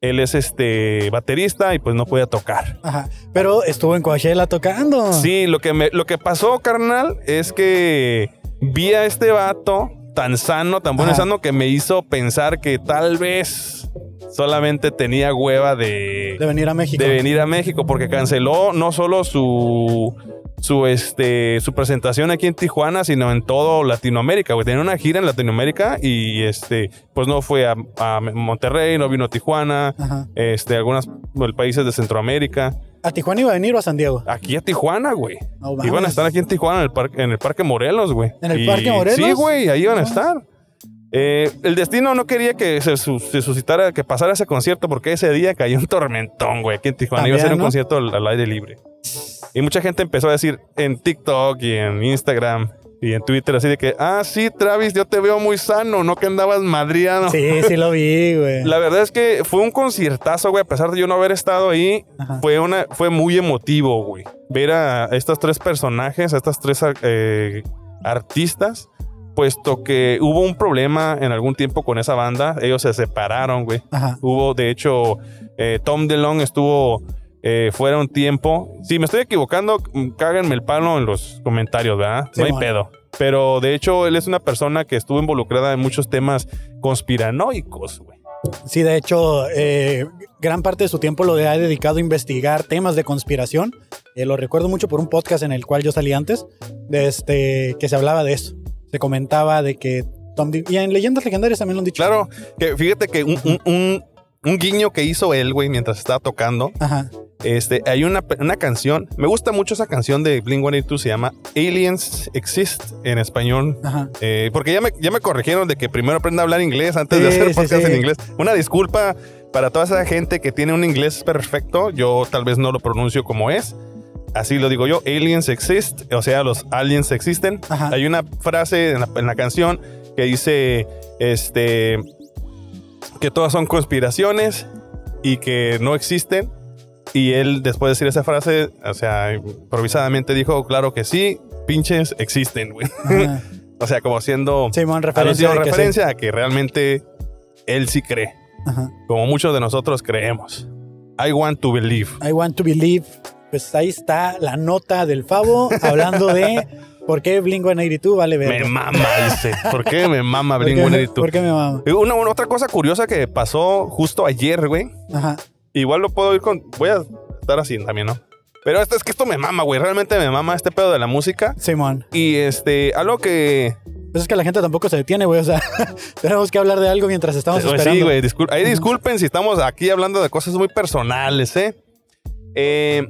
Speaker 2: él es este baterista y pues no podía tocar.
Speaker 1: Ajá. Pero estuvo en Coachella tocando.
Speaker 2: Sí, lo que me, lo que pasó, carnal, es que vi a este vato tan sano, tan bueno y
Speaker 1: Ajá.
Speaker 2: sano que me hizo pensar que tal vez solamente tenía hueva de
Speaker 1: De venir a México.
Speaker 2: de venir a México porque canceló no solo su su este su presentación aquí en Tijuana, sino en todo Latinoamérica, güey. Tenía una gira en Latinoamérica y este pues no fue a, a Monterrey, no vino a Tijuana,
Speaker 1: Ajá.
Speaker 2: este algunos países de Centroamérica.
Speaker 1: ¿A Tijuana iba a venir o a San Diego?
Speaker 2: Aquí a Tijuana, güey.
Speaker 1: No mames.
Speaker 2: Iban a estar aquí en Tijuana, en el Parque, en el parque Morelos, güey.
Speaker 1: ¿En el
Speaker 2: Y-
Speaker 1: Parque Morelos?
Speaker 2: Sí, güey, ahí iban a
Speaker 1: No.
Speaker 2: estar. Eh, el destino no quería que se, su- se suscitara, que pasara ese concierto, porque ese día cayó un tormentón, güey, aquí en Tijuana. Iba a ser
Speaker 1: También,
Speaker 2: un
Speaker 1: ¿no?
Speaker 2: concierto al, al aire libre. Y mucha gente empezó a decir en TikTok y en Instagram y en Twitter, así de que, ah, sí, Travis, yo te veo muy sano, no que andabas madriano.
Speaker 1: Sí, sí lo vi, güey.
Speaker 2: La verdad es que fue un conciertazo, güey. A pesar de yo no haber estado ahí,
Speaker 1: Ajá.
Speaker 2: fue, una, fue muy emotivo, güey. Ver a estos tres personajes, a estas tres ar- eh, artistas puesto que hubo un problema en algún tiempo con esa banda. Ellos se separaron, güey.
Speaker 1: Ajá.
Speaker 2: Hubo, de hecho, eh, Tom DeLong estuvo eh, fuera un tiempo. Si me estoy equivocando, mm, cáganme el palo en los comentarios, ¿verdad? no hay
Speaker 1: Simón.
Speaker 2: pedo. Pero de hecho, él es una persona que estuvo involucrada en muchos temas conspiranoicos, güey.
Speaker 1: Sí, de hecho, eh, gran parte de su tiempo lo ha dedicado a investigar temas de conspiración. Eh, lo recuerdo mucho por un podcast en el cual yo salí antes, de este, que se hablaba de eso. Se comentaba de que Tom Di- Y en leyendas legendarias también lo han dicho.
Speaker 2: Claro, que fíjate que un, un- un- un guiño que hizo él, güey, mientras estaba tocando,
Speaker 1: Ajá.
Speaker 2: este, hay una, una canción, me gusta mucho esa canción de Blink-182, se llama Aliens Exist en español.
Speaker 1: Ajá.
Speaker 2: Eh, porque ya me, ya me corrigieron de que primero aprenda a hablar inglés antes de
Speaker 1: Sí,
Speaker 2: hacer
Speaker 1: sí,
Speaker 2: podcast
Speaker 1: sí.
Speaker 2: en inglés. Una disculpa para toda esa gente que tiene un inglés perfecto. Yo tal vez no lo pronuncio como es. Así lo digo yo. Aliens exist. O sea, los aliens existen.
Speaker 1: Ajá.
Speaker 2: Hay una frase en la, en la canción que dice este que todas son conspiraciones y que no existen. Y él, después de decir esa frase, o sea, improvisadamente dijo, claro que sí, pinches existen, güey. (laughs)
Speaker 1: ajá.
Speaker 2: O sea, como haciendo
Speaker 1: Simón, referencia.
Speaker 2: referencia,
Speaker 1: de que sí.
Speaker 2: referencia a que realmente él sí cree,
Speaker 1: Ajá.
Speaker 2: como muchos de nosotros creemos. I want to believe.
Speaker 1: I want to believe. Pues ahí está la nota del Favo hablando de por qué Blink-182 vale
Speaker 2: Me
Speaker 1: ver.
Speaker 2: mama, dice. ¿Por qué me mama
Speaker 1: ¿Por qué-
Speaker 2: Blink
Speaker 1: ¿Por qué me mama?
Speaker 2: Una, una otra cosa curiosa que pasó justo ayer, güey.
Speaker 1: Ajá.
Speaker 2: Igual lo puedo ir con. Voy a estar así también, ¿no? Pero esto es que esto me mama, güey. Realmente me mama este pedo de la música.
Speaker 1: Simón.
Speaker 2: Y este, algo que.
Speaker 1: Pues es que la gente tampoco se detiene, güey. O sea, (laughs) tenemos que hablar de algo mientras estamos
Speaker 2: Pues
Speaker 1: esperando.
Speaker 2: Sí, güey, discul- ahí disculpen si estamos aquí hablando de cosas muy personales, ¿eh? Eh,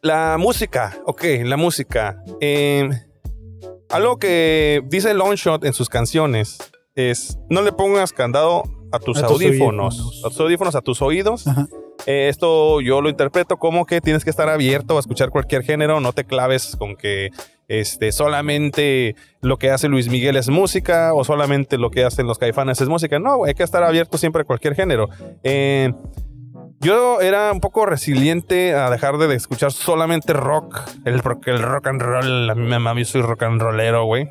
Speaker 2: la música, ok, la música. Eh, algo que dice Longshot en sus canciones es, no le pongas candado a tus,
Speaker 1: A tus
Speaker 2: audífonos,
Speaker 1: audífonos.
Speaker 2: a tus audífonos, a tus oídos.
Speaker 1: Ajá.
Speaker 2: Eh, esto yo lo interpreto como que tienes que estar abierto a escuchar cualquier género, no te claves con que este, solamente lo que hace Luis Miguel es música o solamente lo que hacen los caifanes es música. No, hay que estar abierto siempre a cualquier género. Eh, yo era un poco resiliente a dejar de escuchar solamente rock, el, porque el rock and roll, a mí me mami, soy rock and rollero, güey.